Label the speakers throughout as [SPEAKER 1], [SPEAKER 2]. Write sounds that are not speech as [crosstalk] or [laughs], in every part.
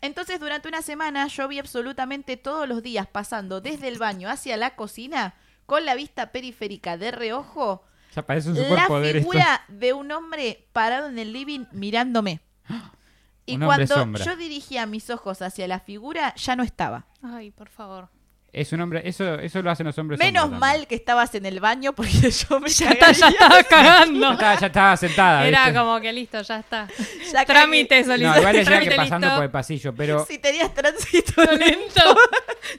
[SPEAKER 1] Entonces, durante una semana yo vi absolutamente todos los días pasando desde el baño hacia la cocina con la vista periférica de reojo
[SPEAKER 2] Ya parece un
[SPEAKER 1] la
[SPEAKER 2] superpoder esto.
[SPEAKER 1] figura de un hombre parado en el living
[SPEAKER 2] [gasps]
[SPEAKER 1] mirándome. Y
[SPEAKER 2] Un hombre
[SPEAKER 1] cuando
[SPEAKER 2] sombra.
[SPEAKER 1] yo dirigía mis ojos hacia la figura, ya no estaba.
[SPEAKER 3] Ay, por favor.
[SPEAKER 2] Es un hombre, eso, eso lo hacen los hombres.
[SPEAKER 1] Menos
[SPEAKER 2] sombra también.
[SPEAKER 1] mal que estabas en el baño porque [laughs] yo me
[SPEAKER 3] [laughs] Ya, está, ya estaba
[SPEAKER 2] Ya
[SPEAKER 3] cagando.
[SPEAKER 2] estaba, ya estaba sentada.
[SPEAKER 3] Era
[SPEAKER 2] ¿viste?
[SPEAKER 3] como que listo, ya está.
[SPEAKER 1] Ya cagué.
[SPEAKER 3] Trámite solicitado.
[SPEAKER 2] No, igual decía que
[SPEAKER 3] Trámite
[SPEAKER 2] pasando
[SPEAKER 3] listo.
[SPEAKER 2] por el pasillo, pero
[SPEAKER 1] Si tenías
[SPEAKER 3] [laughs]
[SPEAKER 1] tránsito
[SPEAKER 3] Todo lento.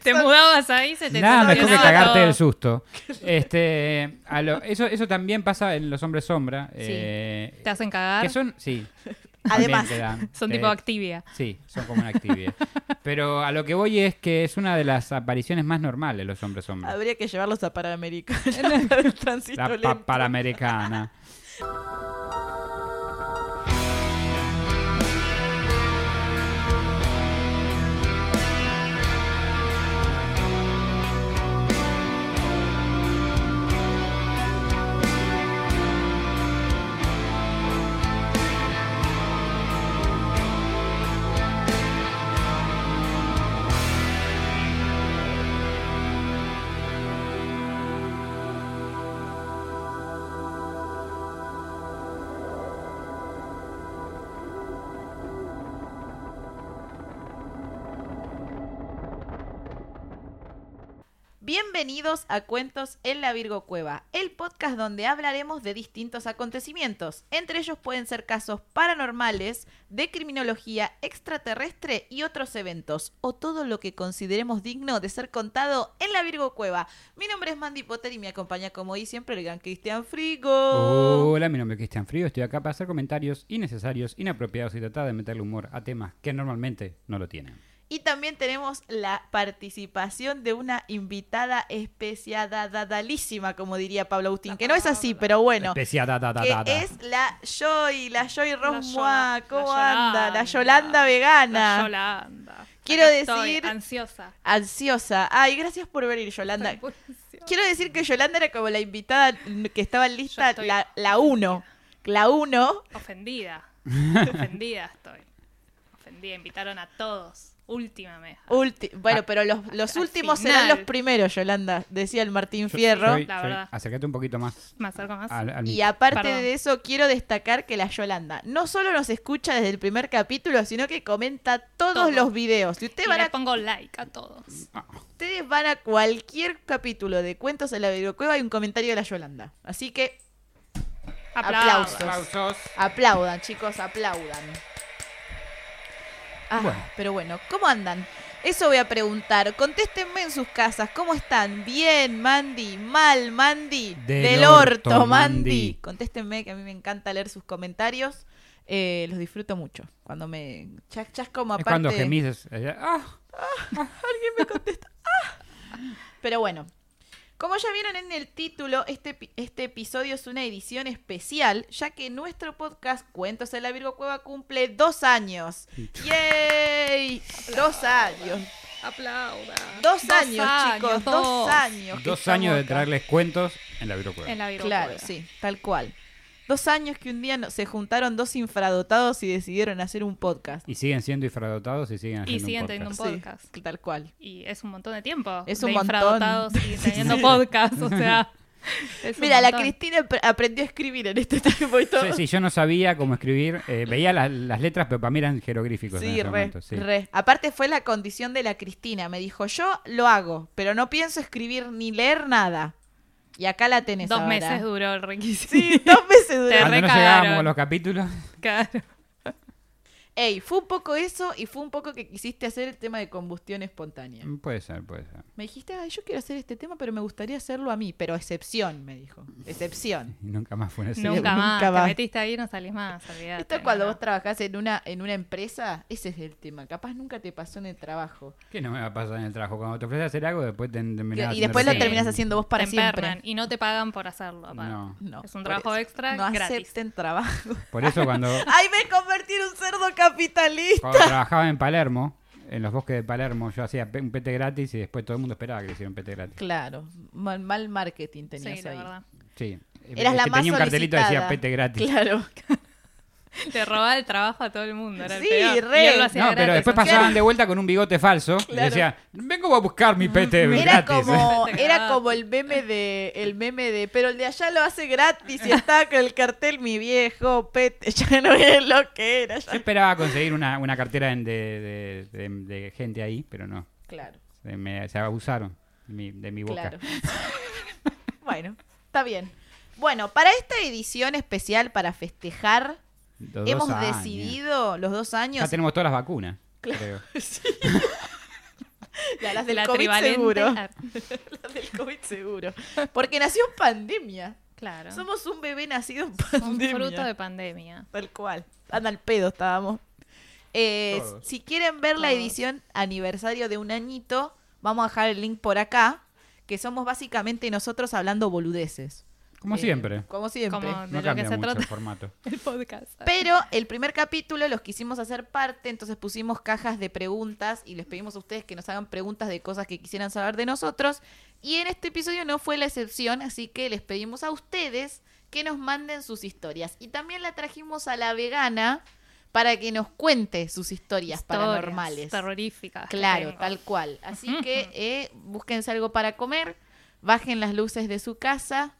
[SPEAKER 3] Te mudabas ahí, se te
[SPEAKER 2] nada mejor que
[SPEAKER 3] solucionaba
[SPEAKER 2] cagarte
[SPEAKER 3] todo.
[SPEAKER 2] del
[SPEAKER 3] [laughs]
[SPEAKER 2] susto. Este, a lo- eso, eso también pasa en los hombres sombra. eh,
[SPEAKER 3] Te hacen cagar.
[SPEAKER 2] que son, sí.
[SPEAKER 1] Además,
[SPEAKER 2] también te dan,
[SPEAKER 3] [laughs] Son
[SPEAKER 2] te-
[SPEAKER 3] tipo Activia.
[SPEAKER 2] Sí, son como una
[SPEAKER 3] [laughs]
[SPEAKER 2] actividad. Pero a lo que voy es que es una de las apariciones más normales los hombres sombra.
[SPEAKER 1] Habría que llevarlos a Panamérica.
[SPEAKER 3] [laughs]
[SPEAKER 1] para el tránsito
[SPEAKER 2] La
[SPEAKER 1] lento.
[SPEAKER 2] paparamericana.
[SPEAKER 1] Bienvenidos a Cuentos en la Virgo Cueva, el podcast donde hablaremos de distintos acontecimientos. Entre ellos pueden ser casos paranormales, de criminología extraterrestre y otros eventos, o todo lo que consideremos digno de ser contado en la Virgo Cueva. Mi nombre es Mandy Potter y me acompaña como hoy siempre el gran Cristian Frigo.
[SPEAKER 2] Hola, mi nombre es Cristian Frío. Estoy acá para hacer comentarios innecesarios, inapropiados y tratar de meterle humor a temas que normalmente no lo tienen.
[SPEAKER 1] Y también tenemos la participación de una invitada especiadadalísima, como diría Pablo Agustín, que no es así, pero bueno.
[SPEAKER 2] Especial, da, da, da,
[SPEAKER 1] que
[SPEAKER 2] da, da.
[SPEAKER 1] es la Joy, la Joy Rosmoa.
[SPEAKER 3] Yola-
[SPEAKER 1] ¿Cómo
[SPEAKER 3] la
[SPEAKER 1] anda? La
[SPEAKER 3] Yolanda.
[SPEAKER 1] Yolanda vegana.
[SPEAKER 3] La Yolanda.
[SPEAKER 1] Quiero
[SPEAKER 3] Acá estoy,
[SPEAKER 1] decir-
[SPEAKER 3] ansiosa.
[SPEAKER 1] Ansiosa. Ay, gracias por venir, Yolanda.
[SPEAKER 3] Estoy muy ansiosa.
[SPEAKER 1] Quiero decir que Yolanda era como la invitada que estaba en lista,
[SPEAKER 3] Yo estoy
[SPEAKER 1] la, la uno. La uno.
[SPEAKER 2] [laughs]
[SPEAKER 3] Ofendida. Ofendida estoy. Ofendida. Invitaron a todos. Última meja.
[SPEAKER 1] ulti-
[SPEAKER 2] Ah,
[SPEAKER 1] bueno, pero los, los
[SPEAKER 3] al
[SPEAKER 1] últimos
[SPEAKER 3] final.
[SPEAKER 1] serán los primeros, Yolanda, decía el Martín
[SPEAKER 2] Yo-
[SPEAKER 1] Fierro.
[SPEAKER 2] soy-
[SPEAKER 3] La
[SPEAKER 2] soy-
[SPEAKER 3] verdad.
[SPEAKER 2] acércate un poquito más
[SPEAKER 3] Me acerco más.
[SPEAKER 2] al, al
[SPEAKER 1] Y
[SPEAKER 2] micro.
[SPEAKER 1] aparte
[SPEAKER 3] Perdón.
[SPEAKER 1] de eso, quiero destacar que la Yolanda no solo nos escucha desde el primer capítulo, sino que comenta todos
[SPEAKER 3] Todo.
[SPEAKER 1] los videos. Si
[SPEAKER 3] Y
[SPEAKER 1] ustedes van,
[SPEAKER 3] le
[SPEAKER 1] a,
[SPEAKER 3] pongo like a todos.
[SPEAKER 1] ustedes van a cualquier capítulo de Cuentos en la Videocueva, hay un comentario de la Yolanda. Así que
[SPEAKER 3] Aplausos.
[SPEAKER 1] Aplausos.
[SPEAKER 2] Aplausos.
[SPEAKER 1] aplaudan, chicos, aplaudan. Ah,
[SPEAKER 2] Bueno.
[SPEAKER 1] Pero bueno, ¿cómo andan? Eso voy a preguntar. Contéstenme en sus casas. ¿Cómo están? Bien, Mandy. Mal, Mandy.
[SPEAKER 2] Del
[SPEAKER 1] orto,
[SPEAKER 2] orto,
[SPEAKER 1] Mandy.
[SPEAKER 2] Mandy.
[SPEAKER 1] Contéstenme que a mí me encanta leer sus comentarios. Eh, los disfruto mucho. Cuando me... Ya, ya es como
[SPEAKER 2] Es
[SPEAKER 1] aparte...
[SPEAKER 2] cuando gemís. es- eh, ah,
[SPEAKER 1] Alguien me contesta. ¡Ah! Pero bueno. Como ya vieron en el título, este, epi- este episodio es una edición especial, ya que nuestro podcast Cuentos en la Virgo Cueva cumple dos años. ¡Yay! Dos años.
[SPEAKER 3] Aplauda.
[SPEAKER 1] Dos, años, chicos. Dos años. que
[SPEAKER 2] dos
[SPEAKER 1] estamos
[SPEAKER 2] años de
[SPEAKER 1] acá.
[SPEAKER 2] traerles cuentos en la birocueva.
[SPEAKER 3] En la Virgo
[SPEAKER 1] Claro,
[SPEAKER 3] Cueva.
[SPEAKER 1] sí, tal cual. Dos años que un día no- se juntaron dos infradotados y decidieron hacer un podcast.
[SPEAKER 2] Y siguen siendo infradotados y siguen haciendo
[SPEAKER 3] siguen
[SPEAKER 2] un
[SPEAKER 3] teniendo un
[SPEAKER 2] podcast.
[SPEAKER 1] Sí,
[SPEAKER 3] podcast.
[SPEAKER 1] tal cual.
[SPEAKER 3] Y es un montón de tiempo.
[SPEAKER 1] Es un
[SPEAKER 3] de
[SPEAKER 1] montón.
[SPEAKER 3] infradotados
[SPEAKER 1] [laughs]
[SPEAKER 3] y teniendo podcast. O sea. es un
[SPEAKER 1] Mira, la
[SPEAKER 3] montón.
[SPEAKER 1] Cristina apre- aprendió a escribir en este [laughs] tiempo y todo.
[SPEAKER 2] Sí, sí, yo no sabía cómo escribir. eh, veía las, las letras, pero para mí eran jeroglíficos. en
[SPEAKER 1] Sí,
[SPEAKER 2] ese
[SPEAKER 1] re,
[SPEAKER 2] momento, sí.
[SPEAKER 1] re. Aparte fue la condición de la Cristina. Me dijo, yo lo hago, pero no pienso escribir ni leer nada. Y acá la tenés
[SPEAKER 3] Dos
[SPEAKER 1] ahora.
[SPEAKER 3] meses duró el requisito. [laughs]
[SPEAKER 1] Sí, dos meses
[SPEAKER 3] Te [laughs]
[SPEAKER 1] duró.
[SPEAKER 3] re
[SPEAKER 2] Cuando no
[SPEAKER 3] cagaron.
[SPEAKER 2] llegábamos con los capítulos,
[SPEAKER 3] Claro.
[SPEAKER 1] Ey, fue un poco eso y fue un poco que quisiste hacer el tema de combustión espontánea.
[SPEAKER 2] mm, puede ser, puede ser.
[SPEAKER 1] Me dijiste, ay, yo quiero hacer este tema, pero me gustaría hacerlo a mí. Pero excepción, me dijo. Excepción.
[SPEAKER 2] Y nunca más fue así.
[SPEAKER 3] Nunca más.
[SPEAKER 1] Nunca más.
[SPEAKER 3] Te metiste ahí y no salís más. olvidate,
[SPEAKER 1] Esto es cuando
[SPEAKER 3] no,
[SPEAKER 1] vos trabajás en una, en una empresa, ese es el tema. Capaz nunca te pasó en el trabajo.
[SPEAKER 2] ¿Qué no me va a pasar en el trabajo? Cuando te ofreces hacer algo, después te terminás
[SPEAKER 1] y después lo
[SPEAKER 3] sí.
[SPEAKER 1] terminás haciendo vos para
[SPEAKER 3] te
[SPEAKER 1] siempre.
[SPEAKER 3] empernan Y no te pagan por hacerlo. aparte.
[SPEAKER 2] No.
[SPEAKER 1] No,
[SPEAKER 3] Es un
[SPEAKER 1] por
[SPEAKER 3] trabajo
[SPEAKER 1] eso.
[SPEAKER 3] extra
[SPEAKER 1] No
[SPEAKER 3] gratis.
[SPEAKER 1] acepten trabajo.
[SPEAKER 2] Por
[SPEAKER 1] [laughs]
[SPEAKER 2] eso cuando,
[SPEAKER 1] ¡Ay, me convertí en un cerdo capitalista!
[SPEAKER 2] cuando trabajaba en Palermo, en los bosques de Palermo, yo hacía pe- un pete gratis y después todo el mundo esperaba que hiciera un pete gratis.
[SPEAKER 1] Claro, mal, mal marketing tenías
[SPEAKER 3] Sí, la
[SPEAKER 1] ahí.
[SPEAKER 3] verdad.
[SPEAKER 2] Sí.
[SPEAKER 1] Eras la
[SPEAKER 2] Este,
[SPEAKER 1] más
[SPEAKER 2] Tenía un cartelito que decía [laughs]
[SPEAKER 1] solicitada.
[SPEAKER 2] pete gratis.
[SPEAKER 1] Claro.
[SPEAKER 3] Te robaba el trabajo a todo el mundo. Era el
[SPEAKER 1] Sí,
[SPEAKER 3] peor. Y
[SPEAKER 1] re.
[SPEAKER 3] él lo hacía
[SPEAKER 2] No, pero
[SPEAKER 3] gratis,
[SPEAKER 2] después
[SPEAKER 3] o sea,
[SPEAKER 2] pasaban de vuelta con un bigote falso y
[SPEAKER 1] Claro.
[SPEAKER 2] decía, vengo a buscar mi PT
[SPEAKER 1] Era
[SPEAKER 2] gratis.
[SPEAKER 1] como,
[SPEAKER 3] Gratis.
[SPEAKER 1] era como el meme de, el meme de, pero el de allá lo hace gratis y está con el cartel mi viejo, pete, [laughs] ya no es lo que era.
[SPEAKER 2] [laughs] Yo
[SPEAKER 1] ya-
[SPEAKER 2] esperaba conseguir una, una cartera en- de, de- de- de gente ahí, pero no.
[SPEAKER 1] Claro,
[SPEAKER 2] Se, me, se abusaron de mi, de mi boca.
[SPEAKER 1] claro. [laughs] bueno, está bien. Bueno, para esta edición especial para festejar,
[SPEAKER 2] Los dos
[SPEAKER 1] hemos
[SPEAKER 2] años.
[SPEAKER 1] decidido los dos
[SPEAKER 2] Ya
[SPEAKER 1] años.
[SPEAKER 2] tenemos todas las vacunas. creo.
[SPEAKER 1] [laughs] Ya, las del
[SPEAKER 3] la
[SPEAKER 1] COVID
[SPEAKER 3] trivalente-
[SPEAKER 1] seguro.
[SPEAKER 3] Ah,
[SPEAKER 1] [laughs] Las del COVID seguro. Porque nació en pandemia.
[SPEAKER 3] Claro.
[SPEAKER 1] Somos un bebé nacido en
[SPEAKER 3] un
[SPEAKER 1] pandemia.
[SPEAKER 3] fruto de pandemia.
[SPEAKER 1] Tal cual. Anda al pedo estábamos. Eh,
[SPEAKER 2] Todos.
[SPEAKER 1] si quieren ver la
[SPEAKER 3] Todos.
[SPEAKER 1] edición aniversario de un añito, vamos a dejar el link por acá, que somos básicamente nosotros hablando boludeces.
[SPEAKER 2] Como
[SPEAKER 1] Eh,
[SPEAKER 2] siempre.
[SPEAKER 1] Como siempre.
[SPEAKER 3] Como- de
[SPEAKER 2] No
[SPEAKER 3] lo
[SPEAKER 2] cambia
[SPEAKER 3] que se
[SPEAKER 2] mucho el
[SPEAKER 3] trata.
[SPEAKER 2] formato.
[SPEAKER 3] El podcast.
[SPEAKER 1] Pero el primer capítulo los quisimos hacer parte, entonces pusimos cajas de preguntas y les pedimos a ustedes que nos hagan preguntas de cosas que quisieran saber de nosotros. Y en este episodio no fue la excepción, así que les pedimos a ustedes que nos manden sus historias. Y también la trajimos a la vegana para que nos cuente sus historias, paranormales.
[SPEAKER 3] Terroríficas. que
[SPEAKER 1] Claro,
[SPEAKER 3] tengo.
[SPEAKER 1] tal cual. Así que eh, búsquense algo para comer, bajen las luces de su casa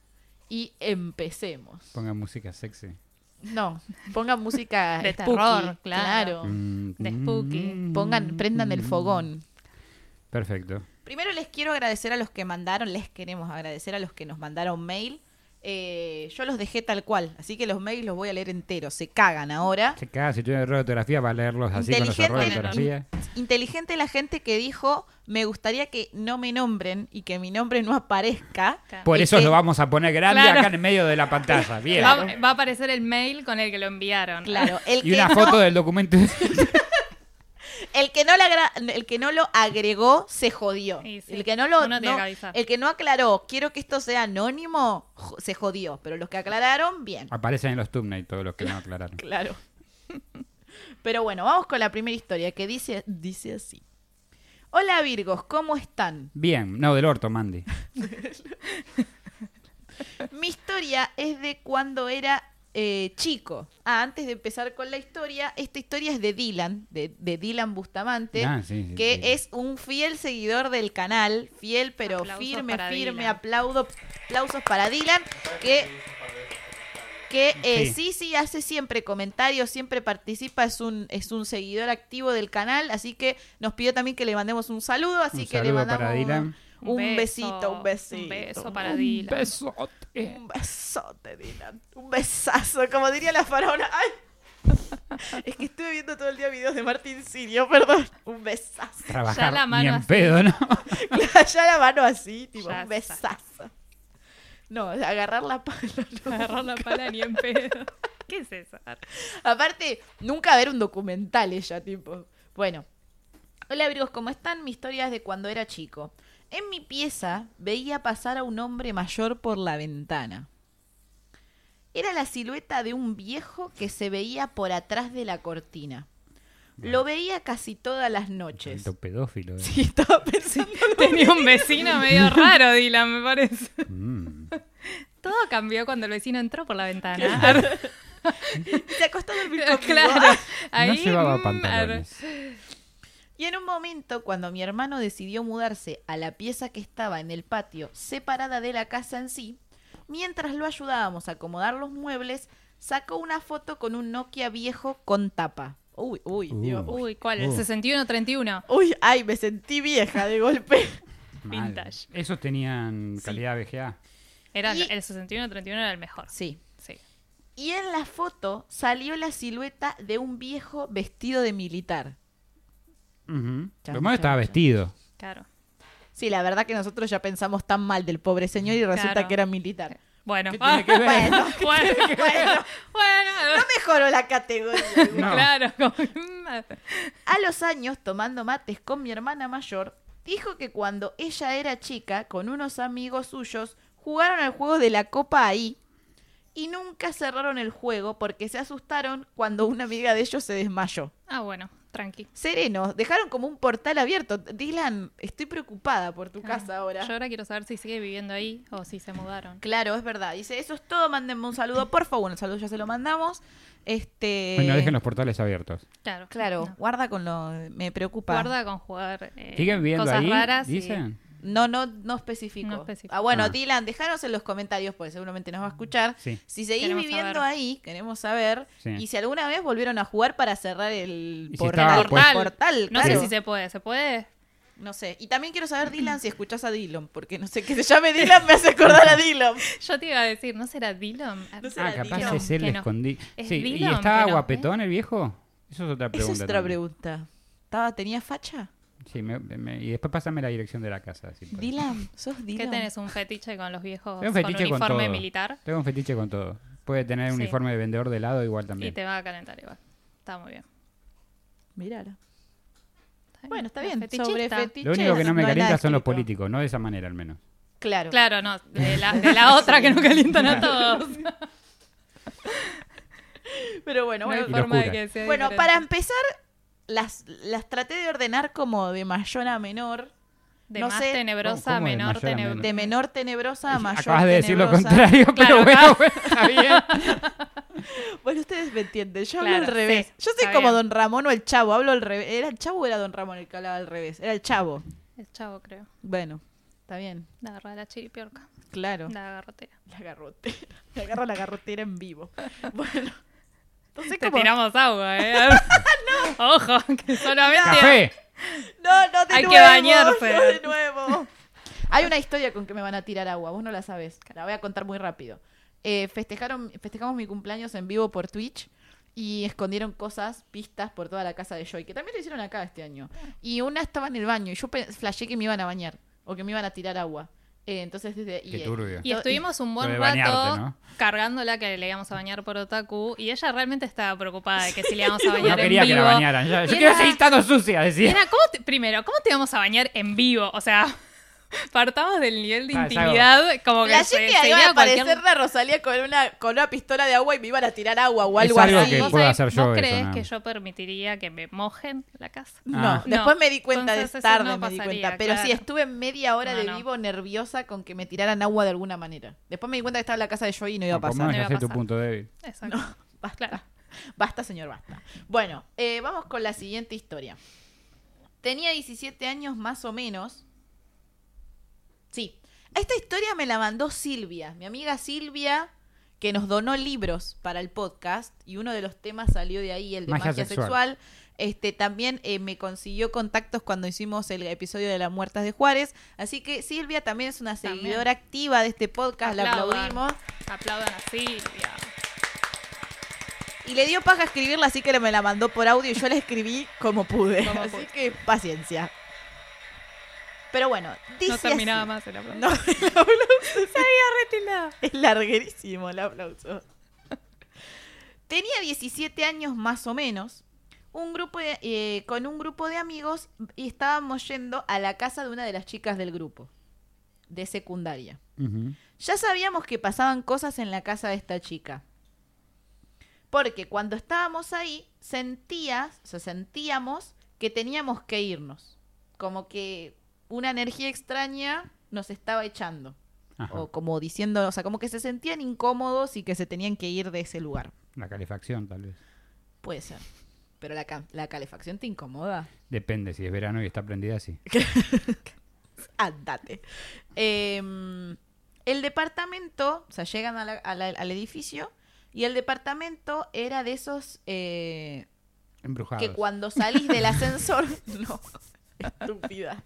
[SPEAKER 1] y empecemos.
[SPEAKER 2] Pongan música sexy.
[SPEAKER 1] No, pongan [laughs] música
[SPEAKER 3] De
[SPEAKER 1] spooky,
[SPEAKER 3] terror, claro.
[SPEAKER 2] Mm,
[SPEAKER 3] De spooky.
[SPEAKER 2] mm,
[SPEAKER 1] Oh, Pongan, prendan el
[SPEAKER 2] mm.
[SPEAKER 1] fogón.
[SPEAKER 2] Perfecto.
[SPEAKER 1] Primero les quiero agradecer a los que mandaron, les queremos agradecer a los que nos mandaron mail. Eh, yo los dejé tal cual, así que los mails los voy a leer enteros, se cagan ahora.
[SPEAKER 2] Se caga si tiene error de ortografía para leerlos así con los
[SPEAKER 1] Inteligente,
[SPEAKER 2] errores de
[SPEAKER 3] no, no.
[SPEAKER 2] ortografía.
[SPEAKER 1] Inteligente la gente que dijo, me gustaría que no me nombren y que mi nombre no aparezca.
[SPEAKER 3] Claro.
[SPEAKER 2] Por
[SPEAKER 1] Y
[SPEAKER 2] eso
[SPEAKER 1] que-
[SPEAKER 2] lo vamos a poner grande
[SPEAKER 3] Claro.
[SPEAKER 2] acá en el medio de
[SPEAKER 1] [laughs]
[SPEAKER 2] la pantalla. Bien.
[SPEAKER 3] Va, va a aparecer el mail con el que lo enviaron.
[SPEAKER 1] Claro, el
[SPEAKER 2] [laughs] Y
[SPEAKER 1] que,
[SPEAKER 2] una
[SPEAKER 1] no,
[SPEAKER 2] foto del documento. [laughs]
[SPEAKER 1] el, que no la agra- el que no lo agregó se jodió.
[SPEAKER 3] Y sí,
[SPEAKER 1] El que no lo
[SPEAKER 3] uno tiene
[SPEAKER 1] no-
[SPEAKER 3] que avisar.
[SPEAKER 1] el que no aclaró, quiero que esto sea anónimo, jo- se jodió. Pero los que aclararon, bien.
[SPEAKER 2] Aparecen en los thumbnails todos los que no aclararon.
[SPEAKER 1] Claro. [laughs] Pero bueno, vamos con la primera historia que dice, dice así. Hola Virgos, ¿cómo están?
[SPEAKER 2] Bien, no, del orto, Mandy.
[SPEAKER 1] Mi historia es de cuando era eh, chico. Ah, antes de empezar con la historia, esta historia es de Dylan, de, de Dylan Bustamante,
[SPEAKER 2] Ah, sí, sí,
[SPEAKER 1] que
[SPEAKER 2] sí.
[SPEAKER 1] es un fiel seguidor del canal, fiel pero
[SPEAKER 3] Aplausos
[SPEAKER 1] firme,
[SPEAKER 3] para
[SPEAKER 1] firme,
[SPEAKER 3] Dylan.
[SPEAKER 1] aplaudo, aplausos para Dylan, que... Que eh, sí. sí,
[SPEAKER 2] Sí.
[SPEAKER 1] hace siempre comentarios, siempre participa, es un, es un seguidor activo del canal, así que nos pidió también que le mandemos un saludo, así
[SPEAKER 2] Un
[SPEAKER 1] que le
[SPEAKER 2] saludo para
[SPEAKER 1] mandamos
[SPEAKER 2] Dylan.
[SPEAKER 1] un,
[SPEAKER 3] beso,
[SPEAKER 1] besito, un besito.
[SPEAKER 3] Un beso para Dylan.
[SPEAKER 2] Besote.
[SPEAKER 1] Un besote, Dylan. Un besazo, como diría la faraona. ¡Ay! [laughs] Es que estuve viendo todo el día videos de Martín Sirio, perdón. Un besazo.
[SPEAKER 2] Trabajar
[SPEAKER 3] la mano
[SPEAKER 2] ni en
[SPEAKER 3] así.
[SPEAKER 2] pedo, ¿no?
[SPEAKER 1] Ya la mano así, tipo,
[SPEAKER 3] Ya
[SPEAKER 1] un
[SPEAKER 3] está.
[SPEAKER 1] besazo. No, agarrar la pala. no.
[SPEAKER 3] Agarrar la pala ni en pedo. [laughs] ¿Qué es eso?
[SPEAKER 1] Aparte, nunca ver un documental ella, tipo. Bueno. Hola, Virgos, ¿cómo están? Mi historia es de cuando era chico. En mi pieza veía pasar a un hombre mayor por la ventana. Era la silueta de un viejo que se veía por atrás de la cortina. Lo veía casi todas las noches.
[SPEAKER 2] Tanto pedófilo. eh.
[SPEAKER 1] Sí, estaba pensando.
[SPEAKER 3] Tenía un vecino medio raro, Dylan, me parece.
[SPEAKER 2] Mm.
[SPEAKER 3] Todo cambió cuando el vecino entró por la [laughs] ventana.
[SPEAKER 1] Se acostó a dormir conmigo.
[SPEAKER 3] [laughs] claro. "Ah". Ahí,
[SPEAKER 2] No llevaba
[SPEAKER 3] mm,
[SPEAKER 2] pantalones.
[SPEAKER 1] Y en un momento, cuando mi hermano decidió mudarse a la pieza que estaba en el patio, separada de la casa en sí, mientras lo ayudábamos a acomodar los muebles, sacó una foto con un Nokia viejo con tapa. Uy, uy,
[SPEAKER 2] Uh.
[SPEAKER 1] Dios. Uy,
[SPEAKER 3] Uy, ¿cuál? El
[SPEAKER 2] Uh.
[SPEAKER 3] 61-31.
[SPEAKER 1] uy, ay, me sentí vieja de golpe.
[SPEAKER 2] Mal.
[SPEAKER 3] vintage.
[SPEAKER 2] Esos tenían
[SPEAKER 1] Sí.
[SPEAKER 2] calidad VGA.
[SPEAKER 3] Era
[SPEAKER 1] Y-
[SPEAKER 3] el 61-31 era el mejor.
[SPEAKER 1] [laughs] Sí.
[SPEAKER 3] Sí.
[SPEAKER 1] Y en la foto salió la silueta de un viejo vestido de militar.
[SPEAKER 2] Ujú.
[SPEAKER 1] Chan,
[SPEAKER 2] Lo malo
[SPEAKER 1] chan,
[SPEAKER 2] estaba
[SPEAKER 1] chan.
[SPEAKER 3] [laughs]
[SPEAKER 2] vestido.
[SPEAKER 3] Claro.
[SPEAKER 1] Sí, la verdad que nosotros ya pensamos tan mal del pobre señor y resulta
[SPEAKER 3] Claro.
[SPEAKER 1] que era militar.
[SPEAKER 3] Bueno.
[SPEAKER 2] ¿Qué
[SPEAKER 3] [laughs]
[SPEAKER 2] tiene que
[SPEAKER 1] [laughs]
[SPEAKER 2] ver?
[SPEAKER 1] Bueno, [laughs]
[SPEAKER 3] bueno,
[SPEAKER 1] bueno,
[SPEAKER 3] bueno,
[SPEAKER 1] no mejoró la categoría.
[SPEAKER 3] [laughs]
[SPEAKER 1] igual.
[SPEAKER 2] No.
[SPEAKER 3] Claro. como- mm,
[SPEAKER 1] A los años, tomando mates con mi hermana mayor, dijo que cuando ella era chica, con unos amigos suyos, jugaron al juego de la copa ahí y nunca cerraron el juego porque se asustaron cuando una amiga de ellos se desmayó.
[SPEAKER 3] Ah, bueno. Tranqui.
[SPEAKER 1] Serenos, dejaron como un portal abierto. Dylan, estoy preocupada por tu casa ahora.
[SPEAKER 3] Ah, Yo ahora quiero saber si sigue viviendo ahí o si se mudaron.
[SPEAKER 1] Claro, es verdad. Dice, eso es todo, mándenme un saludo, por favor. Un saludo ya se lo mandamos. Este.
[SPEAKER 2] Bueno, dejen los portales abiertos.
[SPEAKER 3] Claro.
[SPEAKER 1] Claro,
[SPEAKER 3] no.
[SPEAKER 1] guarda con lo. Me preocupa.
[SPEAKER 3] Guarda con jugar eh,
[SPEAKER 2] ¿Siguen viendo
[SPEAKER 3] cosas
[SPEAKER 2] ahí?
[SPEAKER 3] raras. y-
[SPEAKER 2] ¿Dicen?
[SPEAKER 1] No, no, no especifico.
[SPEAKER 3] No especificó.
[SPEAKER 1] Ah, bueno,
[SPEAKER 2] Ah.
[SPEAKER 1] Dylan, dejanos en los comentarios, porque seguramente nos va a escuchar.
[SPEAKER 2] Sí.
[SPEAKER 1] Si seguís
[SPEAKER 3] Queremos
[SPEAKER 1] viviendo
[SPEAKER 3] saber.
[SPEAKER 1] ahí, queremos saber.
[SPEAKER 2] Sí.
[SPEAKER 1] Y si alguna vez volvieron a jugar para cerrar el
[SPEAKER 2] Y si
[SPEAKER 1] portal.
[SPEAKER 2] estaba puesto-
[SPEAKER 1] portal,
[SPEAKER 3] No
[SPEAKER 1] claro.
[SPEAKER 3] sé si se puede. ¿Se puede?
[SPEAKER 1] No sé. Y también quiero saber, Dylan, si escuchás a Dylan, porque no sé que se llame Dylan, me hace acordar a Dylan.
[SPEAKER 3] Yo te iba a decir, ¿no será Dillon?
[SPEAKER 1] No será
[SPEAKER 2] Ah,
[SPEAKER 1] Dylan.
[SPEAKER 2] capaz es el
[SPEAKER 3] Que no.
[SPEAKER 2] escondido.
[SPEAKER 3] Es
[SPEAKER 2] Sí, ¿y
[SPEAKER 3] Dylan,
[SPEAKER 2] estaba
[SPEAKER 3] que no,
[SPEAKER 2] guapetón el viejo? Eso es otra
[SPEAKER 1] Esa
[SPEAKER 2] pregunta.
[SPEAKER 1] es otra
[SPEAKER 2] también.
[SPEAKER 1] pregunta. ¿Estaba, ¿Tenía facha?
[SPEAKER 2] Sí, me- me- y después pásame la dirección de la casa. si podés.
[SPEAKER 1] Dylan, sos
[SPEAKER 3] ¿Qué
[SPEAKER 1] Dylan.
[SPEAKER 3] tenés? ¿Un fetiche con los viejos
[SPEAKER 2] Tengo un
[SPEAKER 3] con
[SPEAKER 2] fetiche con
[SPEAKER 3] uniforme
[SPEAKER 2] todo.
[SPEAKER 3] militar?
[SPEAKER 2] Tengo un fetiche con todo. Puede tener un
[SPEAKER 3] Sí.
[SPEAKER 2] uniforme de vendedor de helado igual
[SPEAKER 3] Y
[SPEAKER 2] también.
[SPEAKER 3] te va a calentar igual. Está muy bien.
[SPEAKER 1] Mírala.
[SPEAKER 3] Está bien.
[SPEAKER 1] Bueno, está
[SPEAKER 3] Los
[SPEAKER 1] bien.
[SPEAKER 3] fetichistas.
[SPEAKER 1] Sobre fetiches.
[SPEAKER 2] Lo único que no me
[SPEAKER 1] hay nada
[SPEAKER 2] calienta son los
[SPEAKER 1] escrito.
[SPEAKER 2] políticos, no de esa manera al menos.
[SPEAKER 1] Claro.
[SPEAKER 3] Claro, no. De la, de la otra que no
[SPEAKER 2] [laughs]
[SPEAKER 3] calientan a todos.
[SPEAKER 1] Pero bueno,
[SPEAKER 3] No
[SPEAKER 1] bueno.
[SPEAKER 3] hay
[SPEAKER 2] Y
[SPEAKER 3] forma de
[SPEAKER 2] locura.
[SPEAKER 3] que sea
[SPEAKER 1] Bueno,
[SPEAKER 3] diferente.
[SPEAKER 1] para empezar, las, las traté de ordenar como de mayor a menor.
[SPEAKER 3] De
[SPEAKER 1] no
[SPEAKER 3] más
[SPEAKER 1] sé-
[SPEAKER 3] tenebrosa a
[SPEAKER 2] ¿Cómo de
[SPEAKER 3] menor
[SPEAKER 2] mayor a
[SPEAKER 3] tenebrosa.
[SPEAKER 1] De menor tenebrosa a mayor
[SPEAKER 2] Acabas de decir lo
[SPEAKER 1] tenebrosa.
[SPEAKER 2] contrario, [laughs] pero
[SPEAKER 3] Claro,
[SPEAKER 2] bueno,
[SPEAKER 3] acá-
[SPEAKER 2] bueno, está
[SPEAKER 3] [laughs]
[SPEAKER 2] bien.
[SPEAKER 1] Bueno, ustedes me entienden. Yo hablo
[SPEAKER 3] Claro,
[SPEAKER 1] al revés.
[SPEAKER 3] sí,
[SPEAKER 1] Yo soy
[SPEAKER 3] está
[SPEAKER 1] como
[SPEAKER 3] bien.
[SPEAKER 1] Don Ramón o el Chavo. Hablo al revés. ¿Era el Chavo o era Don Ramón el que hablaba al revés? Era el Chavo.
[SPEAKER 3] El chavo, creo.
[SPEAKER 1] Bueno, está bien.
[SPEAKER 3] La agarra la chiripiorca.
[SPEAKER 1] Claro.
[SPEAKER 3] La garrotera.
[SPEAKER 1] La garrotera. [laughs] Me agarro la garrotera en vivo. Bueno. Entonces,
[SPEAKER 3] Te
[SPEAKER 1] como...
[SPEAKER 3] tiramos
[SPEAKER 1] [laughs]
[SPEAKER 3] agua, ¿eh? [laughs] Ojo, que solamente.
[SPEAKER 2] ¡Café!
[SPEAKER 1] No, no, de
[SPEAKER 3] Hay que
[SPEAKER 1] nuevo,
[SPEAKER 3] bañarse.
[SPEAKER 1] no, de nuevo. Hay una historia con que me van a tirar agua, vos no la sabes. La voy a contar muy rápido. Eh, festejaron, festejamos mi cumpleaños en vivo por Twitch y escondieron cosas, pistas por toda la casa de Joy, que también lo hicieron acá este año. Y una estaba en el baño y yo pe- flashé que me iban a bañar o que me iban a tirar agua. Eh, entonces desde... y,
[SPEAKER 2] Qué
[SPEAKER 1] eh,
[SPEAKER 2] turbio.
[SPEAKER 3] Y estuvimos un
[SPEAKER 2] Lo
[SPEAKER 3] buen
[SPEAKER 2] de
[SPEAKER 3] rato
[SPEAKER 2] bañarte, ¿no?
[SPEAKER 3] cargándola que le íbamos a bañar por Otaku y ella realmente estaba preocupada de que si le íbamos a bañar
[SPEAKER 2] [laughs] Ah, No quería
[SPEAKER 3] en
[SPEAKER 2] que
[SPEAKER 3] vivo.
[SPEAKER 2] la bañaran. Yo, yo
[SPEAKER 3] Era-
[SPEAKER 2] quiero seguir estando sucia,
[SPEAKER 3] Y
[SPEAKER 2] decía.
[SPEAKER 3] era, ¿cómo te- primero, ¿cómo te íbamos a bañar en vivo? O sea, [laughs] partamos del nivel de
[SPEAKER 2] Ah, es algo.
[SPEAKER 3] intimidad como que
[SPEAKER 1] Flashé
[SPEAKER 3] se,
[SPEAKER 1] que iba
[SPEAKER 3] se iba
[SPEAKER 1] a
[SPEAKER 3] a cualquier...
[SPEAKER 1] aparecer la Rosalía con una, con una pistola de agua y me iban a tirar agua o
[SPEAKER 2] Es
[SPEAKER 1] algo
[SPEAKER 2] algo
[SPEAKER 1] así.
[SPEAKER 2] que
[SPEAKER 3] ¿Vos
[SPEAKER 2] puedo
[SPEAKER 3] sabés-
[SPEAKER 2] hacer yo
[SPEAKER 3] ¿Vos
[SPEAKER 2] eso,
[SPEAKER 3] crees
[SPEAKER 2] nada
[SPEAKER 3] que
[SPEAKER 2] más.
[SPEAKER 3] yo permitiría que me mojen la casa?
[SPEAKER 1] No,
[SPEAKER 2] Ah.
[SPEAKER 1] después
[SPEAKER 3] No,
[SPEAKER 1] me di cuenta
[SPEAKER 3] entonces
[SPEAKER 1] de
[SPEAKER 3] eso
[SPEAKER 1] tarde,
[SPEAKER 3] no
[SPEAKER 1] me di
[SPEAKER 3] pasaría,
[SPEAKER 1] cuenta. Pero sí,
[SPEAKER 3] claro.
[SPEAKER 1] estuve media hora
[SPEAKER 3] No,
[SPEAKER 1] de
[SPEAKER 3] no.
[SPEAKER 1] vivo nerviosa con que me tiraran agua de alguna manera. Después me di cuenta que estaba en la casa de Joey y no iba a
[SPEAKER 2] Por lo
[SPEAKER 1] pasar.
[SPEAKER 2] menos
[SPEAKER 3] No iba a
[SPEAKER 2] ya sé tu
[SPEAKER 3] pasar.
[SPEAKER 2] punto débil.
[SPEAKER 3] Exacto.
[SPEAKER 1] [laughs] Basta.
[SPEAKER 3] Claro.
[SPEAKER 1] Basta, señor, basta. Bueno, eh, vamos con la siguiente historia. Tenía 17 años más o menos. Sí. Esta historia me la mandó Silvia, mi amiga Silvia, que nos donó libros para el podcast y uno de los temas salió de ahí, el de magia,
[SPEAKER 2] Magia
[SPEAKER 1] sexual.
[SPEAKER 2] sexual.
[SPEAKER 1] Este, también eh, me consiguió contactos cuando hicimos el episodio de las muertas de Juárez. Así que Silvia también es una
[SPEAKER 3] También.
[SPEAKER 1] seguidora activa de este podcast, la
[SPEAKER 3] Aplaudan.
[SPEAKER 1] aplaudimos.
[SPEAKER 3] Aplaudan a Silvia.
[SPEAKER 1] Y le dio paja escribirla, así que me la mandó por audio y yo la escribí como pude.
[SPEAKER 3] Como
[SPEAKER 1] así
[SPEAKER 3] pude.
[SPEAKER 1] que paciencia. Pero bueno, dice
[SPEAKER 3] No terminaba
[SPEAKER 1] así.
[SPEAKER 3] más el
[SPEAKER 1] [laughs]
[SPEAKER 3] aplauso.
[SPEAKER 1] No, el aplauso
[SPEAKER 3] retilada.
[SPEAKER 1] es larguerísimo el aplauso. Tenía 17 años más o menos. Un grupo de- eh, con un grupo de amigos y estábamos yendo a la casa de una de las chicas del grupo, de secundaria.
[SPEAKER 2] Ujú.
[SPEAKER 1] Ya sabíamos que pasaban cosas en la casa de esta chica. Porque cuando estábamos ahí, sentías, o sea, sentíamos que teníamos que irnos. Como que una energía extraña nos estaba echando.
[SPEAKER 2] Ajá.
[SPEAKER 1] O como diciendo, o sea, como que se sentían incómodos y que se tenían que ir de ese lugar.
[SPEAKER 2] La calefacción, tal vez.
[SPEAKER 1] Puede ser. Pero la, ca- la calefacción te incomoda.
[SPEAKER 2] Depende, si es verano y está prendida, sí.
[SPEAKER 1] Andate. Em, el departamento, o sea, llegan a la- a la- al edificio y el departamento era de esos eh,
[SPEAKER 2] Embrujado.
[SPEAKER 1] que cuando salís
[SPEAKER 2] [laughs]
[SPEAKER 1] del ascensor. no, estúpida.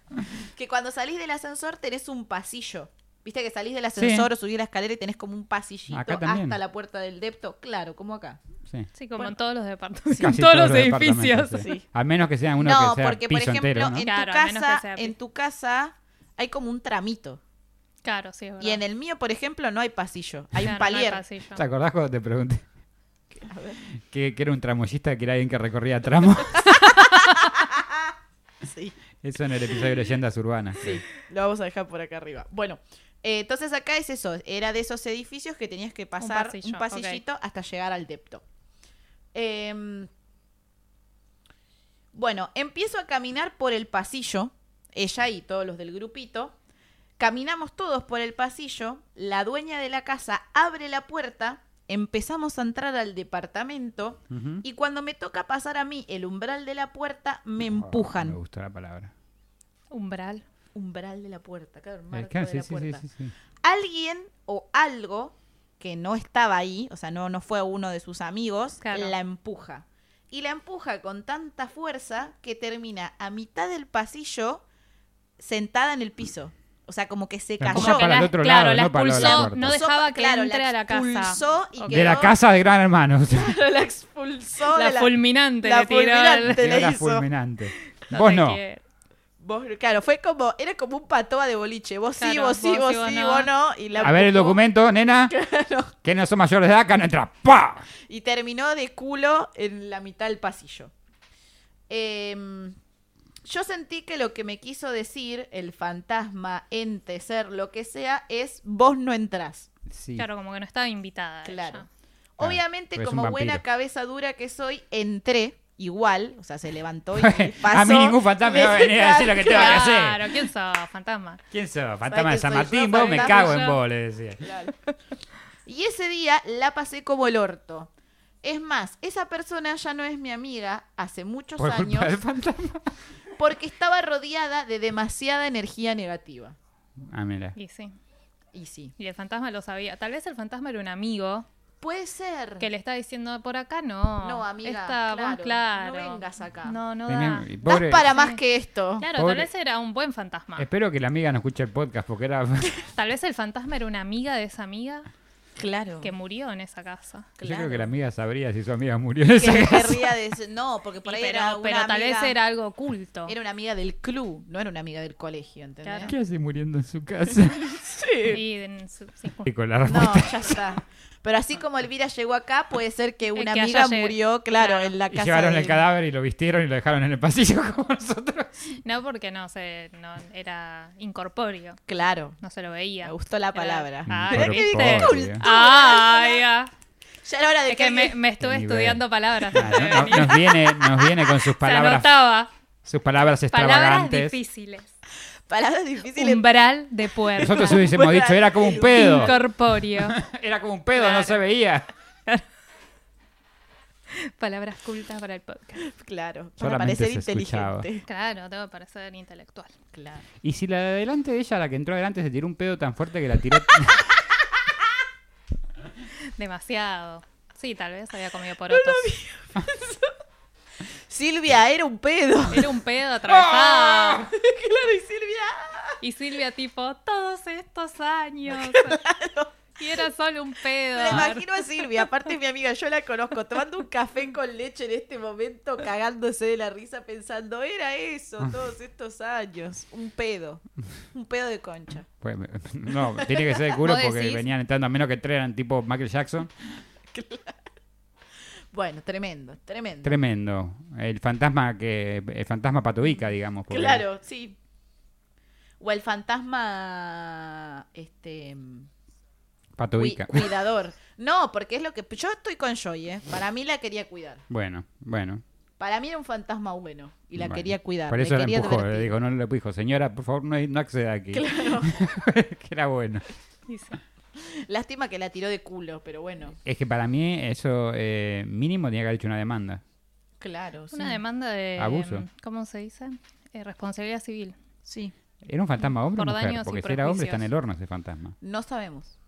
[SPEAKER 1] Que cuando salís del ascensor tenés un pasillo. Viste que salís del ascensor o subís la escalera y tenés como un pasillito
[SPEAKER 2] Acá también.
[SPEAKER 1] hasta la puerta del depto. Claro, como acá. [laughs]
[SPEAKER 2] Sí.
[SPEAKER 3] Sí, como
[SPEAKER 1] Bueno.
[SPEAKER 3] en todos los departamentos.
[SPEAKER 2] Casi
[SPEAKER 3] en [laughs] todos los
[SPEAKER 2] departamentos,
[SPEAKER 3] edificios.
[SPEAKER 2] sí.
[SPEAKER 1] Sí.
[SPEAKER 2] A menos que sea uno
[SPEAKER 1] no,
[SPEAKER 2] que sea
[SPEAKER 1] porque por
[SPEAKER 2] piso
[SPEAKER 1] ejemplo,
[SPEAKER 2] entero, ¿no?
[SPEAKER 1] en,
[SPEAKER 3] Claro,
[SPEAKER 1] tu
[SPEAKER 3] a menos que
[SPEAKER 1] casa,
[SPEAKER 3] sea
[SPEAKER 1] en
[SPEAKER 3] piso.
[SPEAKER 1] tu casa hay como un tramito.
[SPEAKER 3] Claro, sí, es verdad.
[SPEAKER 1] Y en el mío, por ejemplo, no hay pasillo. Hay un
[SPEAKER 3] Claro, no
[SPEAKER 1] palier.
[SPEAKER 3] pasillo.
[SPEAKER 2] ¿Te acordás cuando te pregunté [laughs]
[SPEAKER 1] A ver. [laughs]
[SPEAKER 2] que, que era un tramoyista, que era alguien que recorría tramos?
[SPEAKER 1] Sí,
[SPEAKER 2] Eso en el episodio de Leyendas Urbanas. Sí.
[SPEAKER 1] lo vamos a dejar por acá arriba. Bueno, eh, entonces acá es eso, era de esos edificios que tenías que pasar un,
[SPEAKER 3] pasillo,
[SPEAKER 1] pasillito hasta llegar al depto. Em, Bueno, empiezo a caminar por el pasillo, ella y todos los del grupito. Caminamos todos por el pasillo, la dueña de la casa abre la puerta, empezamos a entrar al departamento
[SPEAKER 2] Ujú.
[SPEAKER 1] y cuando me toca pasar a mí el umbral de la puerta, me
[SPEAKER 2] Ah, Me
[SPEAKER 1] empujan.
[SPEAKER 2] gustó la palabra.
[SPEAKER 3] Umbral.
[SPEAKER 1] Umbral de la puerta, claro, el
[SPEAKER 2] Eh,
[SPEAKER 1] marco
[SPEAKER 2] claro,
[SPEAKER 1] de
[SPEAKER 2] sí,
[SPEAKER 1] la
[SPEAKER 2] sí, sí,
[SPEAKER 1] puerta.
[SPEAKER 2] sí, sí.
[SPEAKER 1] Alguien o algo que no estaba ahí, o sea, no, no fue uno de sus amigos,
[SPEAKER 3] Claro.
[SPEAKER 1] la empuja. Y la empuja con tanta fuerza que termina a mitad del pasillo sentada en el piso. O sea, como que se
[SPEAKER 2] La
[SPEAKER 1] cayó.
[SPEAKER 2] empuja para
[SPEAKER 3] la,
[SPEAKER 2] el otro
[SPEAKER 3] claro,
[SPEAKER 2] lado,
[SPEAKER 3] la
[SPEAKER 2] no para el lado de la
[SPEAKER 3] expulsó,
[SPEAKER 2] puerta.
[SPEAKER 3] no
[SPEAKER 1] Expulsó,
[SPEAKER 3] dejaba que
[SPEAKER 1] claro, la
[SPEAKER 3] entre a la casa.
[SPEAKER 1] expulsó y
[SPEAKER 3] Ok.
[SPEAKER 1] quedó-
[SPEAKER 2] De la casa de Gran Hermano. [laughs] o sea,
[SPEAKER 1] [laughs] la expulsó
[SPEAKER 3] La
[SPEAKER 1] de la-
[SPEAKER 3] fulminante
[SPEAKER 1] la
[SPEAKER 3] le tiró.
[SPEAKER 1] fulminante. Te la
[SPEAKER 2] señora
[SPEAKER 1] hizo.
[SPEAKER 2] fulminante.
[SPEAKER 3] No
[SPEAKER 2] Vos
[SPEAKER 3] te
[SPEAKER 2] no.
[SPEAKER 3] quiero.
[SPEAKER 1] Vos- claro, fue como, era como un patoa de boliche. Vos sí,
[SPEAKER 3] Claro,
[SPEAKER 1] vos sí, vos, sí,
[SPEAKER 3] no.
[SPEAKER 1] vos no. Y la
[SPEAKER 2] A ver el
[SPEAKER 1] empujó
[SPEAKER 2] documento,
[SPEAKER 1] [laughs]
[SPEAKER 2] nena. Que no son mayores de edad, acá no entra. ¡Pah!
[SPEAKER 1] Y terminó de culo en la mitad del pasillo. Em, yo sentí que lo que me quiso decir, el fantasma, ente, ser, lo que sea, es vos no entrás.
[SPEAKER 2] Sí.
[SPEAKER 3] Claro, como que no estaba invitada.
[SPEAKER 1] Claro.
[SPEAKER 3] ella.
[SPEAKER 1] Obviamente,
[SPEAKER 2] Ah, porque es un
[SPEAKER 1] como buena
[SPEAKER 2] vampiro.
[SPEAKER 1] cabeza dura que soy, entré igual, o sea, se levantó y
[SPEAKER 2] [laughs]
[SPEAKER 1] pasó.
[SPEAKER 2] a mí ningún fantasma me va a venir a decir lo que tengo que hacer.
[SPEAKER 3] Claro, ¿quién sos? Fantasma.
[SPEAKER 2] ¿Quién sos? Fantasma de
[SPEAKER 1] que
[SPEAKER 2] San
[SPEAKER 1] soy yo,
[SPEAKER 2] Martín, vos me
[SPEAKER 1] fantasma
[SPEAKER 2] cago en
[SPEAKER 3] yo?
[SPEAKER 2] vos, le decía.
[SPEAKER 1] [laughs] Claro. Y ese día la pasé como el orto. Es más, esa persona ya no es mi amiga hace muchos
[SPEAKER 2] Por
[SPEAKER 1] años
[SPEAKER 2] culpa del fantasma.
[SPEAKER 1] porque estaba rodeada de demasiada energía negativa.
[SPEAKER 2] Ah, mira.
[SPEAKER 3] Y sí.
[SPEAKER 1] Y sí.
[SPEAKER 3] Y el fantasma lo sabía. Tal vez el fantasma era un amigo
[SPEAKER 1] Puede ser.
[SPEAKER 3] que le está diciendo por acá no.
[SPEAKER 1] No, amiga,
[SPEAKER 3] Esta, vos,
[SPEAKER 1] claro,
[SPEAKER 3] claro.
[SPEAKER 1] no vengas acá.
[SPEAKER 3] No, no da.
[SPEAKER 2] Tenía- y
[SPEAKER 1] Das
[SPEAKER 2] pobre-
[SPEAKER 1] para
[SPEAKER 3] Sí.
[SPEAKER 1] más que esto.
[SPEAKER 3] Claro,
[SPEAKER 2] Pobre- Eh.
[SPEAKER 3] tal vez era un buen fantasma.
[SPEAKER 2] Espero que la amiga no escuche el podcast porque era. [laughs]
[SPEAKER 3] Tal vez el fantasma era una amiga de esa amiga
[SPEAKER 1] Claro.
[SPEAKER 3] que murió en esa casa.
[SPEAKER 2] Yo creo que la amiga sabría si su amiga murió en esa [laughs]
[SPEAKER 1] Que
[SPEAKER 2] casa.
[SPEAKER 1] querría decir- No, porque por
[SPEAKER 3] Y
[SPEAKER 1] ahí
[SPEAKER 3] pero
[SPEAKER 1] era una
[SPEAKER 3] pero tal
[SPEAKER 1] amiga-
[SPEAKER 3] vez era algo oculto.
[SPEAKER 1] Era una amiga del club, no era una amiga del colegio, ¿entendés?
[SPEAKER 3] Claro.
[SPEAKER 2] ¿Qué hace muriendo en su
[SPEAKER 1] [laughs]
[SPEAKER 2] casa?
[SPEAKER 3] Y en su- sí,
[SPEAKER 2] Y con la
[SPEAKER 1] No,
[SPEAKER 2] respuesta.
[SPEAKER 1] ya está. Pero así como Elvira llegó acá, puede ser que una
[SPEAKER 3] que
[SPEAKER 1] amiga
[SPEAKER 3] haya lleg-
[SPEAKER 1] murió, claro,
[SPEAKER 3] claro.
[SPEAKER 1] en la
[SPEAKER 2] Y
[SPEAKER 1] casa.
[SPEAKER 2] llevaron
[SPEAKER 1] de-
[SPEAKER 2] el cadáver y lo vistieron y lo dejaron en el pasillo [laughs] como nosotros.
[SPEAKER 3] No, porque no se, no, era incorpóreo.
[SPEAKER 1] Claro.
[SPEAKER 3] No se lo veía.
[SPEAKER 1] Me gustó la
[SPEAKER 3] Era-
[SPEAKER 1] palabra.
[SPEAKER 3] Ah,
[SPEAKER 2] Pero
[SPEAKER 3] ¿viste?
[SPEAKER 2] pobre.
[SPEAKER 1] [laughs]
[SPEAKER 3] Ay, ah.
[SPEAKER 1] Ya era hora de
[SPEAKER 3] Es que me, me estuve
[SPEAKER 2] Qué nivel.
[SPEAKER 3] estudiando palabras. [laughs]
[SPEAKER 2] Ah, no, no, nos, viene, nos viene con
[SPEAKER 1] [laughs]
[SPEAKER 2] sus
[SPEAKER 3] se
[SPEAKER 2] palabras,
[SPEAKER 3] anotaba.
[SPEAKER 2] sus palabras
[SPEAKER 3] Palabras
[SPEAKER 2] extravagantes.
[SPEAKER 3] difíciles.
[SPEAKER 1] [laughs] palabras difíciles.
[SPEAKER 3] Umbral de puerta.
[SPEAKER 2] Nosotros hubiésemos
[SPEAKER 1] Bueno,
[SPEAKER 2] dicho, era como un pedo.
[SPEAKER 1] [laughs]
[SPEAKER 3] Incorpóreo.
[SPEAKER 2] Era como un pedo, no
[SPEAKER 3] Claro.
[SPEAKER 2] se veía.
[SPEAKER 3] Palabras cultas para el podcast.
[SPEAKER 1] Claro, para
[SPEAKER 2] Solamente
[SPEAKER 1] parecer
[SPEAKER 2] se escuchaba.
[SPEAKER 1] inteligente.
[SPEAKER 3] Claro, tengo que parecer intelectual.
[SPEAKER 1] Claro.
[SPEAKER 2] Y si la de adelante de ella, la que entró adelante, se tiró un pedo tan fuerte que la tiró. [laughs]
[SPEAKER 3] Demasiado. Sí, tal vez había comido porotos.
[SPEAKER 1] Silvia era un pedo.
[SPEAKER 3] Era un
[SPEAKER 1] [laughs]
[SPEAKER 3] pedo
[SPEAKER 1] ¡Ah!
[SPEAKER 3] atravesado.
[SPEAKER 1] claro, y Silvia.
[SPEAKER 3] Y Silvia tipo, todos
[SPEAKER 1] [laughs]
[SPEAKER 3] estos años. Y era solo un pedo.
[SPEAKER 1] Me imagino a Silvia, aparte es mi amiga, yo la conozco, tomando un café con leche en este momento, cagándose de la risa, pensando, era eso todos estos años. Un pedo. Un pedo de concha.
[SPEAKER 2] Pues, no, tiene que ser el culo
[SPEAKER 3] ¿Vos
[SPEAKER 2] porque
[SPEAKER 3] decís?
[SPEAKER 2] venían entrando, a menos que tres eran tipo Michael Jackson.
[SPEAKER 1] Bueno, tremendo, tremendo.
[SPEAKER 2] Tremendo. El fantasma que. El fantasma patovica, digamos. porque-
[SPEAKER 1] Claro, sí. O el fantasma. Este. cui-
[SPEAKER 2] Patovica.
[SPEAKER 1] cuidador. No, porque es lo que. Yo estoy con Joy, ¿eh? Para mí la quería cuidar.
[SPEAKER 2] Bueno, bueno.
[SPEAKER 1] Para mí era un fantasma bueno y la
[SPEAKER 2] Bueno.
[SPEAKER 1] quería cuidar.
[SPEAKER 2] Por
[SPEAKER 1] le
[SPEAKER 2] eso la
[SPEAKER 1] quería
[SPEAKER 2] empujó. eh, Le
[SPEAKER 1] advertir.
[SPEAKER 2] dijo, no le dijo, señora, por favor, no, no acceda aquí.
[SPEAKER 1] Claro.
[SPEAKER 2] [laughs] que era bueno.
[SPEAKER 3] Y sí.
[SPEAKER 1] Lástima que la tiró de culo, pero bueno.
[SPEAKER 2] Es que para mí, eso eh, mínimo tenía que haber hecho una demanda.
[SPEAKER 1] Claro, sí.
[SPEAKER 3] Una demanda de... mm,
[SPEAKER 2] Abuso.
[SPEAKER 3] ¿Cómo se dice? Eh, responsabilidad civil.
[SPEAKER 1] Sí.
[SPEAKER 2] ¿Era un fantasma hombre
[SPEAKER 3] Por
[SPEAKER 2] o mujer?
[SPEAKER 3] daños y
[SPEAKER 2] Porque si era hombre,
[SPEAKER 3] prejuicios.
[SPEAKER 2] está en el horno ese fantasma.
[SPEAKER 1] No sabemos.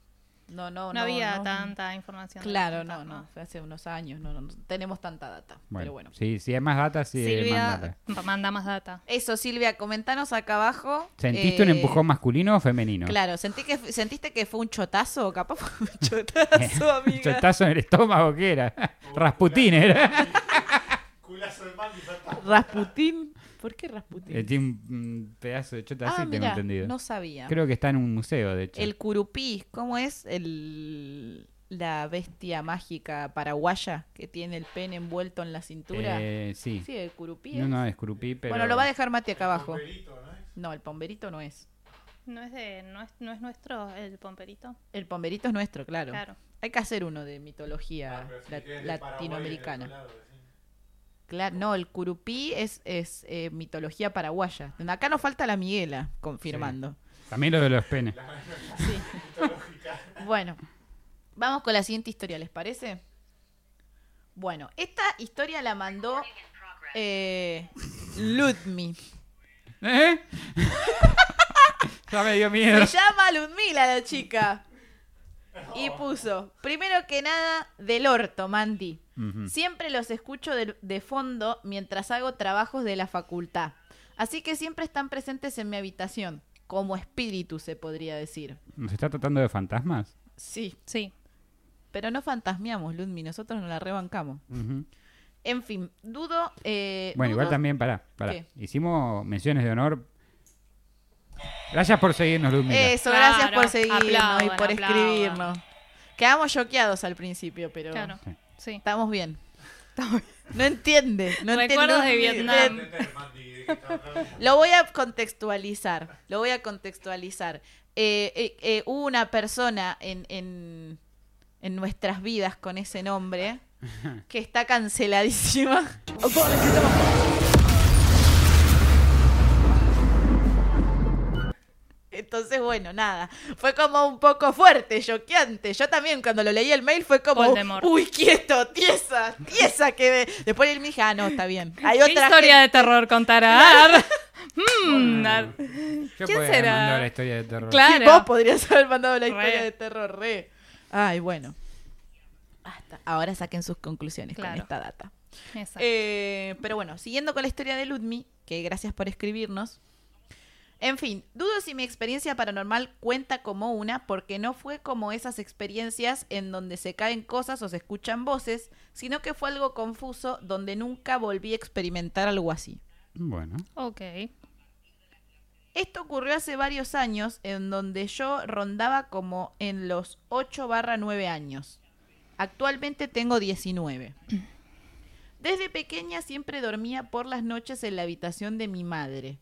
[SPEAKER 1] No, no, no.
[SPEAKER 3] No, había
[SPEAKER 1] no.
[SPEAKER 3] tanta información. del
[SPEAKER 1] Claro, no,
[SPEAKER 3] fantasma.
[SPEAKER 1] no. Fue hace unos años. No, no, no tenemos tanta data. Pero bueno.
[SPEAKER 2] Sí, si hay más data, sí,
[SPEAKER 3] Silvia
[SPEAKER 2] mandala.
[SPEAKER 3] manda más data.
[SPEAKER 1] Eso, Silvia, comentanos acá abajo.
[SPEAKER 2] ¿Sentiste un
[SPEAKER 1] eh,
[SPEAKER 2] empujón masculino o femenino? [laughs]
[SPEAKER 1] Claro, sentí que, ¿sentiste que fue un chotazo? Capaz fue un chotazo,
[SPEAKER 2] Un
[SPEAKER 1] amiga.
[SPEAKER 2] chotazo en el estómago
[SPEAKER 1] [laughs]
[SPEAKER 2] que era. [laughs] Rasputín era.
[SPEAKER 4] Culazo de Mandy fantasma.
[SPEAKER 1] Rasputín. ¿Por qué Rasputín?
[SPEAKER 2] Eh, Tiene un mm, pedazo de chota
[SPEAKER 1] ah,
[SPEAKER 2] así, tengo
[SPEAKER 1] mirá,
[SPEAKER 2] entendido.
[SPEAKER 1] no sabía.
[SPEAKER 2] Creo que está en un museo, de hecho.
[SPEAKER 1] El curupí, ¿cómo es el, la bestia mágica paraguaya que tiene el pene envuelto en la cintura?
[SPEAKER 2] Eh, sí.
[SPEAKER 1] sí, el curupí.
[SPEAKER 2] No,
[SPEAKER 1] es.
[SPEAKER 2] no, es Curupí, pero...
[SPEAKER 1] Bueno, lo va a dejar Mati acá abajo.
[SPEAKER 4] Pomperito, ¿no es?
[SPEAKER 1] No, el pomberito no es.
[SPEAKER 3] ¿No es, de, no, es, ¿No es nuestro el pomperito?
[SPEAKER 1] El pomberito es nuestro, claro.
[SPEAKER 3] Claro.
[SPEAKER 1] Hay que hacer uno de mitología
[SPEAKER 4] Ah, pero si
[SPEAKER 1] la-
[SPEAKER 4] querés de Paraguay,
[SPEAKER 1] latinoamericana.
[SPEAKER 4] de otro lado, sí.
[SPEAKER 1] Claro, no, el curupí es, es eh, mitología paraguaya. Acá nos falta la Miguela, confirmando.
[SPEAKER 2] También lo de
[SPEAKER 1] [laughs]
[SPEAKER 2] los penes.
[SPEAKER 1] Bueno, vamos con la siguiente historia, ¿les parece? Bueno, esta historia la mandó eh, Ludmi. [laughs]
[SPEAKER 2] ¿Eh? [laughs] ya me dio miedo.
[SPEAKER 1] Se llama Ludmila la chica. Y puso, primero que nada, del orto, Mandy.
[SPEAKER 2] Ujú.
[SPEAKER 1] Siempre los escucho de, de fondo mientras hago trabajos de la facultad. Así que siempre están presentes en mi habitación, como espíritu se podría decir.
[SPEAKER 2] ¿Nos está tratando de fantasmas?
[SPEAKER 1] Sí,
[SPEAKER 3] Sí.
[SPEAKER 1] pero no fantasmeamos, Ludmi, nosotros nos la rebancamos.
[SPEAKER 2] Ujú.
[SPEAKER 1] En fin, dudo... eh,
[SPEAKER 2] Bueno, igual
[SPEAKER 1] dudo-
[SPEAKER 2] también, pará, pará.
[SPEAKER 1] ¿Qué?
[SPEAKER 2] Hicimos menciones de honor. Gracias por seguirnos, Ludmila.
[SPEAKER 1] Eso, gracias
[SPEAKER 3] Claro,
[SPEAKER 1] por seguirnos y
[SPEAKER 3] aplaudan,
[SPEAKER 1] por
[SPEAKER 3] aplaudan.
[SPEAKER 1] escribirnos. Quedamos choqueados al principio, pero
[SPEAKER 3] Claro.
[SPEAKER 2] Sí.
[SPEAKER 3] Sí.
[SPEAKER 1] estamos bien. No entiende. No entiende-
[SPEAKER 3] Recuerdos de
[SPEAKER 1] no-
[SPEAKER 3] Vietnam.
[SPEAKER 1] [laughs] Lo voy a contextualizar. Lo voy a contextualizar. Eh, eh, eh, hubo una persona en, en, en nuestras vidas con ese nombre que está canceladísima. Entonces, bueno, nada. Fue como un poco fuerte, choqueante. Yo también, cuando lo leí el mail, fue como.
[SPEAKER 3] Voldemort.
[SPEAKER 1] Uy, quieto, tiesa, tiesa quedé. Después él me dije, ah, no, está
[SPEAKER 3] [laughs]
[SPEAKER 1] bien. Hay
[SPEAKER 3] ¿Qué
[SPEAKER 1] otra
[SPEAKER 3] historia de terror contará? [laughs] Ar? Mm, ar.
[SPEAKER 2] Yo
[SPEAKER 3] ¿Quién
[SPEAKER 2] podría
[SPEAKER 3] será?
[SPEAKER 2] mandar la historia de terror.
[SPEAKER 1] Sí,
[SPEAKER 3] Claro.
[SPEAKER 1] vos podrías haber mandado la historia
[SPEAKER 3] Re.
[SPEAKER 1] de terror, re. Ay, bueno. Basta. Ahora saquen sus conclusiones con
[SPEAKER 3] Claro.
[SPEAKER 1] esta data.
[SPEAKER 3] Exacto.
[SPEAKER 1] Eh, pero bueno, siguiendo con la historia de Ludmi, que gracias por escribirnos. En fin, dudo si mi experiencia paranormal cuenta como una, porque no fue como esas experiencias en donde se caen cosas o se escuchan voces, sino que fue algo confuso donde nunca volví a experimentar algo así.
[SPEAKER 2] Bueno.
[SPEAKER 3] Ok.
[SPEAKER 1] Esto ocurrió hace varios años, en donde yo rondaba como en los 8 barra 9 años. Actualmente tengo 19. Desde pequeña siempre dormía por las noches en la habitación de mi madre.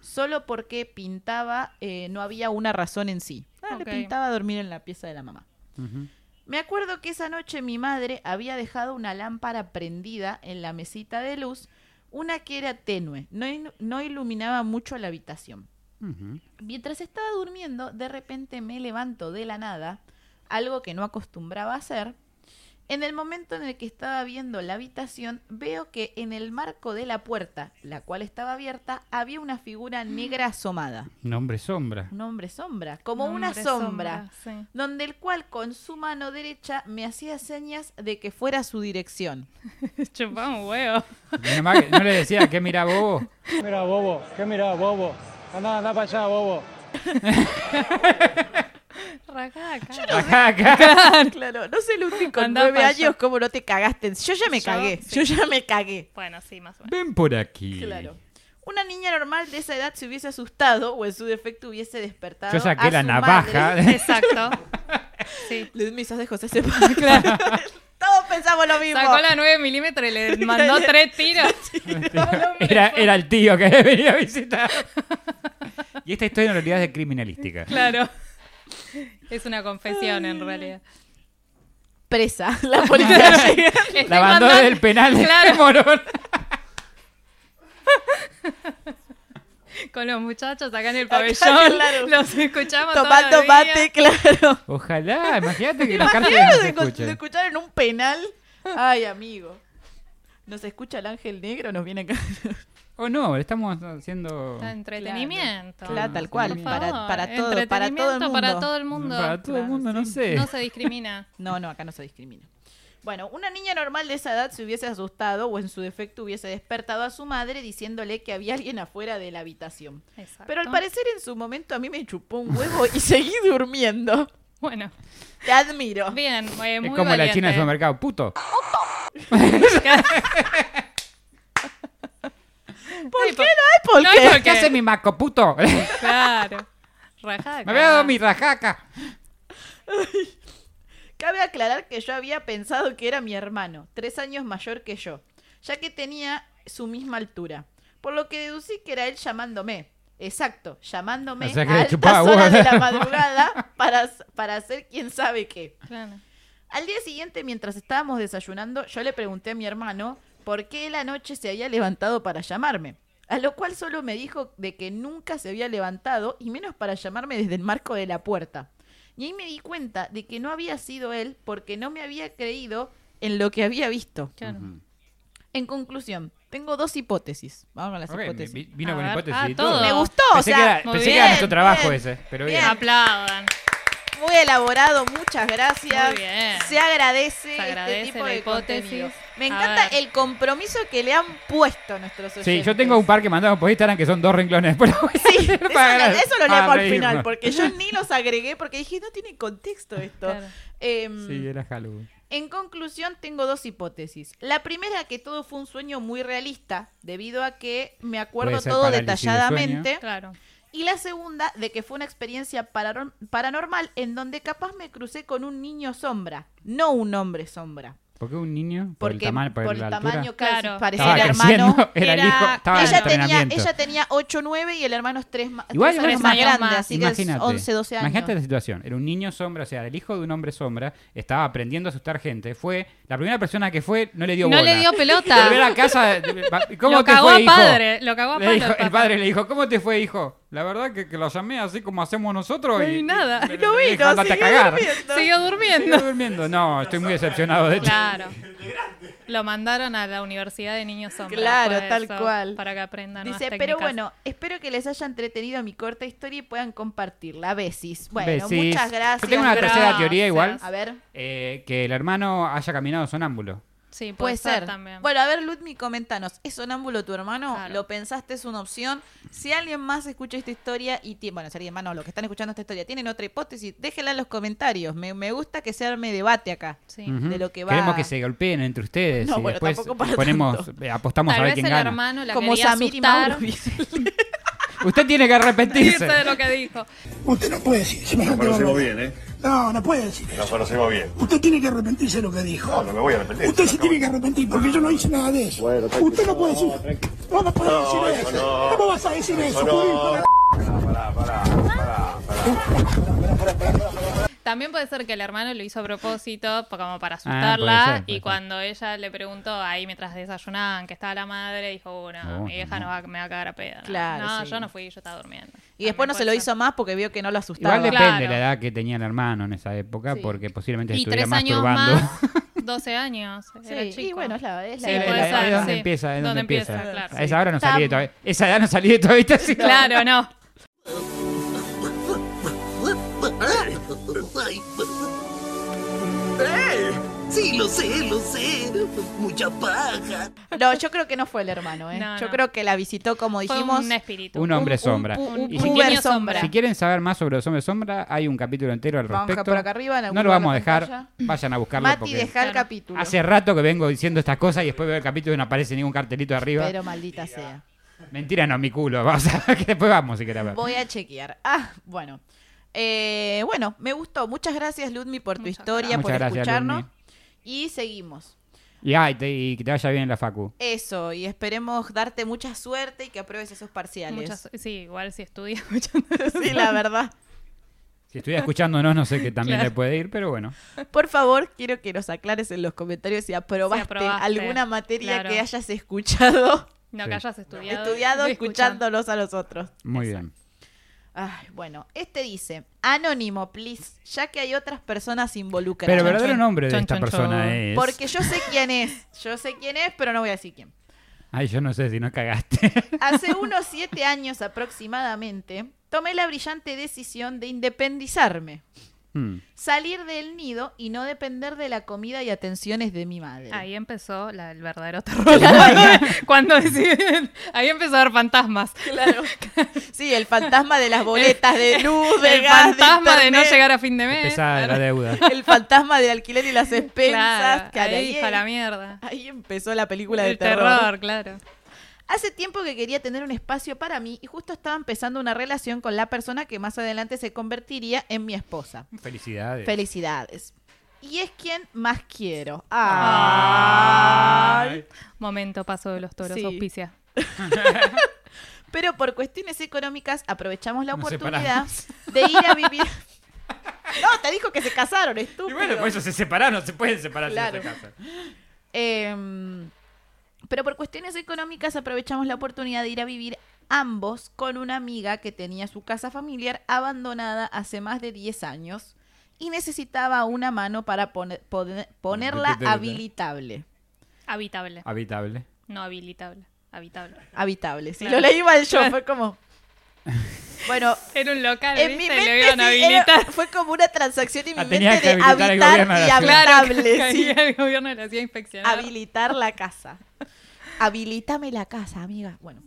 [SPEAKER 1] Solo porque pintaba, eh, no había una razón en sí. Ah,
[SPEAKER 3] Ok.
[SPEAKER 1] Le pintaba dormir en la pieza de la mamá.
[SPEAKER 2] Ujú.
[SPEAKER 1] Me acuerdo que esa noche mi madre había dejado una lámpara prendida en la mesita de luz, una que era tenue, no, inu- no iluminaba mucho la habitación.
[SPEAKER 2] Ujú.
[SPEAKER 1] Mientras estaba durmiendo, de repente me levanto de la nada, algo que no acostumbraba a hacer. En el momento en el que estaba viendo la habitación, veo que en el marco de la puerta, la cual estaba abierta, había una figura negra asomada.
[SPEAKER 2] Nombre sombra.
[SPEAKER 1] Un hombre sombra, como una
[SPEAKER 3] Hombre
[SPEAKER 1] sombra,
[SPEAKER 3] sí.
[SPEAKER 1] donde el cual con su mano derecha me hacía señas de que fuera a su
[SPEAKER 3] [laughs]
[SPEAKER 1] dirección.
[SPEAKER 3] Chupá un huevo.
[SPEAKER 2] Menos mal que no le decía que mira bobo.
[SPEAKER 5] Mira, bobo, ¿qué mira, bobo? Anda, anda para allá, bobo.
[SPEAKER 3] Rajá acá.
[SPEAKER 2] Acá, acá.
[SPEAKER 1] claro, no sé, Luti, con
[SPEAKER 3] Andá
[SPEAKER 1] nueve
[SPEAKER 3] pa'
[SPEAKER 1] años,
[SPEAKER 3] allá.
[SPEAKER 1] cómo no te cagaste. Yo ya me
[SPEAKER 3] Yo,
[SPEAKER 1] cagué,
[SPEAKER 3] sí.
[SPEAKER 1] yo ya me cagué.
[SPEAKER 3] Bueno, sí, más
[SPEAKER 1] [laughs]
[SPEAKER 3] o menos.
[SPEAKER 2] Ven por aquí.
[SPEAKER 1] Claro. Una niña normal de esa edad se hubiese asustado o en su defecto hubiese despertado.
[SPEAKER 2] Yo saqué
[SPEAKER 1] a
[SPEAKER 2] la
[SPEAKER 1] su
[SPEAKER 2] navaja. [laughs]
[SPEAKER 1] madre.
[SPEAKER 3] Exacto. [laughs] Sí.
[SPEAKER 1] Luis Misas de José Cepeda. [laughs] Todos pensamos lo mismo.
[SPEAKER 3] Sacó la 9 milímetros
[SPEAKER 1] [laughs]
[SPEAKER 3] y le mandó tres tiros.
[SPEAKER 2] Era, era el tío que venía a visitar. Y esta historia en realidad es de criminalística.
[SPEAKER 3] Claro. Es una confesión
[SPEAKER 1] [laughs]
[SPEAKER 3] en realidad. [laughs]
[SPEAKER 1] Presa. La policía llega.
[SPEAKER 3] Estoy
[SPEAKER 2] La mandó
[SPEAKER 3] mandando-
[SPEAKER 2] del penal de
[SPEAKER 3] Claro.
[SPEAKER 2] Morón.
[SPEAKER 3] Con los muchachos acá en el
[SPEAKER 1] Acá,
[SPEAKER 3] pabellón.
[SPEAKER 1] claro.
[SPEAKER 3] Los escuchamos todos
[SPEAKER 1] tomando
[SPEAKER 3] los días.
[SPEAKER 1] mate, claro.
[SPEAKER 2] Ojalá, imagínate que la cárcel no se
[SPEAKER 1] Imagínate de, de
[SPEAKER 2] escuche.
[SPEAKER 1] escuchar en un penal. Ay, amigo. ¿Nos escucha el ángel negro? Nos viene acá. [laughs]
[SPEAKER 2] O no, le estamos haciendo.
[SPEAKER 3] Está entretenimiento.
[SPEAKER 1] Claro, tal cual.
[SPEAKER 3] Por
[SPEAKER 1] Para, para todo,
[SPEAKER 3] favor,
[SPEAKER 1] para todo el
[SPEAKER 3] entretenimiento
[SPEAKER 1] mundo.
[SPEAKER 3] Para todo el mundo.
[SPEAKER 2] Para todo el
[SPEAKER 3] Claro,
[SPEAKER 2] mundo, no
[SPEAKER 3] sí.
[SPEAKER 2] sé.
[SPEAKER 3] No se
[SPEAKER 1] [laughs]
[SPEAKER 3] discrimina.
[SPEAKER 1] No, no, acá no se discrimina. Bueno, una niña normal de esa edad se hubiese asustado o en su defecto hubiese despertado a su madre diciéndole que había alguien afuera de la habitación.
[SPEAKER 3] Exacto.
[SPEAKER 1] Pero al parecer en su momento a mí me chupó un huevo y [laughs] seguí durmiendo.
[SPEAKER 3] Bueno,
[SPEAKER 1] Te admiro.
[SPEAKER 3] bien, eh, muy
[SPEAKER 2] es como la
[SPEAKER 3] valiente.
[SPEAKER 2] China del supermercado, puto.
[SPEAKER 3] [laughs]
[SPEAKER 1] ¿Por qué no hay por
[SPEAKER 3] No
[SPEAKER 1] qué?
[SPEAKER 3] hay por
[SPEAKER 2] ¿Qué hace mi maco,
[SPEAKER 1] [laughs]
[SPEAKER 2] puto? [laughs] Me
[SPEAKER 3] Claro. Rajaca.
[SPEAKER 2] había dado mi rajaca.
[SPEAKER 1] Cabe aclarar que yo había pensado que era mi hermano, tres años mayor que yo, ya que tenía su misma altura. Por lo que deducí que era él llamándome. Exacto, llamándome
[SPEAKER 2] O sea que
[SPEAKER 1] a
[SPEAKER 2] le
[SPEAKER 1] altas
[SPEAKER 2] chupaba huevo.
[SPEAKER 1] horas de la madrugada para, para hacer quién sabe qué.
[SPEAKER 3] Claro.
[SPEAKER 1] Al día siguiente, mientras estábamos desayunando, yo le pregunté a mi hermano por qué él anoche se había levantado para llamarme. A lo cual solo me dijo de que nunca se había levantado y menos para llamarme desde el marco de la puerta. Y ahí me di cuenta de que no había sido él porque no me había creído en lo que había visto.
[SPEAKER 3] Claro.
[SPEAKER 2] Ujú.
[SPEAKER 1] En conclusión, tengo dos hipótesis. Vamos con las
[SPEAKER 2] Ok,
[SPEAKER 1] hipótesis.
[SPEAKER 2] vi- vino
[SPEAKER 3] A
[SPEAKER 2] con
[SPEAKER 3] ver,
[SPEAKER 2] hipótesis
[SPEAKER 3] ah,
[SPEAKER 2] y todo.
[SPEAKER 3] todo.
[SPEAKER 1] Me gustó,
[SPEAKER 2] Pensé,
[SPEAKER 1] o
[SPEAKER 2] que,
[SPEAKER 1] sea,
[SPEAKER 2] era,
[SPEAKER 3] muy
[SPEAKER 2] pensé que era
[SPEAKER 3] bien,
[SPEAKER 2] nuestro trabajo
[SPEAKER 1] bien.
[SPEAKER 2] ese, pero
[SPEAKER 1] Bien.
[SPEAKER 2] bien.
[SPEAKER 3] Aplaudan.
[SPEAKER 1] muy elaborado, muchas gracias.
[SPEAKER 3] Muy bien.
[SPEAKER 1] Se agradece,
[SPEAKER 3] Se agradece
[SPEAKER 1] este tipo
[SPEAKER 3] la
[SPEAKER 1] de
[SPEAKER 3] hipótesis.
[SPEAKER 1] contenido. Me
[SPEAKER 3] A
[SPEAKER 1] encanta
[SPEAKER 3] ver.
[SPEAKER 1] el compromiso que le han puesto a nuestros
[SPEAKER 2] Sí,
[SPEAKER 1] oyentes.
[SPEAKER 2] yo tengo un par que mandaron por Instagram que son dos renglones. Pero voy a [laughs]
[SPEAKER 1] Sí, eso,
[SPEAKER 2] leer
[SPEAKER 1] lo-
[SPEAKER 2] para- Ah,
[SPEAKER 1] eso lo
[SPEAKER 2] para
[SPEAKER 1] leo al
[SPEAKER 2] reírnos.
[SPEAKER 1] final, porque yo ni los agregué, porque dije, no tiene contexto esto.
[SPEAKER 3] Claro.
[SPEAKER 1] Em,
[SPEAKER 2] Sí, eh. era Halloween.
[SPEAKER 1] En conclusión, tengo dos hipótesis. La primera, que todo fue un sueño muy realista, debido a que me acuerdo
[SPEAKER 2] Puede ser
[SPEAKER 1] todo
[SPEAKER 2] parálisis de sueño.
[SPEAKER 1] detalladamente.
[SPEAKER 3] Claro.
[SPEAKER 1] Y la segunda, de que fue una experiencia paranor- paranormal en donde capaz me crucé con un niño sombra, no un hombre sombra.
[SPEAKER 2] ¿Por qué un niño? Por,
[SPEAKER 1] Porque
[SPEAKER 2] el, tama- por
[SPEAKER 1] por
[SPEAKER 2] la
[SPEAKER 1] el
[SPEAKER 2] altura.
[SPEAKER 1] tamaño casi
[SPEAKER 3] Claro.
[SPEAKER 1] parecía
[SPEAKER 2] Estaba
[SPEAKER 1] el hermano.
[SPEAKER 2] creciendo, [laughs] era el
[SPEAKER 3] era-
[SPEAKER 2] hijo, estaba en
[SPEAKER 1] ella, tenía,
[SPEAKER 2] entrenamiento.
[SPEAKER 1] ella tenía 8, 9 y el hermano es 3 más,
[SPEAKER 2] Igual,
[SPEAKER 1] tres
[SPEAKER 2] igual
[SPEAKER 1] años
[SPEAKER 2] es
[SPEAKER 1] más
[SPEAKER 3] mayor,
[SPEAKER 1] grande,
[SPEAKER 3] más.
[SPEAKER 1] así que es 11, 12 años. [laughs]
[SPEAKER 2] Imagínate la situación. Era un niño sombra, o sea, el hijo de un hombre sombra, estaba aprendiendo a asustar gente. Fue la primera persona que fue, no le dio
[SPEAKER 3] No
[SPEAKER 2] bola. [laughs]
[SPEAKER 3] le dio
[SPEAKER 2] Volver
[SPEAKER 3] pelota.
[SPEAKER 2] a casa,
[SPEAKER 3] [laughs]
[SPEAKER 2] eh, ¿cómo
[SPEAKER 3] lo
[SPEAKER 2] te
[SPEAKER 3] cagó
[SPEAKER 2] fue,
[SPEAKER 3] a
[SPEAKER 2] hijo?
[SPEAKER 3] padre. Lo cagó a
[SPEAKER 2] Le
[SPEAKER 3] palo
[SPEAKER 2] dijo-
[SPEAKER 3] al
[SPEAKER 2] el
[SPEAKER 3] papá.
[SPEAKER 2] padre le dijo, ¿cómo te fue, hijo? La verdad que, que lo llamé así como hacemos nosotros
[SPEAKER 3] No
[SPEAKER 2] y,
[SPEAKER 3] hay nada.
[SPEAKER 2] y-
[SPEAKER 1] No
[SPEAKER 2] y- y-
[SPEAKER 1] vino,
[SPEAKER 2] andate a
[SPEAKER 1] siguió
[SPEAKER 2] cagar.
[SPEAKER 1] durmiendo.
[SPEAKER 3] [laughs] Siguió
[SPEAKER 2] [laughs] Sigo
[SPEAKER 3] durmiendo.
[SPEAKER 2] durmiendo. No, estoy muy decepcionado de este ti.
[SPEAKER 3] Claro. Lo mandaron a la Universidad de Niños Sombras.
[SPEAKER 1] Claro,
[SPEAKER 3] por
[SPEAKER 1] tal
[SPEAKER 3] eso,
[SPEAKER 1] cual.
[SPEAKER 3] Para que aprendan más
[SPEAKER 1] Dice,
[SPEAKER 3] técnicas.
[SPEAKER 1] pero bueno, espero que les haya entretenido mi corta historia y puedan compartirla. Besis. Bueno,
[SPEAKER 2] Besis.
[SPEAKER 1] muchas gracias.
[SPEAKER 2] Yo tengo una tercera
[SPEAKER 3] Gracias.
[SPEAKER 2] teoría igual.
[SPEAKER 1] A ver,
[SPEAKER 2] eh, que el hermano haya caminado sonámbulo.
[SPEAKER 3] Sí,
[SPEAKER 1] puede
[SPEAKER 3] puede,
[SPEAKER 1] ser.
[SPEAKER 3] también.
[SPEAKER 1] Bueno, a ver, Ludmi, comentanos. ¿Es sonámbulo tu hermano?
[SPEAKER 3] Claro.
[SPEAKER 1] ¿Lo pensaste? ¿Es una opción? Si alguien más escucha esta historia y tiene... Bueno, si alguien más no, los que están escuchando esta historia tienen otra hipótesis, déjenla en los comentarios. Me, me gusta que se arme debate acá.
[SPEAKER 3] Sí.
[SPEAKER 2] Ujú.
[SPEAKER 1] De lo que va-
[SPEAKER 2] Queremos que se golpeen entre ustedes
[SPEAKER 1] No,
[SPEAKER 2] y
[SPEAKER 1] bueno,
[SPEAKER 2] después
[SPEAKER 1] tampoco para
[SPEAKER 2] ponemos,
[SPEAKER 1] tanto.
[SPEAKER 2] eh, apostamos
[SPEAKER 3] Tal
[SPEAKER 2] a ver
[SPEAKER 3] vez
[SPEAKER 2] quién
[SPEAKER 3] el
[SPEAKER 2] gana.
[SPEAKER 3] hermano la
[SPEAKER 1] Como
[SPEAKER 3] quería
[SPEAKER 1] Samir y
[SPEAKER 3] asustar.
[SPEAKER 1] Mauro.
[SPEAKER 3] [laughs]
[SPEAKER 2] Usted tiene que arrepentirse.
[SPEAKER 3] Irse de lo que dijo.
[SPEAKER 6] Usted no puede decir
[SPEAKER 4] Nos
[SPEAKER 6] semejante
[SPEAKER 4] conocemos
[SPEAKER 6] barbaridad.
[SPEAKER 4] bien, ¿eh?
[SPEAKER 6] No, no puede decir eso.
[SPEAKER 4] Nos conocemos bien.
[SPEAKER 6] Usted tiene que arrepentirse de lo que dijo.
[SPEAKER 4] No, no me voy a arrepentir.
[SPEAKER 6] Usted se tiene que arrepentir porque yo no hice nada de eso.
[SPEAKER 4] Bueno, tranquilo.
[SPEAKER 6] Usted no puede decir. No, no puede decir
[SPEAKER 4] No, eso
[SPEAKER 6] eso.
[SPEAKER 4] no.
[SPEAKER 6] ¿Cómo vas a decir eso?
[SPEAKER 4] no.
[SPEAKER 6] Judío? Para-
[SPEAKER 4] Pará, pará, pará, pará.
[SPEAKER 3] También puede ser que el hermano lo hizo a propósito, po- como para
[SPEAKER 2] Ah, puede
[SPEAKER 3] asustarla.
[SPEAKER 2] ser, puede
[SPEAKER 3] y
[SPEAKER 2] ser.
[SPEAKER 3] cuando ella le preguntó ahí mientras desayunaban que estaba la madre, dijo: Bueno,
[SPEAKER 2] Oh,
[SPEAKER 3] mi vieja
[SPEAKER 2] no.
[SPEAKER 3] no va, me va a cagar a pedo. ¿no?
[SPEAKER 1] Claro,
[SPEAKER 3] No,
[SPEAKER 1] sí.
[SPEAKER 3] yo no fui, yo estaba durmiendo.
[SPEAKER 1] [laughs] Y después
[SPEAKER 3] También
[SPEAKER 1] no se
[SPEAKER 3] puede
[SPEAKER 1] lo
[SPEAKER 3] ser.
[SPEAKER 1] hizo más porque vio que no lo asustaba.
[SPEAKER 2] Igual depende
[SPEAKER 3] Claro.
[SPEAKER 2] de la edad que tenía el hermano en esa época,
[SPEAKER 1] Sí.
[SPEAKER 2] porque posiblemente
[SPEAKER 3] Y
[SPEAKER 2] estuviera
[SPEAKER 3] tres años
[SPEAKER 2] masturbando. [laughs]
[SPEAKER 3] más, 12 años.
[SPEAKER 1] Sí,
[SPEAKER 3] era
[SPEAKER 1] y
[SPEAKER 3] chico.
[SPEAKER 1] bueno, es la, es la
[SPEAKER 3] Sí,
[SPEAKER 2] Es
[SPEAKER 1] edad.
[SPEAKER 3] puede
[SPEAKER 2] la-
[SPEAKER 3] ser,
[SPEAKER 2] es donde
[SPEAKER 3] sí.
[SPEAKER 2] empieza, es donde
[SPEAKER 3] Donde
[SPEAKER 2] empieza.
[SPEAKER 3] empieza, claro,
[SPEAKER 2] A esa hora no
[SPEAKER 1] Tam-
[SPEAKER 2] salí de tu habi- Esa edad no salí de tu habitación.
[SPEAKER 3] [laughs] Claro, no.
[SPEAKER 7] ¡Eh! Sí, lo sé, lo sé. Mucha paja.
[SPEAKER 1] No, yo creo que no fue el hermano, ¿eh?
[SPEAKER 3] No,
[SPEAKER 1] yo
[SPEAKER 3] no.
[SPEAKER 1] creo que la visitó, como
[SPEAKER 3] Fue
[SPEAKER 1] dijimos,
[SPEAKER 3] un espíritu.
[SPEAKER 2] Un hombre
[SPEAKER 1] un-
[SPEAKER 2] sombra.
[SPEAKER 1] Un,
[SPEAKER 3] Un
[SPEAKER 1] un
[SPEAKER 2] puber
[SPEAKER 1] puber
[SPEAKER 3] sombra.
[SPEAKER 1] sombra.
[SPEAKER 2] Si quieren saber más sobre los hombres sombra, hay un capítulo entero al
[SPEAKER 1] Vamos a
[SPEAKER 2] respecto.
[SPEAKER 1] por acá arriba, en algún
[SPEAKER 2] no lo
[SPEAKER 1] lugar
[SPEAKER 2] vamos a
[SPEAKER 1] de
[SPEAKER 2] dejar.
[SPEAKER 1] pantalla.
[SPEAKER 2] Vayan a buscarlo
[SPEAKER 1] Mati,
[SPEAKER 2] porque
[SPEAKER 1] deja el
[SPEAKER 3] Claro.
[SPEAKER 1] capítulo.
[SPEAKER 2] hace rato que vengo diciendo estas cosas y después veo el capítulo y no aparece ningún cartelito arriba.
[SPEAKER 1] Pero maldita sea.
[SPEAKER 2] Mentira, no, mi culo. [laughs] Vamos a ver que después vamos si querés ver.
[SPEAKER 1] Voy a chequear. Ah, bueno. Eh, bueno, me gustó. Muchas gracias, Ludmi, por tu
[SPEAKER 3] Muchas
[SPEAKER 1] historia,
[SPEAKER 2] gracias.
[SPEAKER 1] por
[SPEAKER 2] Muchas gracias,
[SPEAKER 1] escucharnos.
[SPEAKER 2] Ludmi.
[SPEAKER 1] Y seguimos.
[SPEAKER 2] Y, ay, te- y que te vaya bien en la facu.
[SPEAKER 1] Eso, y esperemos darte mucha suerte y que apruebes esos parciales.
[SPEAKER 3] Muchas- sí, igual si estudia [laughs] escuchando.
[SPEAKER 1] [laughs] Sí, la verdad.
[SPEAKER 2] Si
[SPEAKER 1] [laughs]
[SPEAKER 2] estuviera escuchándonos, no sé qué también
[SPEAKER 3] Claro.
[SPEAKER 2] le puede ir, pero bueno.
[SPEAKER 1] Por favor, quiero que nos aclares en los comentarios si aprobaste,
[SPEAKER 3] aprobaste,
[SPEAKER 1] alguna materia
[SPEAKER 3] claro.
[SPEAKER 1] que hayas
[SPEAKER 3] [laughs]
[SPEAKER 1] escuchado,
[SPEAKER 3] No,
[SPEAKER 2] Sí.
[SPEAKER 3] que hayas estudiado.
[SPEAKER 1] estudiado,
[SPEAKER 3] y escuchando.
[SPEAKER 1] escuchándolos a los otros.
[SPEAKER 2] Muy
[SPEAKER 3] Exacto.
[SPEAKER 2] bien.
[SPEAKER 1] Ay, bueno, este dice, anónimo, please, ya que hay otras personas involucradas.
[SPEAKER 2] Pero el
[SPEAKER 3] Chan,
[SPEAKER 2] verdadero
[SPEAKER 3] chan,
[SPEAKER 2] nombre de
[SPEAKER 3] chan,
[SPEAKER 2] esta
[SPEAKER 3] chan,
[SPEAKER 2] persona
[SPEAKER 3] chan.
[SPEAKER 2] es.
[SPEAKER 1] Porque yo sé quién es, yo sé quién es, pero no voy a decir quién.
[SPEAKER 2] Ay, yo no sé si no cagaste. [laughs]
[SPEAKER 1] Hace unos siete años aproximadamente, tomé la brillante decisión de independizarme,
[SPEAKER 2] Hmm.
[SPEAKER 1] salir del nido y no depender de la comida y atenciones de mi madre.
[SPEAKER 3] Ahí empezó la- el
[SPEAKER 1] [laughs]
[SPEAKER 3] verdadero terror. [laughs] cuando, cuando deciden- Ahí empezó a ver fantasmas. [laughs]
[SPEAKER 1] Claro. Sí, el fantasma de las boletas de luz, de
[SPEAKER 3] el
[SPEAKER 1] gas,
[SPEAKER 3] fantasma de, no
[SPEAKER 1] internet,
[SPEAKER 3] llegar a fin
[SPEAKER 1] Eh,
[SPEAKER 3] de mes.
[SPEAKER 2] Pesada de la
[SPEAKER 1] [laughs]
[SPEAKER 2] deuda.
[SPEAKER 1] El fantasma del alquiler y las
[SPEAKER 3] Claro,
[SPEAKER 1] expensas. que
[SPEAKER 3] ahí
[SPEAKER 1] ahí,
[SPEAKER 3] dijo la mierda.
[SPEAKER 1] ahí empezó la película de
[SPEAKER 3] el terror. claro.
[SPEAKER 1] Hace tiempo que quería tener un espacio para mí y justo estaba empezando una relación con la persona que más adelante se convertiría en mi esposa.
[SPEAKER 2] Felicidades.
[SPEAKER 1] Felicidades. Y es quien más quiero. Ay.
[SPEAKER 2] Ay.
[SPEAKER 3] Momento paso de los toros,
[SPEAKER 1] Sí.
[SPEAKER 3] auspicia.
[SPEAKER 1] Pero por cuestiones económicas aprovechamos la
[SPEAKER 2] Nos
[SPEAKER 1] oportunidad de ir a vivir. [laughs] No, te dijo que se casaron, estúpido.
[SPEAKER 2] pues Y bueno, por eso se separaron, se pueden separar
[SPEAKER 1] Claro.
[SPEAKER 2] si no se casan.
[SPEAKER 1] Em, Pero por cuestiones económicas aprovechamos la oportunidad de ir a vivir ambos con una amiga que tenía su casa familiar abandonada hace más de 10 años y necesitaba una mano para pone- pone- ponerla habilitable.
[SPEAKER 3] Habitable.
[SPEAKER 2] Habitable.
[SPEAKER 3] No habilitable. Habitable.
[SPEAKER 1] Habitable. Si
[SPEAKER 3] Claro.
[SPEAKER 1] lo leí mal yo, fue
[SPEAKER 2] [laughs]
[SPEAKER 1] como... Bueno,
[SPEAKER 3] Era un local,
[SPEAKER 1] en mi
[SPEAKER 3] ¿viste?
[SPEAKER 1] mente
[SPEAKER 3] Lo iban a
[SPEAKER 1] sí, era-
[SPEAKER 3] habilitar.
[SPEAKER 1] fue como una transacción en mi
[SPEAKER 2] La Ah, tenía
[SPEAKER 1] mente
[SPEAKER 2] que
[SPEAKER 1] de
[SPEAKER 2] habilitar el
[SPEAKER 1] habitar
[SPEAKER 2] gobierno de
[SPEAKER 1] y
[SPEAKER 2] la ciudad.
[SPEAKER 3] Claro,
[SPEAKER 1] habitable.
[SPEAKER 3] que
[SPEAKER 1] sí.
[SPEAKER 3] el gobierno le hacía inspeccionar.
[SPEAKER 1] Habilitar la [laughs] casa. Habilítame la casa, amiga. Bueno,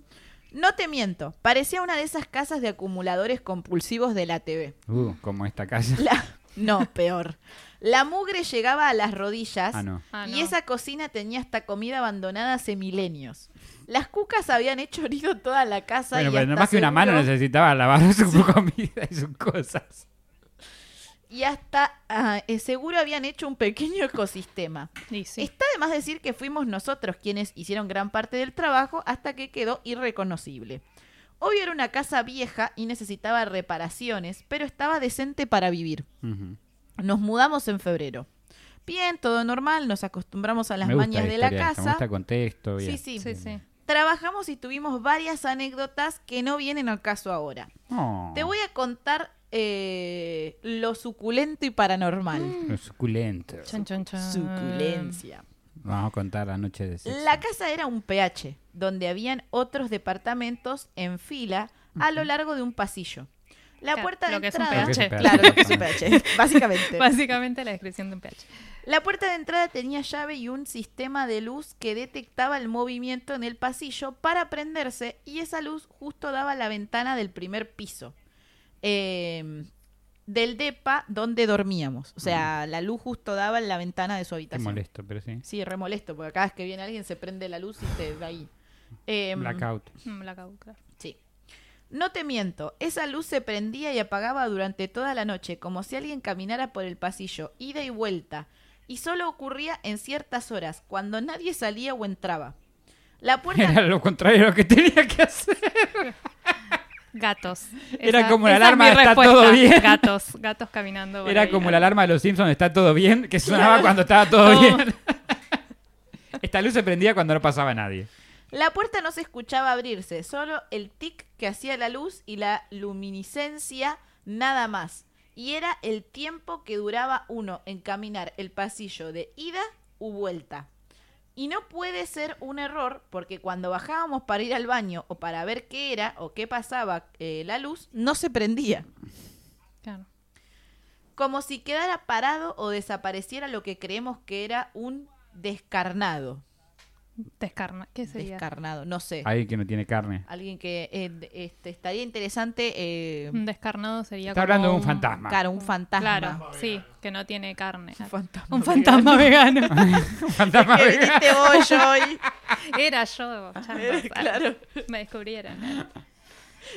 [SPEAKER 1] no te miento, parecía una de esas casas de acumuladores compulsivos de la TV.
[SPEAKER 2] Uh, como esta casa.
[SPEAKER 1] [laughs] La- No, peor. La mugre llegaba a las rodillas
[SPEAKER 2] Ah, no.
[SPEAKER 3] Ah,
[SPEAKER 1] y
[SPEAKER 3] no.
[SPEAKER 1] esa cocina tenía hasta comida abandonada hace milenios. Las cucas habían hecho herido toda la casa.
[SPEAKER 2] Bueno,
[SPEAKER 1] y
[SPEAKER 2] pero
[SPEAKER 1] hasta
[SPEAKER 2] más que una mano
[SPEAKER 1] seguro-
[SPEAKER 2] necesitaba lavar su comida y sus cosas.
[SPEAKER 1] Y hasta ah, eh, seguro habían hecho un pequeño ecosistema.
[SPEAKER 3] Y sí.
[SPEAKER 1] Está de más decir que fuimos nosotros quienes hicieron gran parte del trabajo hasta que quedó irreconocible. Obvio era una casa vieja y necesitaba reparaciones, pero estaba decente para vivir.
[SPEAKER 2] Ujú.
[SPEAKER 1] Nos mudamos en febrero. Bien, todo normal, nos acostumbramos a las
[SPEAKER 2] me gusta
[SPEAKER 1] mañas de la
[SPEAKER 2] historia esta, Me
[SPEAKER 1] casa.
[SPEAKER 2] gusta el contexto. bien.
[SPEAKER 1] Sí, sí.
[SPEAKER 3] Sí, sí.
[SPEAKER 1] Trabajamos y tuvimos varias anécdotas que no vienen al caso ahora.
[SPEAKER 2] Oh,
[SPEAKER 1] Te voy a contar eh, lo suculento y paranormal.
[SPEAKER 2] los suculentos.
[SPEAKER 3] Chon, chon, chon.
[SPEAKER 1] Suculencia.
[SPEAKER 2] Vamos a contar la noche de sexo.
[SPEAKER 1] La casa era un PH, donde habían otros departamentos en fila a lo largo de un pasillo. La
[SPEAKER 3] Claro,
[SPEAKER 1] puerta de
[SPEAKER 3] lo que es un
[SPEAKER 1] entrada.
[SPEAKER 2] PH.
[SPEAKER 1] Claro, lo que es un PH,
[SPEAKER 3] [laughs]
[SPEAKER 1] básicamente.
[SPEAKER 3] Básicamente la descripción de un pH.
[SPEAKER 1] La puerta de entrada tenía llave y un sistema de luz que detectaba el movimiento en el pasillo para prenderse y esa luz justo daba la ventana del primer piso eh, del depa donde dormíamos. O sea, la luz justo daba en la ventana de su
[SPEAKER 2] Qué
[SPEAKER 1] habitación.
[SPEAKER 2] molesto, pero sí.
[SPEAKER 1] Sí, re molesto, porque cada vez que viene alguien se prende la luz y te da ahí. Em,
[SPEAKER 2] Blackout.
[SPEAKER 3] Mm, la acabo, claro.
[SPEAKER 1] Sí. No te miento, esa luz se prendía y apagaba durante toda la noche, como si alguien caminara por el pasillo, ida y vuelta, y solo ocurría en ciertas horas, cuando nadie salía o entraba. La
[SPEAKER 2] Era [laughs]
[SPEAKER 1] puerta...
[SPEAKER 2] lo contrario de lo que tenía que hacer.
[SPEAKER 3] Gatos.
[SPEAKER 2] Era
[SPEAKER 3] Esa-
[SPEAKER 2] como la
[SPEAKER 3] esa es
[SPEAKER 2] alarma
[SPEAKER 3] mi
[SPEAKER 2] de está
[SPEAKER 3] respuesta.
[SPEAKER 2] todo bien.
[SPEAKER 3] Gatos, gatos caminando. por
[SPEAKER 2] Era
[SPEAKER 3] ahí.
[SPEAKER 2] como la alarma de los Simpsons, está todo bien, que sonaba cuando estaba todo
[SPEAKER 3] Todo.
[SPEAKER 2] bien. Esta luz se prendía cuando no pasaba nadie.
[SPEAKER 1] La puerta no se escuchaba abrirse, solo el tic que hacía la luz y la luminiscencia nada más. Y era el tiempo que duraba uno en caminar el pasillo de ida u vuelta. Y no puede ser un error porque cuando bajábamos para ir al baño o para ver qué era o qué pasaba eh, la luz, no se prendía.
[SPEAKER 3] Claro.
[SPEAKER 1] Como si quedara parado o desapareciera lo que creemos que era un descarnado.
[SPEAKER 3] Descarna. ¿Qué sería?
[SPEAKER 1] Descarnado, no sé.
[SPEAKER 2] Alguien que no tiene carne.
[SPEAKER 1] Alguien que eh, de- este, estaría interesante. eh,
[SPEAKER 3] Un descarnado sería
[SPEAKER 2] Está
[SPEAKER 3] como
[SPEAKER 2] hablando de un
[SPEAKER 3] un-
[SPEAKER 2] fantasma.
[SPEAKER 1] Claro, un fantasma.
[SPEAKER 3] Claro, sí, que no tiene carne.
[SPEAKER 1] Un [laughs] fantasma.
[SPEAKER 3] Un fantasma vegano. [laughs]
[SPEAKER 1] [laughs]
[SPEAKER 2] Un [laughs] fantasma
[SPEAKER 1] Que
[SPEAKER 2] vegano. [laughs]
[SPEAKER 1] viniste vos hoy.
[SPEAKER 3] Era yo, ya,
[SPEAKER 1] claro.
[SPEAKER 3] me descubrieron.
[SPEAKER 1] [laughs]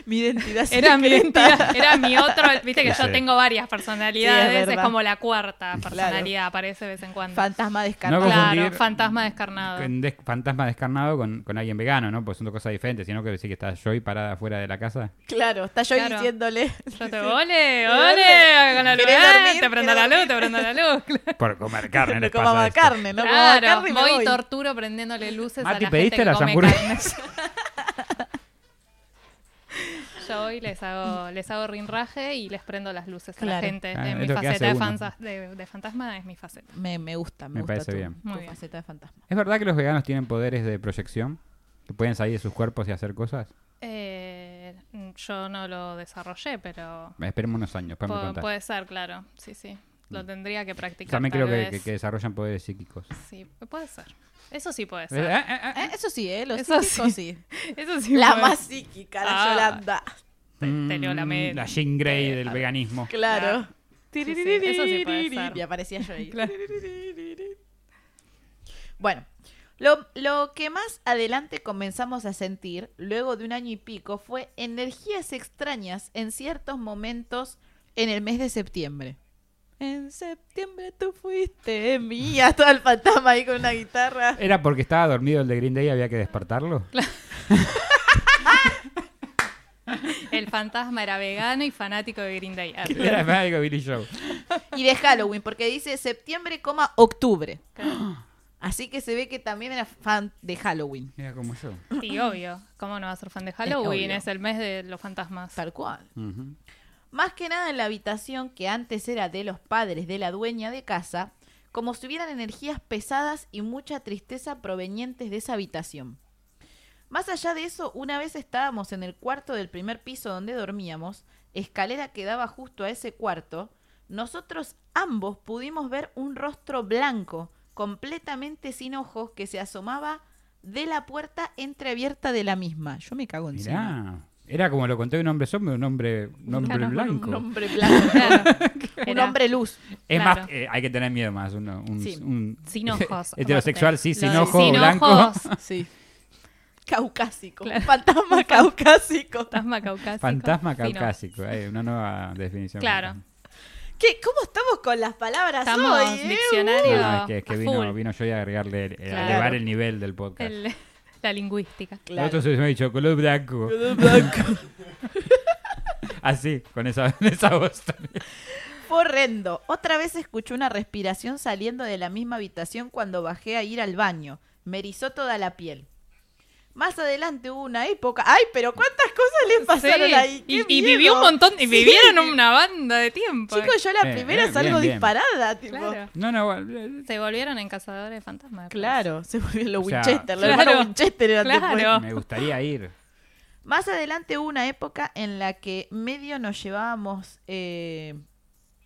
[SPEAKER 1] Mi identidad.
[SPEAKER 3] [laughs] Era mi
[SPEAKER 1] secreta.
[SPEAKER 3] identidad, era mi otro, viste que
[SPEAKER 2] Sí.
[SPEAKER 3] yo tengo varias
[SPEAKER 1] Sí, es
[SPEAKER 3] personalidades, es,
[SPEAKER 1] verdad.
[SPEAKER 3] como la cuarta personalidad, aparece de vez en cuando.
[SPEAKER 1] Fantasma
[SPEAKER 2] No
[SPEAKER 1] descarnado.
[SPEAKER 3] claro,
[SPEAKER 2] confundir-
[SPEAKER 3] fantasma descarnado.
[SPEAKER 2] Un des- fantasma descarnado con, con alguien vegano, ¿no? Pues son dos cosas diferentes, sino que decir que está Joy parada afuera de la casa.
[SPEAKER 1] Claro, está yo
[SPEAKER 3] Claro.
[SPEAKER 1] diciéndole.
[SPEAKER 3] Yo te ole, ole, con la luz,
[SPEAKER 1] ¿Querés
[SPEAKER 3] eh,
[SPEAKER 1] dormir?
[SPEAKER 3] te prendo la
[SPEAKER 1] ¿Querés
[SPEAKER 3] luz, te prendo
[SPEAKER 1] [laughs]
[SPEAKER 3] la luz. claro.
[SPEAKER 2] Por comer carne,
[SPEAKER 1] No
[SPEAKER 2] les
[SPEAKER 1] coma
[SPEAKER 2] pasa
[SPEAKER 1] más
[SPEAKER 2] esto.
[SPEAKER 1] carne, no coma más
[SPEAKER 3] Claro,
[SPEAKER 1] carne y me
[SPEAKER 3] voy,
[SPEAKER 1] voy.
[SPEAKER 3] torturo prendiéndole luces
[SPEAKER 2] Mati,
[SPEAKER 3] a la
[SPEAKER 2] ¿pediste
[SPEAKER 3] gente que
[SPEAKER 2] las
[SPEAKER 3] come
[SPEAKER 2] hamburguesas?
[SPEAKER 3] carne.
[SPEAKER 2] [laughs]
[SPEAKER 3] Yo hoy les hago, les hago rinraje y les prendo las luces a
[SPEAKER 1] Claro.
[SPEAKER 3] la gente.
[SPEAKER 2] Ah,
[SPEAKER 3] Eh,
[SPEAKER 2] es
[SPEAKER 3] mi
[SPEAKER 2] lo que hace
[SPEAKER 3] faceta de,
[SPEAKER 2] uno.
[SPEAKER 3] fansa- de- de fantasma es mi faceta.
[SPEAKER 1] Me, me gusta, me,
[SPEAKER 2] Me
[SPEAKER 1] gusta
[SPEAKER 2] parece
[SPEAKER 1] tu,
[SPEAKER 2] bien.
[SPEAKER 1] tu
[SPEAKER 3] Muy bien.
[SPEAKER 1] faceta de fantasma.
[SPEAKER 2] ¿Es verdad que los veganos tienen poderes de proyección? ¿Que pueden salir de sus cuerpos y hacer cosas?
[SPEAKER 3] Eh, yo no lo desarrollé, pero
[SPEAKER 2] Esperemos unos años para me
[SPEAKER 3] pu-
[SPEAKER 2] contar.
[SPEAKER 3] puede ser, claro. Sí, sí. Lo tendría que practicar.
[SPEAKER 2] Mm. También
[SPEAKER 3] tal
[SPEAKER 2] creo que,
[SPEAKER 3] vez.
[SPEAKER 2] que- que desarrollan poderes psíquicos.
[SPEAKER 3] Sí, puede ser. Eso sí puede
[SPEAKER 2] Eh,
[SPEAKER 3] ser.
[SPEAKER 2] eh, eh, eh.
[SPEAKER 1] Eh, eso sí, ¿eh? Lo
[SPEAKER 3] Eso
[SPEAKER 1] psíquico, sí.
[SPEAKER 3] sí.
[SPEAKER 2] ah.
[SPEAKER 3] Eso sí
[SPEAKER 1] La
[SPEAKER 3] puede-
[SPEAKER 1] más psíquica, la
[SPEAKER 3] Ah.
[SPEAKER 1] Yolanda.
[SPEAKER 3] Te, te leo la
[SPEAKER 2] Mm,
[SPEAKER 3] mente.
[SPEAKER 2] La Jean Grey del veganismo.
[SPEAKER 1] Claro.
[SPEAKER 3] Sí, sí, eso sí puede ser.
[SPEAKER 1] Y aparecía yo ahí.
[SPEAKER 3] Claro.
[SPEAKER 1] Bueno, lo, lo que más adelante comenzamos a sentir, luego de un año y pico, fue energías extrañas en ciertos momentos en el mes de septiembre. En septiembre tú fuiste mía, [laughs] todo el fantasma ahí con una guitarra.
[SPEAKER 2] ¿Era porque estaba dormido el de Green Day y había que
[SPEAKER 3] [laughs]
[SPEAKER 2] despertarlo?
[SPEAKER 3] El fantasma era vegano y fanático de Green Day. Ah,
[SPEAKER 2] Era algo Billy Joe.
[SPEAKER 1] Y de Halloween, porque dice septiembre, coma, octubre. Así que se ve que también era fan de Halloween.
[SPEAKER 2] Era como yo.
[SPEAKER 3] Y obvio, ¿cómo no va a ser fan de Halloween?
[SPEAKER 1] obvio.
[SPEAKER 3] Es, el mes de los fantasmas.
[SPEAKER 1] Tal cual.
[SPEAKER 2] Ujú.
[SPEAKER 1] Más que nada en la habitación que antes era de los padres de la dueña de casa, como si hubieran energías pesadas y mucha tristeza provenientes de esa habitación. Más allá de eso, una vez estábamos en el cuarto del primer piso donde dormíamos, escalera que daba justo a ese cuarto, nosotros ambos pudimos ver un rostro blanco, completamente sin ojos, que se asomaba de la puerta entreabierta de la misma. Yo me cago encima.
[SPEAKER 2] Mirá. Era como lo conté de un hombre sombra, un hombre, un hombre
[SPEAKER 3] Claro, un
[SPEAKER 2] blanco.
[SPEAKER 1] Un [laughs] hombre blanco, claro. un
[SPEAKER 3] Era
[SPEAKER 1] hombre luz.
[SPEAKER 2] Es
[SPEAKER 3] Claro.
[SPEAKER 2] más, eh, hay que tener miedo más. uno- un,
[SPEAKER 1] Sí.
[SPEAKER 2] un-
[SPEAKER 3] Sin
[SPEAKER 2] [laughs]
[SPEAKER 3] ojos.
[SPEAKER 2] Heterosexual, sí,
[SPEAKER 3] aparte. Lo
[SPEAKER 2] sin
[SPEAKER 3] de
[SPEAKER 2] ojo,
[SPEAKER 3] sin
[SPEAKER 2] blanco.
[SPEAKER 3] ojos.
[SPEAKER 1] Sí. Caucásico.
[SPEAKER 3] Claro.
[SPEAKER 1] Fantasma caucásico.
[SPEAKER 3] Fantasma caucásico.
[SPEAKER 2] [laughs] Fantasma
[SPEAKER 3] Fino.
[SPEAKER 2] caucásico. Hay una nueva definición.
[SPEAKER 3] Claro.
[SPEAKER 1] ¿Qué? ¿Cómo estamos con las palabras
[SPEAKER 3] Estamos
[SPEAKER 1] hoy? eh?
[SPEAKER 3] diccionario.
[SPEAKER 2] Ah, es que, es que
[SPEAKER 3] a
[SPEAKER 2] vino,
[SPEAKER 3] full.
[SPEAKER 2] vino yo y agregarle, el-
[SPEAKER 3] Claro.
[SPEAKER 2] elevar el nivel del podcast.
[SPEAKER 3] El- la lingüística.
[SPEAKER 1] Uh, Claro.
[SPEAKER 2] Nosotros se me ha dicho color blanco. Así, con esa, [laughs] esa voz también.
[SPEAKER 1] Fue horrendo. Otra vez escuché una respiración saliendo de la misma habitación cuando bajé a ir al baño. Me erizó toda la piel. Más adelante hubo una época. ¡Ay, pero cuántas cosas les pasaron
[SPEAKER 3] Sí,
[SPEAKER 1] ahí!
[SPEAKER 3] Y,
[SPEAKER 1] ¡Qué
[SPEAKER 3] y
[SPEAKER 1] miedo!
[SPEAKER 3] viví un montón, y
[SPEAKER 1] Sí.
[SPEAKER 3] vivieron
[SPEAKER 1] [laughs]
[SPEAKER 3] una banda de tiempo.
[SPEAKER 1] Chicos, yo la
[SPEAKER 2] Eh,
[SPEAKER 1] primera
[SPEAKER 2] eh,
[SPEAKER 1] salgo
[SPEAKER 2] bien, bien.
[SPEAKER 1] disparada, tipo.
[SPEAKER 3] claro.
[SPEAKER 2] No, no, eh,
[SPEAKER 3] Se volvieron en cazadores de fantasmas. después.
[SPEAKER 1] Claro, se volvió los
[SPEAKER 2] O sea,
[SPEAKER 1] Winchester, los
[SPEAKER 3] Claro.
[SPEAKER 1] hermanos Winchester pues. eran
[SPEAKER 3] Claro.
[SPEAKER 1] después.
[SPEAKER 2] me
[SPEAKER 1] [laughs]
[SPEAKER 2] gustaría ir.
[SPEAKER 1] Más adelante hubo una época en la que medio nos llevábamos eh,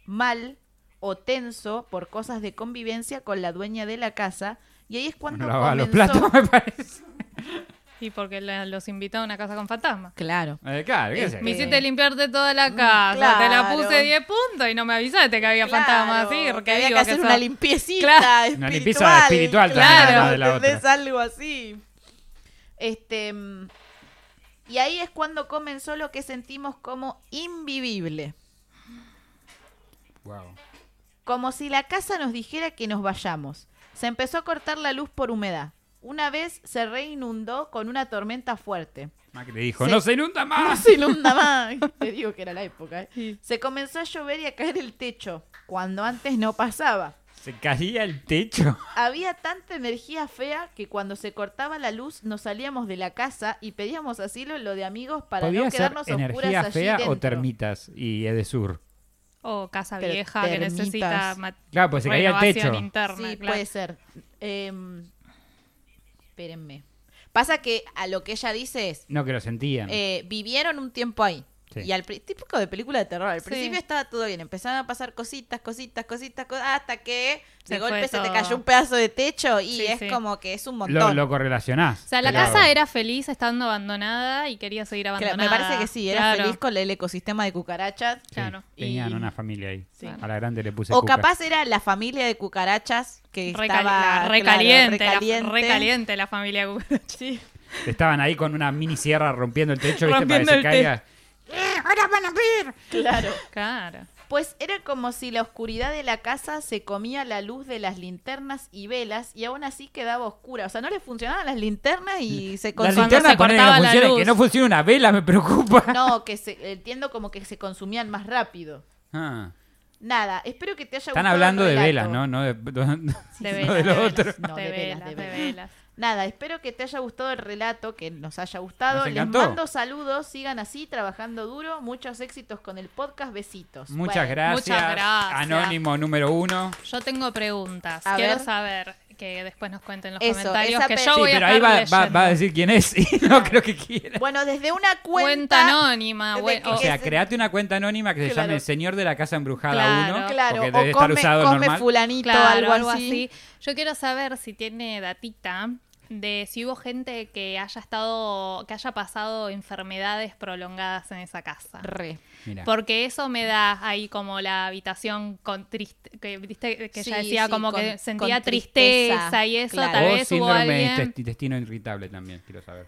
[SPEAKER 1] mal o tenso por cosas de convivencia con la dueña de la casa y ahí es cuando
[SPEAKER 2] Lavaba los
[SPEAKER 1] comenzó-
[SPEAKER 3] [laughs]
[SPEAKER 2] platos, me parece.
[SPEAKER 3] Y porque la- los invitó a una casa con fantasmas.
[SPEAKER 1] Claro.
[SPEAKER 2] [laughs] Eh, claro, qué sé.
[SPEAKER 3] Me
[SPEAKER 2] yo.
[SPEAKER 3] hiciste limpiarte toda la casa, te la
[SPEAKER 1] Mm, claro.
[SPEAKER 3] puse 10 puntos y no me avisaste que había fantasmas. Sí,
[SPEAKER 1] Claro,
[SPEAKER 3] porque
[SPEAKER 1] que había que
[SPEAKER 3] vivo
[SPEAKER 1] hacer
[SPEAKER 3] sos.
[SPEAKER 1] una limpiecita
[SPEAKER 3] Claro.
[SPEAKER 1] espiritual.
[SPEAKER 2] Una limpieza espiritual también,
[SPEAKER 3] además
[SPEAKER 2] de la otra.
[SPEAKER 1] ¿entendés? algo así. Este mm, y ahí es cuando comenzó lo que sentimos como invivible.
[SPEAKER 2] Guau.
[SPEAKER 1] como si la casa nos dijera que nos vayamos. Se empezó a cortar la luz por humedad. Una vez se reinundó con una tormenta
[SPEAKER 2] [laughs]
[SPEAKER 1] fuerte.
[SPEAKER 2] Macri dijo,
[SPEAKER 1] Sí.
[SPEAKER 2] no se inunda
[SPEAKER 1] No
[SPEAKER 2] más.
[SPEAKER 1] se inunda más. [laughs] Te digo que era la época. ¿eh? Se comenzó a llover y a caer el techo, cuando antes no pasaba.
[SPEAKER 2] Se caía el techo.
[SPEAKER 1] Había tanta energía fea que cuando se cortaba la luz nos salíamos de la casa y pedíamos asilo en lo de amigos [laughs] para
[SPEAKER 2] Podía
[SPEAKER 1] no
[SPEAKER 2] ser
[SPEAKER 1] quedarnos a
[SPEAKER 2] energía
[SPEAKER 1] oscuras allí
[SPEAKER 2] fea o
[SPEAKER 1] dentro.
[SPEAKER 2] termitas y Edesur.
[SPEAKER 3] O casa
[SPEAKER 1] Pero
[SPEAKER 3] vieja
[SPEAKER 1] termitas.
[SPEAKER 3] que necesita ma-
[SPEAKER 2] Claro, pues se caía el
[SPEAKER 3] renovación
[SPEAKER 2] techo.
[SPEAKER 3] interna,
[SPEAKER 1] Sí, pues.
[SPEAKER 3] claro.
[SPEAKER 1] puede ser. Em, espérenme. Pasa que a lo que ella dice es,
[SPEAKER 2] No, que lo sentían.
[SPEAKER 1] eh, vivieron un tiempo ahí.
[SPEAKER 2] Sí.
[SPEAKER 1] Y al pri- típico de película de terror, al
[SPEAKER 3] Sí.
[SPEAKER 1] principio estaba todo bien, empezaron a pasar cositas, cositas, cositas, co- hasta que
[SPEAKER 3] Se
[SPEAKER 1] de
[SPEAKER 3] fue
[SPEAKER 1] golpe se te
[SPEAKER 3] todo.
[SPEAKER 1] cayó un pedazo de techo y
[SPEAKER 3] Sí,
[SPEAKER 1] es
[SPEAKER 3] sí.
[SPEAKER 1] como que es un
[SPEAKER 2] lo,
[SPEAKER 1] montón.
[SPEAKER 2] lo correlacionás.
[SPEAKER 3] O sea, la
[SPEAKER 2] pero-
[SPEAKER 3] casa era feliz estando abandonada y quería seguir
[SPEAKER 1] Que
[SPEAKER 3] abandonada.
[SPEAKER 1] me parece que sí, era
[SPEAKER 3] Claro.
[SPEAKER 1] feliz con el ecosistema de cucarachas.
[SPEAKER 2] Sí,
[SPEAKER 3] claro.
[SPEAKER 2] Tenían
[SPEAKER 1] Y-
[SPEAKER 2] una familia ahí.
[SPEAKER 1] Sí.
[SPEAKER 2] A la grande le puse
[SPEAKER 1] O
[SPEAKER 2] cuca.
[SPEAKER 1] capaz era la familia de cucarachas que
[SPEAKER 3] Recali-
[SPEAKER 1] estaba
[SPEAKER 3] la
[SPEAKER 1] claro,
[SPEAKER 3] recaliente, la-
[SPEAKER 1] recaliente.
[SPEAKER 3] recaliente la familia Cucaracha.
[SPEAKER 1] [laughs] Sí.
[SPEAKER 2] Estaban ahí con una mini sierra rompiendo el techo, ¿viste?
[SPEAKER 3] Rompiendo
[SPEAKER 2] Para que
[SPEAKER 3] el
[SPEAKER 2] se caiga.
[SPEAKER 1] Claro.
[SPEAKER 3] [laughs] Claro.
[SPEAKER 1] Pues era como si la oscuridad de la casa se comía la luz de las linternas y velas y aún así quedaba oscura. O sea, no le funcionaban las linternas y se
[SPEAKER 2] La
[SPEAKER 1] consumía.
[SPEAKER 3] linternas-
[SPEAKER 2] linterna
[SPEAKER 3] se
[SPEAKER 2] ponen que no
[SPEAKER 3] cortaba la
[SPEAKER 2] funcione,
[SPEAKER 3] luz.
[SPEAKER 2] que no funcione una vela me preocupa.
[SPEAKER 1] No, que se, entiendo como que se consumían más rápido.
[SPEAKER 2] Ah.
[SPEAKER 1] Nada, espero que te haya
[SPEAKER 2] Están
[SPEAKER 1] gustado el
[SPEAKER 2] hablando de
[SPEAKER 1] relato.
[SPEAKER 2] velas, ¿no? No de, [laughs]
[SPEAKER 3] De
[SPEAKER 2] no
[SPEAKER 3] velas,
[SPEAKER 2] de lo
[SPEAKER 3] de
[SPEAKER 2] otro.
[SPEAKER 1] velas. No,
[SPEAKER 3] de,
[SPEAKER 1] de velas,
[SPEAKER 3] velas,
[SPEAKER 1] de
[SPEAKER 3] de
[SPEAKER 1] velas.
[SPEAKER 3] velas.
[SPEAKER 1] Nada, espero que te haya gustado el relato, que nos haya gustado.
[SPEAKER 2] Nos
[SPEAKER 1] Les
[SPEAKER 2] encantó.
[SPEAKER 1] mando saludos, sigan así, trabajando duro. Muchos éxitos con el podcast, besitos.
[SPEAKER 2] Muchas,
[SPEAKER 1] Bueno,
[SPEAKER 2] gracias.
[SPEAKER 3] muchas gracias.
[SPEAKER 2] Anónimo número uno.
[SPEAKER 3] Yo tengo preguntas.
[SPEAKER 1] A
[SPEAKER 3] Quiero
[SPEAKER 1] ver.
[SPEAKER 3] saber que después nos cuenten en los
[SPEAKER 1] Eso,
[SPEAKER 3] comentarios
[SPEAKER 1] esa
[SPEAKER 3] que
[SPEAKER 1] pe-
[SPEAKER 3] yo
[SPEAKER 1] Sí,
[SPEAKER 3] voy
[SPEAKER 2] pero
[SPEAKER 3] a
[SPEAKER 2] ahí
[SPEAKER 3] estar
[SPEAKER 2] va, va-
[SPEAKER 3] leyendo.
[SPEAKER 2] va a decir quién es y [laughs] no creo que quiera.
[SPEAKER 1] Bueno, desde una
[SPEAKER 3] cuenta
[SPEAKER 1] cuenta...
[SPEAKER 3] anónima.
[SPEAKER 1] de
[SPEAKER 3] bueno,
[SPEAKER 1] que-
[SPEAKER 2] O sea,
[SPEAKER 1] Ese-
[SPEAKER 2] create una cuenta anónima que se
[SPEAKER 1] Claro.
[SPEAKER 2] llame El Señor de la Casa Embrujada
[SPEAKER 3] Claro.
[SPEAKER 2] 1.
[SPEAKER 1] Claro,
[SPEAKER 2] porque
[SPEAKER 1] o
[SPEAKER 2] debe estar
[SPEAKER 1] come,
[SPEAKER 2] usado
[SPEAKER 1] come
[SPEAKER 2] normal.
[SPEAKER 1] fulanito
[SPEAKER 3] claro,
[SPEAKER 1] algo, así.
[SPEAKER 3] Yo quiero saber si tiene datita de si hubo gente que haya estado, que haya pasado enfermedades prolongadas en esa casa.
[SPEAKER 1] Re.
[SPEAKER 2] Mira.
[SPEAKER 3] Porque eso me da ahí como la habitación con triste, que, viste que ella
[SPEAKER 1] Sí,
[SPEAKER 3] decía
[SPEAKER 1] sí,
[SPEAKER 3] como
[SPEAKER 1] con-
[SPEAKER 3] que
[SPEAKER 1] con
[SPEAKER 3] sentía
[SPEAKER 1] tristeza,
[SPEAKER 3] tristeza, y eso,
[SPEAKER 1] claro.
[SPEAKER 3] tal
[SPEAKER 2] o
[SPEAKER 3] vez hubo
[SPEAKER 2] Oh, síndrome de
[SPEAKER 3] alguien
[SPEAKER 2] intest- intestino irritable también, quiero saber.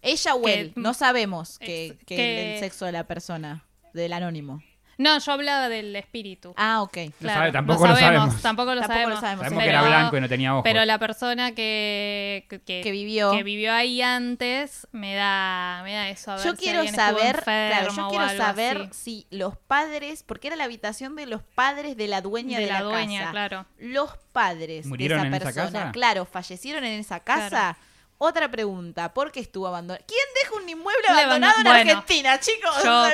[SPEAKER 1] Ella o
[SPEAKER 3] Que-
[SPEAKER 1] él, no sabemos que,
[SPEAKER 3] Ex-
[SPEAKER 1] que
[SPEAKER 3] que-
[SPEAKER 1] el sexo de la persona, del anónimo.
[SPEAKER 3] No, yo hablaba del espíritu.
[SPEAKER 1] Ah, ok.
[SPEAKER 2] No sabe, tampoco lo sabemos.
[SPEAKER 3] Tampoco
[SPEAKER 1] Tampoco lo
[SPEAKER 3] lo sabemos.
[SPEAKER 1] sabemos.
[SPEAKER 2] Sabemos
[SPEAKER 1] sí.
[SPEAKER 2] que era blanco y no tenía ojos.
[SPEAKER 3] Pero la persona que, que,
[SPEAKER 1] Que vivió.
[SPEAKER 3] Eh, que vivió ahí antes me da, me da eso. A ver
[SPEAKER 1] Yo
[SPEAKER 3] si
[SPEAKER 1] quiero
[SPEAKER 3] alguien estuvo
[SPEAKER 1] saber, claro,
[SPEAKER 3] enfermo
[SPEAKER 1] yo
[SPEAKER 3] o
[SPEAKER 1] quiero
[SPEAKER 3] algo
[SPEAKER 1] saber
[SPEAKER 3] así.
[SPEAKER 1] si los padres, porque era la habitación de los padres de la dueña de,
[SPEAKER 3] de, la,
[SPEAKER 1] la
[SPEAKER 3] dueña,
[SPEAKER 1] casa.
[SPEAKER 3] claro.
[SPEAKER 1] Los padres
[SPEAKER 2] ¿Murieron
[SPEAKER 1] de esa
[SPEAKER 2] en esa
[SPEAKER 1] persona,
[SPEAKER 2] casa?
[SPEAKER 1] claro, fallecieron en esa casa.
[SPEAKER 3] Claro.
[SPEAKER 1] Otra pregunta, ¿por qué estuvo abandonado? ¿Quién deja un inmueble
[SPEAKER 3] Le
[SPEAKER 1] abandonado en
[SPEAKER 3] abandonó- bueno.
[SPEAKER 1] Argentina, chicos?
[SPEAKER 3] Yo-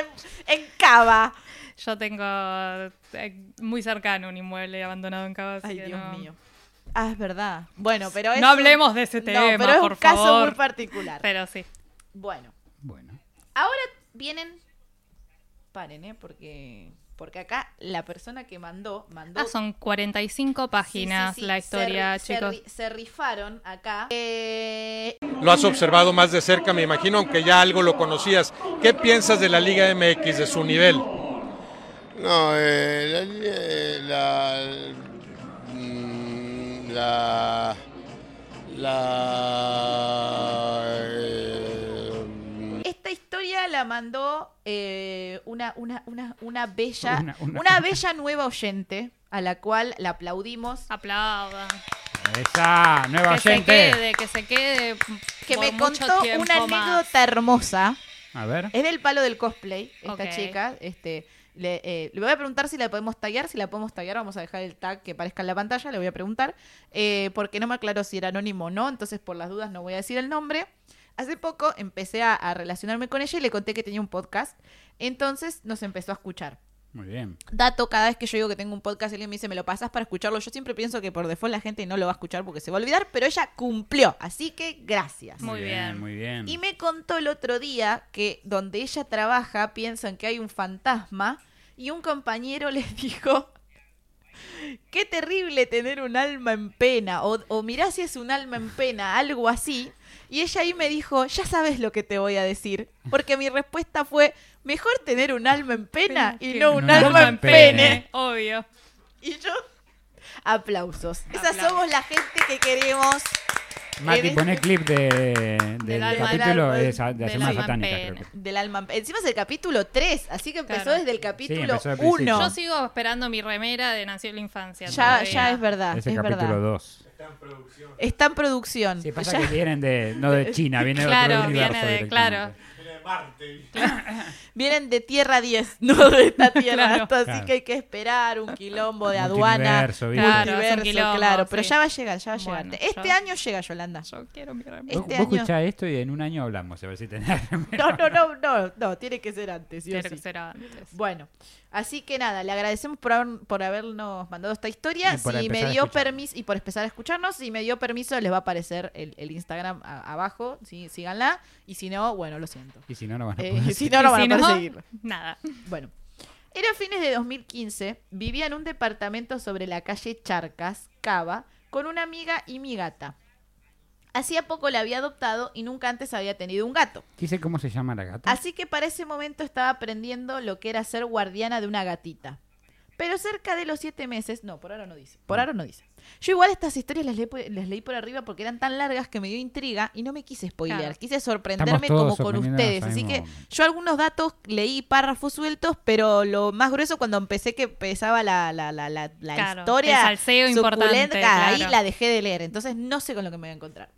[SPEAKER 1] En, en Cava.
[SPEAKER 3] Yo tengo eh, muy cercano un inmueble abandonado en Cava. así
[SPEAKER 1] Ay,
[SPEAKER 3] que
[SPEAKER 1] Dios
[SPEAKER 3] no-
[SPEAKER 1] mío. Ah, es verdad. Bueno, pero es
[SPEAKER 3] No
[SPEAKER 1] un-
[SPEAKER 3] hablemos de ese tema,
[SPEAKER 1] No, pero es un
[SPEAKER 3] por
[SPEAKER 1] caso
[SPEAKER 3] favor.
[SPEAKER 1] muy particular.
[SPEAKER 3] Pero sí.
[SPEAKER 1] Bueno.
[SPEAKER 2] Bueno.
[SPEAKER 1] Ahora vienen. Paren, ¿eh? Porque, porque acá la persona que mandó. mandó
[SPEAKER 3] Ah, son 45
[SPEAKER 1] Sí, sí,
[SPEAKER 3] páginas
[SPEAKER 1] sí,
[SPEAKER 3] la
[SPEAKER 1] se
[SPEAKER 3] historia,
[SPEAKER 1] ri- se
[SPEAKER 3] chicos.
[SPEAKER 1] ri- Se, rifaron acá. Eh,
[SPEAKER 8] Lo has observado más de cerca, me imagino, aunque ya algo lo conocías. ¿Qué piensas de la Liga MX, de su nivel?
[SPEAKER 9] No, eh, la, li- eh, la, mm, la, la, eh, mm,
[SPEAKER 1] esta historia la mandó eh, una, una, una, una bella. Una,
[SPEAKER 2] Una- una-
[SPEAKER 1] bella nueva oyente a la cual la aplaudimos.
[SPEAKER 3] Ah, Aplaudan.
[SPEAKER 2] Esa, nueva
[SPEAKER 3] Que se
[SPEAKER 2] gente.
[SPEAKER 3] quede, que se quede.
[SPEAKER 1] Que
[SPEAKER 3] por
[SPEAKER 1] me
[SPEAKER 3] mucho
[SPEAKER 1] contó
[SPEAKER 3] tiempo
[SPEAKER 1] una
[SPEAKER 3] más.
[SPEAKER 1] anécdota hermosa.
[SPEAKER 2] A ver.
[SPEAKER 3] Eh,
[SPEAKER 1] Es del palo del cosplay, esta
[SPEAKER 3] Ok.
[SPEAKER 1] chica. Este, le, eh, le voy a preguntar si la podemos taggear. Si la podemos taggear, vamos a dejar el tag que aparezca en la pantalla. Le voy a preguntar. eh, porque no me aclaró si era anónimo o no. Entonces, por las dudas, no voy a decir el nombre. Hace poco empecé a, a relacionarme con ella y le conté que tenía un podcast. Entonces nos empezó a escuchar.
[SPEAKER 2] Muy bien.
[SPEAKER 1] Dato, cada vez que yo digo que tengo un podcast, alguien me dice, ¿me lo pasas para escucharlo? Yo siempre pienso que por default la gente no lo va a escuchar porque se va a olvidar, pero ella cumplió. Así que gracias.
[SPEAKER 3] Muy bien.
[SPEAKER 2] Muy bien.
[SPEAKER 1] Y me contó el otro día que donde ella trabaja piensan que hay un fantasma y un compañero [laughs] les dijo, qué terrible tener un alma en pena, o, o mirá si es un alma en pena, algo así. Y ella ahí me dijo, ya sabes lo que te voy a decir, porque mi respuesta fue, mejor tener un alma en pena y
[SPEAKER 3] que
[SPEAKER 1] no un alma en
[SPEAKER 2] pene".
[SPEAKER 1] pene.
[SPEAKER 3] Obvio.
[SPEAKER 1] Y yo, aplausos. Esas
[SPEAKER 3] Aplausos.
[SPEAKER 1] somos la gente que queremos.
[SPEAKER 2] Mati,
[SPEAKER 1] en
[SPEAKER 2] pone clip de, del
[SPEAKER 3] alma-
[SPEAKER 2] capítulo
[SPEAKER 1] del
[SPEAKER 2] de,
[SPEAKER 1] alma-
[SPEAKER 2] de, de
[SPEAKER 3] del
[SPEAKER 2] Semana
[SPEAKER 3] alma
[SPEAKER 2] Satánica,
[SPEAKER 3] pene.
[SPEAKER 2] creo que.
[SPEAKER 1] Del alma. Encima es el capítulo 3, así que empezó
[SPEAKER 3] Claro.
[SPEAKER 1] desde el capítulo
[SPEAKER 2] empezó al principio.
[SPEAKER 1] 1.
[SPEAKER 3] Yo sigo esperando mi remera de Nació en la Infancia.
[SPEAKER 1] Ya,
[SPEAKER 3] todavía.
[SPEAKER 1] ya es verdad,
[SPEAKER 2] Es el
[SPEAKER 1] es
[SPEAKER 2] capítulo
[SPEAKER 1] verdad.
[SPEAKER 2] 2.
[SPEAKER 1] Está en producción.
[SPEAKER 2] Sí, pasa
[SPEAKER 1] Ya- [laughs]
[SPEAKER 2] que vienen de, no de China, viene de
[SPEAKER 3] Claro,
[SPEAKER 2] otro universo.
[SPEAKER 3] viene de.
[SPEAKER 2] directamente.
[SPEAKER 3] Claro.
[SPEAKER 1] Vienen de Tierra 10, [laughs] no de esta tierra.
[SPEAKER 3] Claro.
[SPEAKER 1] esto, así
[SPEAKER 2] Claro.
[SPEAKER 1] que hay que esperar un quilombo de aduana.
[SPEAKER 2] Multiverso, ¿viste?
[SPEAKER 1] Claro,
[SPEAKER 3] Claro, es un quilombo,
[SPEAKER 1] claro. Pero
[SPEAKER 3] sí.
[SPEAKER 1] ya va a llegar, ya va a llegar.
[SPEAKER 3] Bueno,
[SPEAKER 1] este
[SPEAKER 3] yo-
[SPEAKER 1] año llega, Yolanda.
[SPEAKER 3] Yo quiero mi remera.
[SPEAKER 1] Este
[SPEAKER 2] Vos, vos
[SPEAKER 1] año-
[SPEAKER 2] escuchá esto y en un año hablamos, a ver si tenés.
[SPEAKER 1] [laughs] No, no, no, no, no, tiene que ser antes. sí o
[SPEAKER 3] Quiero que
[SPEAKER 1] sí.
[SPEAKER 3] será antes.
[SPEAKER 1] Bueno, así que nada, le agradecemos por, haber- por habernos mandado esta historia.
[SPEAKER 2] Y por
[SPEAKER 1] Si
[SPEAKER 2] empezar
[SPEAKER 1] me
[SPEAKER 2] a
[SPEAKER 1] dio
[SPEAKER 2] escucharnos.
[SPEAKER 1] permiso, y por empezar a escucharnos, si me dio permiso, les va a aparecer el, el Instagram a- abajo, sí, síganla. Y si no, bueno, lo siento.
[SPEAKER 2] Y si no, no van a
[SPEAKER 1] Eh,
[SPEAKER 2] poder.
[SPEAKER 1] si no, no
[SPEAKER 3] Y
[SPEAKER 1] van
[SPEAKER 3] si
[SPEAKER 1] a
[SPEAKER 3] no,
[SPEAKER 1] perseguirlo.
[SPEAKER 3] Nada. [laughs]
[SPEAKER 1] Bueno. Era fines de 2015, vivía en un departamento sobre la calle Charcas, Cava, con una amiga y mi gata. Hacía poco la había adoptado y nunca antes había tenido un gato.
[SPEAKER 2] Dice cómo se llama la gata.
[SPEAKER 1] Así que para ese momento estaba aprendiendo lo que era ser guardiana de una gatita. Pero cerca de los siete meses, no, por ahora no dice, por ahora no dice. Yo igual estas historias las leí, por- las leí por arriba porque eran tan largas que me dio intriga y no me quise spoilear,
[SPEAKER 3] Claro.
[SPEAKER 1] quise sorprenderme como
[SPEAKER 2] todos
[SPEAKER 1] con
[SPEAKER 2] sorprendiendo
[SPEAKER 1] ustedes.
[SPEAKER 2] al
[SPEAKER 1] Así
[SPEAKER 2] mismo
[SPEAKER 1] que
[SPEAKER 2] momento.
[SPEAKER 1] yo algunos datos leí párrafos sueltos, pero lo más grueso cuando empecé que empezaba la, la, la, la, la
[SPEAKER 3] Claro,
[SPEAKER 1] historia
[SPEAKER 3] el salseo
[SPEAKER 1] suculenta,
[SPEAKER 3] importante,
[SPEAKER 1] ahí
[SPEAKER 3] claro.
[SPEAKER 1] la dejé de leer, entonces no sé con lo que me voy a encontrar.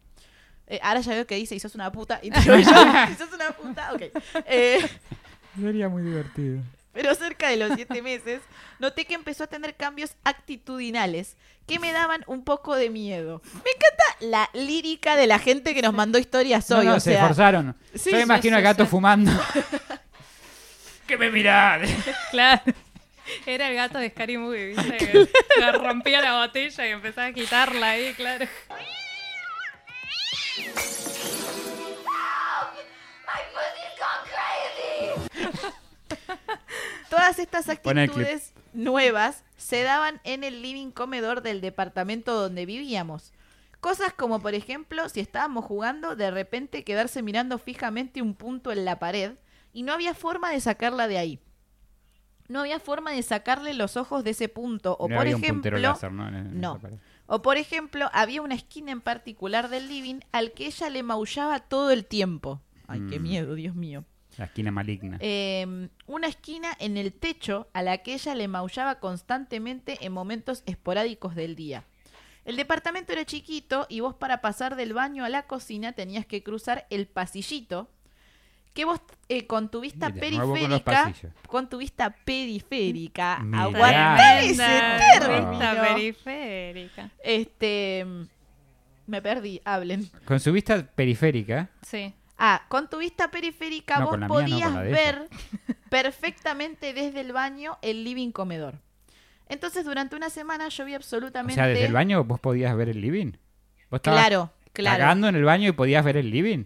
[SPEAKER 1] Eh, ahora ya veo que dice, y sos una puta. Y te digo yo, y sos una puta, ok. Eh,
[SPEAKER 2] Sería muy divertido.
[SPEAKER 1] pero cerca de los siete meses, noté que empezó a tener cambios actitudinales que me daban un poco de miedo. Me encanta la lírica de la gente que nos mandó historias
[SPEAKER 2] No,
[SPEAKER 1] hoy.
[SPEAKER 2] no,
[SPEAKER 1] o
[SPEAKER 2] se
[SPEAKER 1] sea,
[SPEAKER 2] esforzaron.
[SPEAKER 1] Sí,
[SPEAKER 2] Yo
[SPEAKER 1] sí,
[SPEAKER 2] imagino
[SPEAKER 3] sí,
[SPEAKER 2] al gato
[SPEAKER 3] sí.
[SPEAKER 2] fumando. ¡Que me mirás!
[SPEAKER 3] Claro. Era el gato de Scary Movie,
[SPEAKER 1] [laughs]
[SPEAKER 3] ¿viste? Que le rompía la botella y empezaba a quitarla ahí, claro.
[SPEAKER 1] todas estas
[SPEAKER 2] Pon el clip.
[SPEAKER 1] actitudes nuevas se daban en el living comedor del departamento donde vivíamos. Cosas como, por ejemplo, si estábamos jugando, de repente quedarse mirando fijamente un punto en la pared y no había forma de sacarla de ahí. No había forma de sacarle los ojos de ese punto. O,
[SPEAKER 2] No
[SPEAKER 1] por
[SPEAKER 2] había un puntero
[SPEAKER 1] ejemplo,
[SPEAKER 2] láser, ¿no? En- en
[SPEAKER 1] no.
[SPEAKER 2] esa pared.
[SPEAKER 1] O por ejemplo, había una esquina en particular del living al que ella le maullaba todo el tiempo. Ay, qué
[SPEAKER 2] Mm.
[SPEAKER 1] miedo, Dios mío.
[SPEAKER 2] La esquina maligna.
[SPEAKER 1] Eh, una esquina en el techo a la que ella le maullaba constantemente en momentos esporádicos del día. El departamento era chiquito y vos para pasar del baño a la cocina tenías que cruzar el pasillito que vos eh, con tu vista
[SPEAKER 2] Mira, me voy con los
[SPEAKER 1] periférica
[SPEAKER 2] pasillos.
[SPEAKER 1] con tu vista periférica
[SPEAKER 2] Mirá.
[SPEAKER 1] aguantá ese
[SPEAKER 3] Tremenda
[SPEAKER 1] término.
[SPEAKER 3] vista periférica.
[SPEAKER 1] Este me perdí, hablen.
[SPEAKER 2] Con su vista periférica,
[SPEAKER 3] Sí.
[SPEAKER 1] Ah, con tu vista periférica
[SPEAKER 2] No,
[SPEAKER 1] vos
[SPEAKER 2] con la mía, no,
[SPEAKER 1] podías
[SPEAKER 2] con la de
[SPEAKER 1] ver perfectamente desde el baño el living comedor. Entonces durante una semana yo vi
[SPEAKER 2] o
[SPEAKER 1] absolutamente...
[SPEAKER 2] sea, desde el baño vos podías ver el living. Vos estabas
[SPEAKER 1] Claro, claro.
[SPEAKER 2] cagando en el baño y podías ver el living.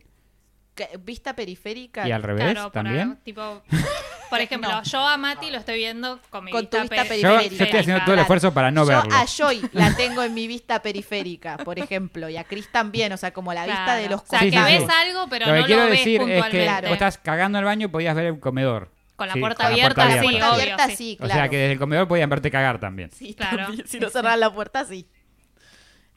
[SPEAKER 1] Que- Vista periférica.
[SPEAKER 2] Y al revés
[SPEAKER 3] Claro, para-
[SPEAKER 2] también.
[SPEAKER 1] [laughs]
[SPEAKER 3] tipo, por ejemplo,
[SPEAKER 1] No.
[SPEAKER 3] yo a Mati lo estoy viendo con mi
[SPEAKER 1] Con tu
[SPEAKER 3] vista,
[SPEAKER 1] vista
[SPEAKER 3] pe-
[SPEAKER 2] Yo, yo
[SPEAKER 1] periférica.
[SPEAKER 2] estoy haciendo todo el
[SPEAKER 1] Claro.
[SPEAKER 2] esfuerzo para no
[SPEAKER 1] yo
[SPEAKER 2] verlo.
[SPEAKER 1] a Joy la tengo en mi vista periférica, por ejemplo, y a Chris también, o sea, como la vista
[SPEAKER 3] Claro.
[SPEAKER 1] de los
[SPEAKER 3] O sea,
[SPEAKER 2] Sí,
[SPEAKER 3] que
[SPEAKER 2] sí,
[SPEAKER 3] ves
[SPEAKER 2] sí.
[SPEAKER 3] algo, pero
[SPEAKER 2] lo que
[SPEAKER 3] no
[SPEAKER 2] quiero
[SPEAKER 3] lo ves
[SPEAKER 2] decir es que
[SPEAKER 3] puntualmente.
[SPEAKER 2] vos estás cagando en el baño y podías ver el comedor.
[SPEAKER 3] Con la
[SPEAKER 2] Sí,
[SPEAKER 3] puerta
[SPEAKER 2] con la
[SPEAKER 3] abierta,
[SPEAKER 2] puerta
[SPEAKER 3] sí,
[SPEAKER 2] abierta.
[SPEAKER 1] Puerta
[SPEAKER 3] obvio.
[SPEAKER 1] abierta,
[SPEAKER 3] sí.
[SPEAKER 1] sí,
[SPEAKER 2] O
[SPEAKER 1] claro.
[SPEAKER 2] sea, que desde el comedor podían verte cagar también.
[SPEAKER 1] Sí,
[SPEAKER 3] [laughs] Claro.
[SPEAKER 1] también, [laughs] si no cerrás la puerta, sí.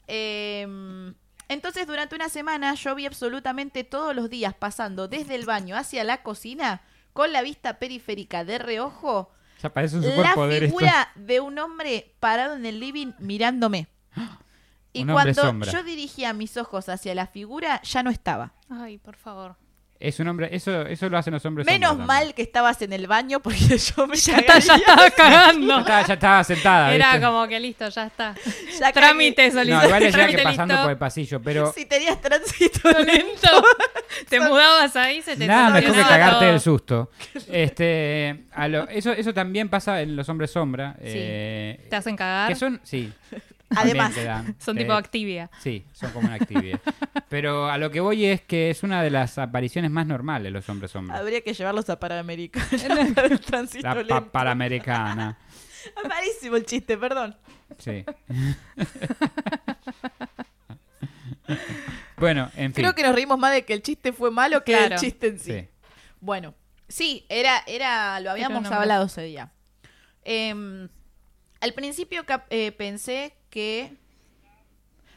[SPEAKER 1] Eh, entonces, durante una semana yo vi absolutamente todos los días pasando desde el baño hacia la cocina con la vista periférica de reojo
[SPEAKER 2] Ya parece un
[SPEAKER 1] la
[SPEAKER 2] superpoder esto.
[SPEAKER 1] figura de un hombre parado en el living
[SPEAKER 2] [gasps]
[SPEAKER 1] mirándome. Y
[SPEAKER 2] Un
[SPEAKER 1] cuando
[SPEAKER 2] hombre sombra.
[SPEAKER 1] yo dirigía mis ojos hacia la figura, ya no estaba.
[SPEAKER 3] Ay, por favor.
[SPEAKER 2] Es un hombre, eso, eso lo hacen los hombres.
[SPEAKER 1] Menos
[SPEAKER 2] sombra también.
[SPEAKER 1] mal que estabas en el baño porque [laughs] yo me
[SPEAKER 3] [laughs] Ya, está, ya
[SPEAKER 1] cagaría.
[SPEAKER 3] estaba
[SPEAKER 2] Ya
[SPEAKER 3] cagando.
[SPEAKER 2] estaba, ya estaba sentada.
[SPEAKER 3] Era
[SPEAKER 2] Ah, ¿viste?
[SPEAKER 3] como que listo, ya está.
[SPEAKER 1] Ya cagué.
[SPEAKER 3] Trámite solicitado.
[SPEAKER 2] No, igual decía que
[SPEAKER 3] trámite
[SPEAKER 2] pasando
[SPEAKER 3] listo.
[SPEAKER 2] por el pasillo, pero
[SPEAKER 1] Si tenías tránsito
[SPEAKER 3] [laughs] Lento. Te mudabas ahí, se te
[SPEAKER 2] nada mejor que
[SPEAKER 3] solucionaba
[SPEAKER 2] cagarte
[SPEAKER 3] todo.
[SPEAKER 2] del
[SPEAKER 3] [laughs]
[SPEAKER 2] susto. Este, a lo- eso, eso también pasa en los hombres sombra. eh,
[SPEAKER 3] Te hacen cagar.
[SPEAKER 2] que son,
[SPEAKER 3] [laughs]
[SPEAKER 2] sí.
[SPEAKER 1] Además,
[SPEAKER 2] también te dan,
[SPEAKER 3] Son
[SPEAKER 2] te-
[SPEAKER 3] tipo activia. [laughs]
[SPEAKER 2] Sí, son como una actividad. Pero a lo que voy es que es una de las apariciones más normales los hombres sombra.
[SPEAKER 1] Habría que llevarlos a Panamericana
[SPEAKER 2] [laughs]
[SPEAKER 1] [laughs] para el tránsito
[SPEAKER 2] La
[SPEAKER 1] lento.
[SPEAKER 2] pa- panamericana.
[SPEAKER 1] Es Malísimo el chiste, perdón.
[SPEAKER 2] Sí. [laughs] bueno, en fin.
[SPEAKER 1] Creo que nos reímos más de que el chiste fue malo que del
[SPEAKER 3] Claro.
[SPEAKER 1] chiste en sí.
[SPEAKER 2] sí.
[SPEAKER 1] Bueno, sí, era, era, lo habíamos
[SPEAKER 3] nombre.
[SPEAKER 1] hablado ese día. Em, al principio cap- eh, pensé que.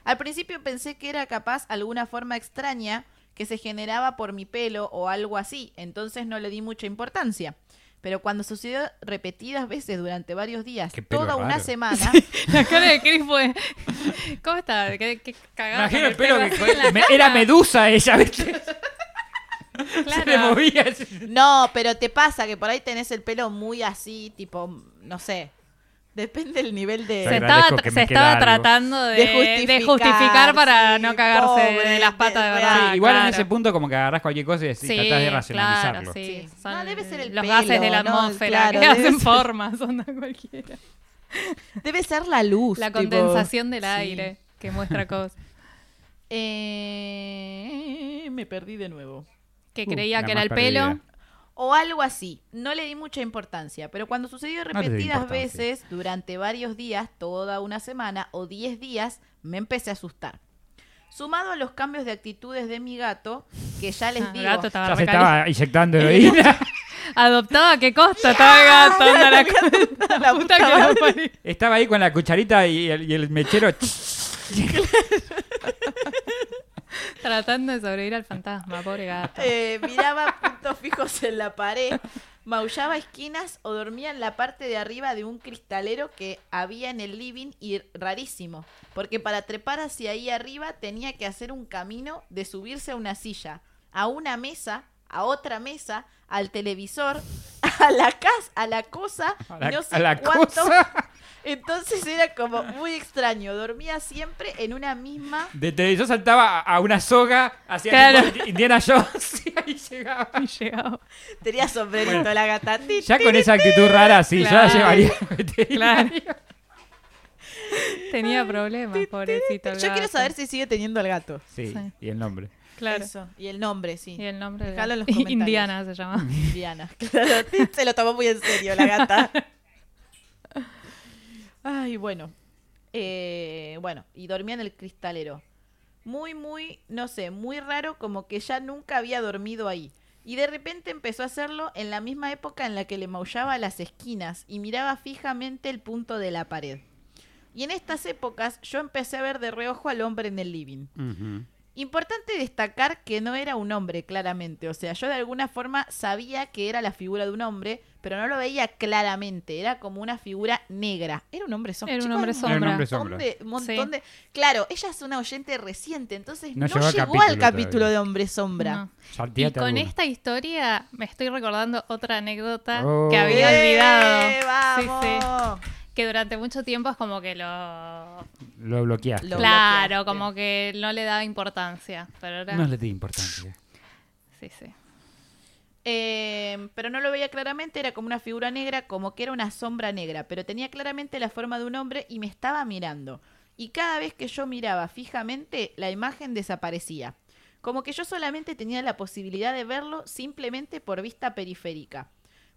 [SPEAKER 1] Al principio pensé que era capaz alguna forma extraña que se generaba por mi pelo o algo así, entonces no le di mucha importancia. Pero cuando sucedió repetidas veces durante varios días,
[SPEAKER 2] Qué pelo
[SPEAKER 1] toda una
[SPEAKER 2] raro. [laughs]
[SPEAKER 1] semana,
[SPEAKER 3] La cara de Chris fue. ¿Cómo está? ¿Qué, qué cagada
[SPEAKER 2] Imagino
[SPEAKER 3] con
[SPEAKER 2] el pelo
[SPEAKER 3] pelo
[SPEAKER 2] que
[SPEAKER 3] así en la
[SPEAKER 2] me-
[SPEAKER 3] cara.
[SPEAKER 2] era medusa ella, ¿viste? [laughs]
[SPEAKER 3] Claro.
[SPEAKER 2] Se le movía.
[SPEAKER 1] No, pero te pasa que por ahí tenés el pelo muy así, tipo, no sé. Depende del nivel de.
[SPEAKER 2] Te
[SPEAKER 3] Se
[SPEAKER 2] agradezco
[SPEAKER 3] estaba,
[SPEAKER 2] que me
[SPEAKER 3] se
[SPEAKER 2] queda
[SPEAKER 3] estaba
[SPEAKER 2] algo.
[SPEAKER 3] tratando de,
[SPEAKER 1] De
[SPEAKER 3] de
[SPEAKER 1] justificar,
[SPEAKER 3] justificar, para
[SPEAKER 1] sí,
[SPEAKER 3] no cagarse
[SPEAKER 1] pobre,
[SPEAKER 3] de las
[SPEAKER 1] de-
[SPEAKER 3] patas de
[SPEAKER 1] real.
[SPEAKER 3] verdad.
[SPEAKER 1] Ah,
[SPEAKER 2] igual en
[SPEAKER 3] claro.
[SPEAKER 2] ese punto como que agarras cualquier cosa y decís, tratás de racionalizarlo.
[SPEAKER 3] Claro, sí.
[SPEAKER 1] Sí.
[SPEAKER 3] Son
[SPEAKER 1] No, debe ser el
[SPEAKER 3] los
[SPEAKER 1] pelo,
[SPEAKER 3] gases de la
[SPEAKER 1] ¿no?
[SPEAKER 3] atmósfera
[SPEAKER 1] Claro,
[SPEAKER 3] que [laughs]
[SPEAKER 1] debe
[SPEAKER 3] hacen
[SPEAKER 1] ser-
[SPEAKER 3] formas, onda cualquiera.
[SPEAKER 1] Debe ser la luz.
[SPEAKER 3] La
[SPEAKER 1] tipo,
[SPEAKER 3] condensación del
[SPEAKER 1] sí.
[SPEAKER 3] aire
[SPEAKER 2] [laughs]
[SPEAKER 3] que muestra cosas.
[SPEAKER 1] Eh, me perdí de nuevo.
[SPEAKER 3] Que
[SPEAKER 2] Uh,
[SPEAKER 3] creía
[SPEAKER 2] la
[SPEAKER 3] que era
[SPEAKER 2] más
[SPEAKER 3] el pelo.
[SPEAKER 2] perdida.
[SPEAKER 1] O algo así. No le di mucha importancia, pero cuando sucedió
[SPEAKER 2] le di
[SPEAKER 1] repetidas
[SPEAKER 2] importancia.
[SPEAKER 1] veces, durante varios días, toda una semana o 10 días, me empecé a asustar. Sumado a los cambios de actitudes de mi gato, que ya les
[SPEAKER 3] [laughs] Ah, el
[SPEAKER 1] digo,
[SPEAKER 3] gato estaba
[SPEAKER 2] Ya se
[SPEAKER 3] recaliente.
[SPEAKER 2] estaba
[SPEAKER 3] [laughs]
[SPEAKER 2] inyectando heroína. [laughs]
[SPEAKER 3] Adoptaba a qué costa, estaba
[SPEAKER 1] [laughs]
[SPEAKER 3] el gato, onda la, [laughs] co- la puta que lo parió.
[SPEAKER 2] Estaba ahí con la cucharita y el, y el mechero.
[SPEAKER 3] Tratando de sobrevivir al fantasma, pobre gato.
[SPEAKER 1] Eh, miraba puntos fijos en la pared, maullaba esquinas o dormía en la parte de arriba de un cristalero que había en el living y rarísimo, porque para trepar hacia ahí arriba tenía que hacer un camino de subirse a una silla, a una mesa, a otra mesa, al televisor, a la casa, a la cosa,
[SPEAKER 2] A la-
[SPEAKER 1] no sé
[SPEAKER 2] a la
[SPEAKER 1] cuánto.
[SPEAKER 2] cosa.
[SPEAKER 1] Entonces era como muy extraño, dormía siempre en una misma
[SPEAKER 2] De televisor saltaba a- a una soga hacia
[SPEAKER 3] Claro.
[SPEAKER 2] Indiana Jones [laughs] y ahí llegaba.
[SPEAKER 3] [laughs] Y llegaba.
[SPEAKER 1] tenía sombrerito la gata. Ti,
[SPEAKER 2] Ya
[SPEAKER 1] ti,
[SPEAKER 2] con esa actitud rara, sí,
[SPEAKER 3] Claro.
[SPEAKER 2] ya llevaría [laughs] a veterinario.
[SPEAKER 3] Tenía problemas, pobrecito. el
[SPEAKER 1] Yo quiero
[SPEAKER 3] gato.
[SPEAKER 1] saber si sigue teniendo al gato.
[SPEAKER 2] Sí,
[SPEAKER 3] Sí.
[SPEAKER 2] y el nombre.
[SPEAKER 3] Claro.
[SPEAKER 1] Eso. Y el nombre, sí.
[SPEAKER 3] Y el nombre
[SPEAKER 1] Dejalo en los
[SPEAKER 3] [laughs] de
[SPEAKER 1] comentarios.
[SPEAKER 3] Indiana se llama.
[SPEAKER 1] Diana. [laughs] Claro, se lo tomó muy en serio la
[SPEAKER 3] [laughs]
[SPEAKER 1] gata. Ay, bueno. Eh, bueno, y dormía en el cristalero. Muy, muy, no sé, muy raro como que ya nunca había dormido ahí. Y de repente empezó a hacerlo en la misma época en la que le maullaba a las esquinas y miraba fijamente el punto de la pared. Y en estas épocas yo empecé a ver de reojo al hombre en el living. Importante destacar que no era un hombre, claramente. O sea, yo de alguna forma sabía que era la figura de un hombre, pero no lo veía claramente. Era como una figura negra. Era un hombre sombra.
[SPEAKER 3] Era un
[SPEAKER 1] Chicos,
[SPEAKER 3] hombre
[SPEAKER 1] hay
[SPEAKER 3] sombra. Era un
[SPEAKER 2] hombre
[SPEAKER 1] montón
[SPEAKER 2] sombra.
[SPEAKER 1] de- montón
[SPEAKER 3] Sí.
[SPEAKER 1] de- Claro, ella es una oyente reciente, entonces no,
[SPEAKER 2] No
[SPEAKER 1] llegó,
[SPEAKER 2] llegó
[SPEAKER 1] al
[SPEAKER 2] al capítulo
[SPEAKER 1] capítulo
[SPEAKER 2] todavía.
[SPEAKER 1] de hombre sombra.
[SPEAKER 3] No. Y
[SPEAKER 2] Salteate
[SPEAKER 3] con
[SPEAKER 2] alguno.
[SPEAKER 3] esta historia me estoy recordando otra anécdota
[SPEAKER 2] Oh.
[SPEAKER 3] que había
[SPEAKER 1] ¡Eh!
[SPEAKER 3] olvidado. Sí, sí.
[SPEAKER 1] ¡Vamos!
[SPEAKER 3] Que durante mucho tiempo es como que lo.
[SPEAKER 2] Lo bloqueaste.
[SPEAKER 1] Lo- bloqueaste.
[SPEAKER 3] claro, como que no le daba importancia. Pero ahora.
[SPEAKER 2] No le di importancia.
[SPEAKER 3] Sí, sí.
[SPEAKER 1] Eh, pero no lo veía claramente, era como una figura negra, como que era una sombra negra, pero tenía claramente la forma de un hombre y me estaba mirando. Y cada vez que yo miraba fijamente, la imagen desaparecía. Como que yo solamente tenía la posibilidad de verlo simplemente por vista periférica.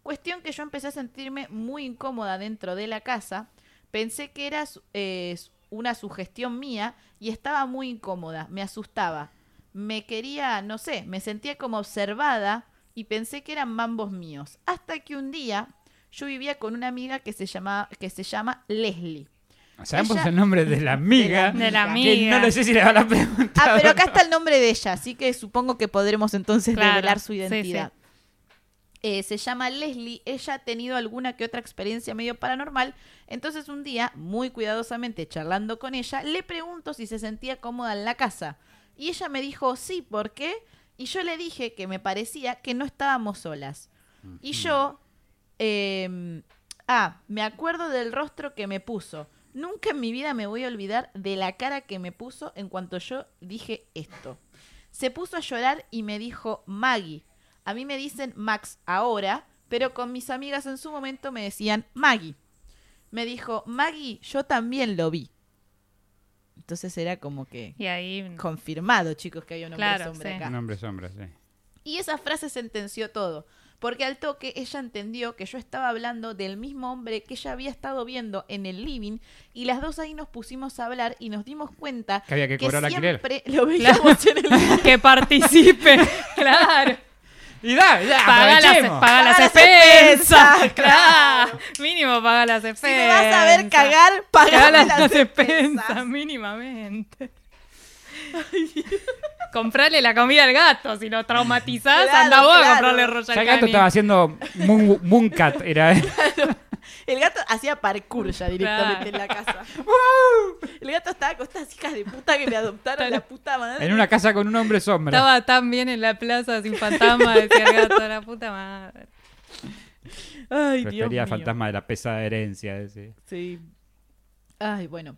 [SPEAKER 1] Cuestión que yo empecé a sentirme muy incómoda dentro de la casa. Pensé que era su- eh, su- una sugestión mía y estaba muy incómoda, me asustaba. Me quería, no sé, me sentía como observada y pensé que eran mambos míos. Hasta que un día yo vivía con una amiga que se llama, que se llama Leslie.
[SPEAKER 2] Sabemos
[SPEAKER 1] Ella-
[SPEAKER 2] el nombre de
[SPEAKER 1] [laughs]
[SPEAKER 2] la amiga.
[SPEAKER 3] De la
[SPEAKER 2] que
[SPEAKER 3] amiga.
[SPEAKER 2] no le sé si le van a preguntar.
[SPEAKER 1] Ah, pero acá
[SPEAKER 2] o no.
[SPEAKER 1] está el nombre de ella, así que supongo que podremos entonces
[SPEAKER 3] Claro,
[SPEAKER 1] revelar su
[SPEAKER 3] sí,
[SPEAKER 1] identidad. Eh, se llama Leslie, ella ha tenido alguna que otra experiencia medio paranormal, entonces un día, muy cuidadosamente charlando con ella, le pregunto si se sentía cómoda en la casa. Y ella me dijo, sí, ¿por qué? Y yo le dije que me parecía que no estábamos solas. Y yo, eh, ah, me acuerdo del rostro que me puso. Nunca en mi vida me voy a olvidar de la cara que me puso en cuanto yo dije esto. Se puso a llorar y me dijo Maggie. A mí me dicen Max ahora, pero con mis amigas en su momento me decían Maggie. Me dijo, Maggie, yo también lo vi. Entonces era como que
[SPEAKER 3] Y ahí.
[SPEAKER 1] confirmado, chicos, que había un hombre
[SPEAKER 3] Claro,
[SPEAKER 1] sombra
[SPEAKER 3] sí.
[SPEAKER 1] acá.
[SPEAKER 2] El nombre sombra, sí.
[SPEAKER 1] Y esa frase sentenció todo, porque al toque ella entendió que yo estaba hablando del mismo hombre que ella había estado viendo en el living y las dos ahí nos pusimos a hablar y nos dimos cuenta
[SPEAKER 2] Que había que cobrar alquiler.
[SPEAKER 1] siempre lo veíamos en el
[SPEAKER 3] [laughs] que
[SPEAKER 1] [laughs]
[SPEAKER 3] participe. claro.
[SPEAKER 2] Y da, ya,
[SPEAKER 3] Paga las,
[SPEAKER 2] aprovechemos.
[SPEAKER 3] paga las
[SPEAKER 1] las
[SPEAKER 3] expensas.
[SPEAKER 1] expensas,
[SPEAKER 3] [laughs] Claro. Mínimo paga las
[SPEAKER 1] Si
[SPEAKER 3] expensas.
[SPEAKER 1] me vas a ver cagar,
[SPEAKER 3] Paga
[SPEAKER 1] pagame
[SPEAKER 3] las,
[SPEAKER 1] las
[SPEAKER 3] expensas,
[SPEAKER 1] expensas.
[SPEAKER 3] mínimamente. Comprarle la comida al gato. Si lo traumatizás,
[SPEAKER 1] Claro,
[SPEAKER 3] anda vos
[SPEAKER 1] claro.
[SPEAKER 3] a comprarle
[SPEAKER 2] Ya
[SPEAKER 3] Royal
[SPEAKER 2] el gato
[SPEAKER 3] Canin.
[SPEAKER 2] estaba haciendo moon- Mooncat, era. eh,
[SPEAKER 1] El gato hacía parkour ya directamente
[SPEAKER 3] Claro.
[SPEAKER 1] en la casa. El gato estaba con estas hijas de puta que me adoptaron la puta madre.
[SPEAKER 2] En una casa con un hombre sombra.
[SPEAKER 3] Estaba tan bien en la plaza sin fantasma, decía el gato, la puta madre.
[SPEAKER 1] Ay, Dios
[SPEAKER 2] Prefería
[SPEAKER 1] mío.
[SPEAKER 2] el fantasma de la pesada herencia. ese.
[SPEAKER 1] Sí. Ay, bueno.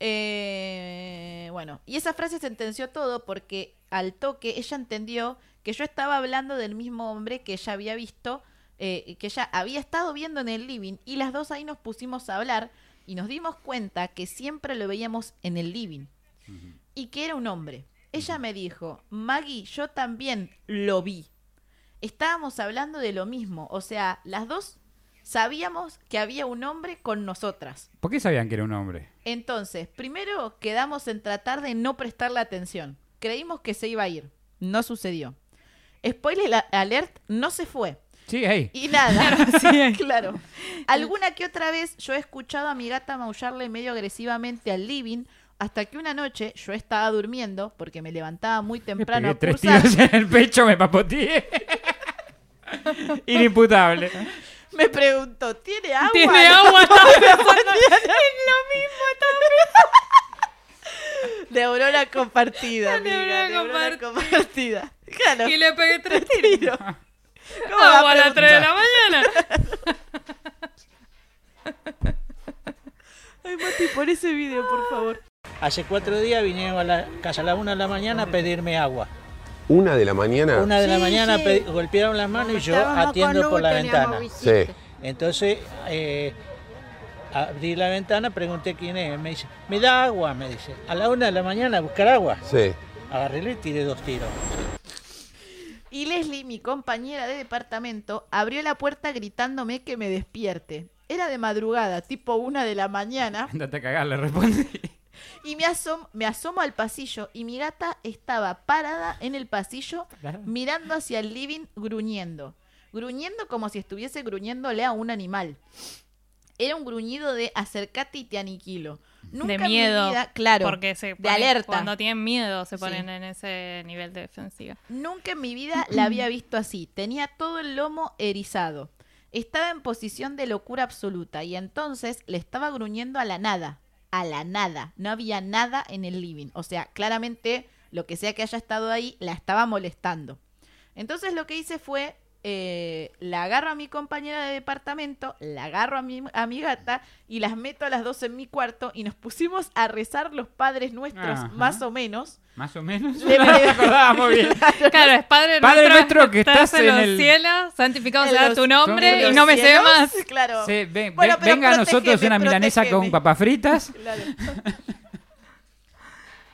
[SPEAKER 1] Eh, bueno, y esa frase sentenció todo porque al toque ella entendió que yo estaba hablando del mismo hombre que ella había visto, eh, que ella había estado viendo en el living y las dos ahí nos pusimos a hablar y nos dimos cuenta que siempre lo veíamos en el living y que era un hombre. Ella me dijo, Maggie, yo también lo vi. Estábamos hablando de lo mismo, o sea, las dos sabíamos que había un hombre con nosotras.
[SPEAKER 2] ¿Por qué sabían que era un hombre?
[SPEAKER 1] Entonces, primero quedamos en tratar de no prestarle atención. Creímos que se iba a ir. No sucedió. Spoiler la- alert, no se fue.
[SPEAKER 2] Sí, ahí.
[SPEAKER 1] Y
[SPEAKER 2] [laughs]
[SPEAKER 1] nada,
[SPEAKER 3] sí.
[SPEAKER 1] claro. Alguna que otra vez yo he escuchado a mi gata maullarle medio agresivamente al living hasta que una noche yo estaba durmiendo porque me levantaba muy
[SPEAKER 2] Me
[SPEAKER 1] temprano
[SPEAKER 2] pegué
[SPEAKER 1] a
[SPEAKER 2] tres
[SPEAKER 1] cursar.
[SPEAKER 2] tiros en el pecho, me papoteé. Inimputable.
[SPEAKER 1] [laughs] Me preguntó,
[SPEAKER 2] [laughs]
[SPEAKER 1] ¿tiene agua?
[SPEAKER 3] Tiene agua, [laughs] estaba pensando.
[SPEAKER 1] De Aurora compartida.
[SPEAKER 3] De
[SPEAKER 1] amiga, de
[SPEAKER 3] Aurora
[SPEAKER 1] Aurora compartida. Claro.
[SPEAKER 3] Y le pegué tres
[SPEAKER 1] tiro. ¿Cómo va
[SPEAKER 3] agua a las
[SPEAKER 1] preguntar?
[SPEAKER 3] 3 de la mañana.
[SPEAKER 1] Ay, Mati, por ese video, por favor.
[SPEAKER 5] Hace cuatro días vinieron a la casa a la una de la mañana a pedirme agua.
[SPEAKER 9] Una de la mañana.
[SPEAKER 5] Una de la
[SPEAKER 10] Sí,
[SPEAKER 5] mañana
[SPEAKER 10] sí.
[SPEAKER 5] pe- golpearon las manos y yo
[SPEAKER 10] Estábamos
[SPEAKER 5] atiendo
[SPEAKER 10] con
[SPEAKER 5] por la
[SPEAKER 10] Hugo, teníamos
[SPEAKER 9] eh,
[SPEAKER 5] ventana.
[SPEAKER 10] visita.
[SPEAKER 5] Entonces eh, abrí la ventana, pregunté quién es. Me dice, me da agua, me dice. A la una de la mañana a buscar agua.
[SPEAKER 9] Sí.
[SPEAKER 5] Agarré y tiré dos tiros.
[SPEAKER 1] Y Leslie, mi compañera de departamento, abrió la puerta gritándome que me despierte. Era de madrugada, tipo una de la mañana,
[SPEAKER 2] Andate a cagar, le respondí.
[SPEAKER 1] y me, asom- me asomo al pasillo y mi gata estaba parada en el pasillo
[SPEAKER 5] Ah.
[SPEAKER 1] mirando hacia el living gruñendo. Gruñendo como si estuviese gruñéndole a un animal. Era un gruñido de acercate y te aniquilo. Nunca
[SPEAKER 3] de
[SPEAKER 1] en mi
[SPEAKER 3] miedo.
[SPEAKER 1] vida- claro,
[SPEAKER 3] Porque se
[SPEAKER 1] de
[SPEAKER 3] ponen-
[SPEAKER 1] alerta.
[SPEAKER 3] Cuando tienen miedo se
[SPEAKER 1] Sí.
[SPEAKER 3] ponen en ese nivel de
[SPEAKER 1] [laughs]
[SPEAKER 3] defensiva.
[SPEAKER 1] Nunca en mi vida la había visto así. Tenía todo el lomo erizado. Estaba en posición de locura absoluta y entonces le estaba gruñendo a la nada. A la nada. No había nada en el living. O sea, claramente lo que sea que haya estado ahí la estaba molestando. Entonces lo que hice fue, eh, la agarro a mi compañera de departamento, la agarro a mi, a mi gata y las meto a las dos en mi cuarto y nos pusimos a rezar los padres nuestros,
[SPEAKER 2] Ajá.
[SPEAKER 1] más o menos.
[SPEAKER 2] Más o menos.
[SPEAKER 1] Le-
[SPEAKER 2] No me acordaba muy bien.
[SPEAKER 3] Claro, es Padre,
[SPEAKER 2] Padre nuestro
[SPEAKER 3] nuestro
[SPEAKER 2] que estás en
[SPEAKER 3] en, los
[SPEAKER 2] el-
[SPEAKER 3] cielos, santificado
[SPEAKER 1] En
[SPEAKER 3] será
[SPEAKER 1] los-
[SPEAKER 3] tu nombre
[SPEAKER 2] Son
[SPEAKER 3] y no me se ve
[SPEAKER 1] cielos,
[SPEAKER 3] más.
[SPEAKER 1] [laughs] Claro.
[SPEAKER 2] Se- ve-
[SPEAKER 1] Bueno,
[SPEAKER 2] ve-
[SPEAKER 1] pero
[SPEAKER 2] venga a nosotros
[SPEAKER 1] protégeme,
[SPEAKER 2] una milanesa con
[SPEAKER 1] protégeme.
[SPEAKER 2] papas fritas.
[SPEAKER 3] [laughs]
[SPEAKER 1] Claro.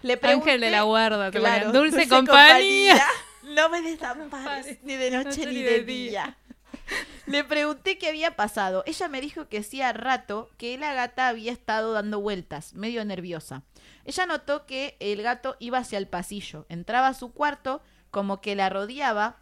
[SPEAKER 1] Le pregunté,
[SPEAKER 3] Ángel de la guarda, te
[SPEAKER 1] claro,
[SPEAKER 3] ponían dulce, compañía.
[SPEAKER 1] No me desampares, ni de noche ni de día. Le pregunté qué había pasado. Ella me dijo que hacía rato que la gata había estado dando vueltas, medio nerviosa. Ella notó que el gato iba hacia el pasillo, entraba a su cuarto, como que la rodeaba.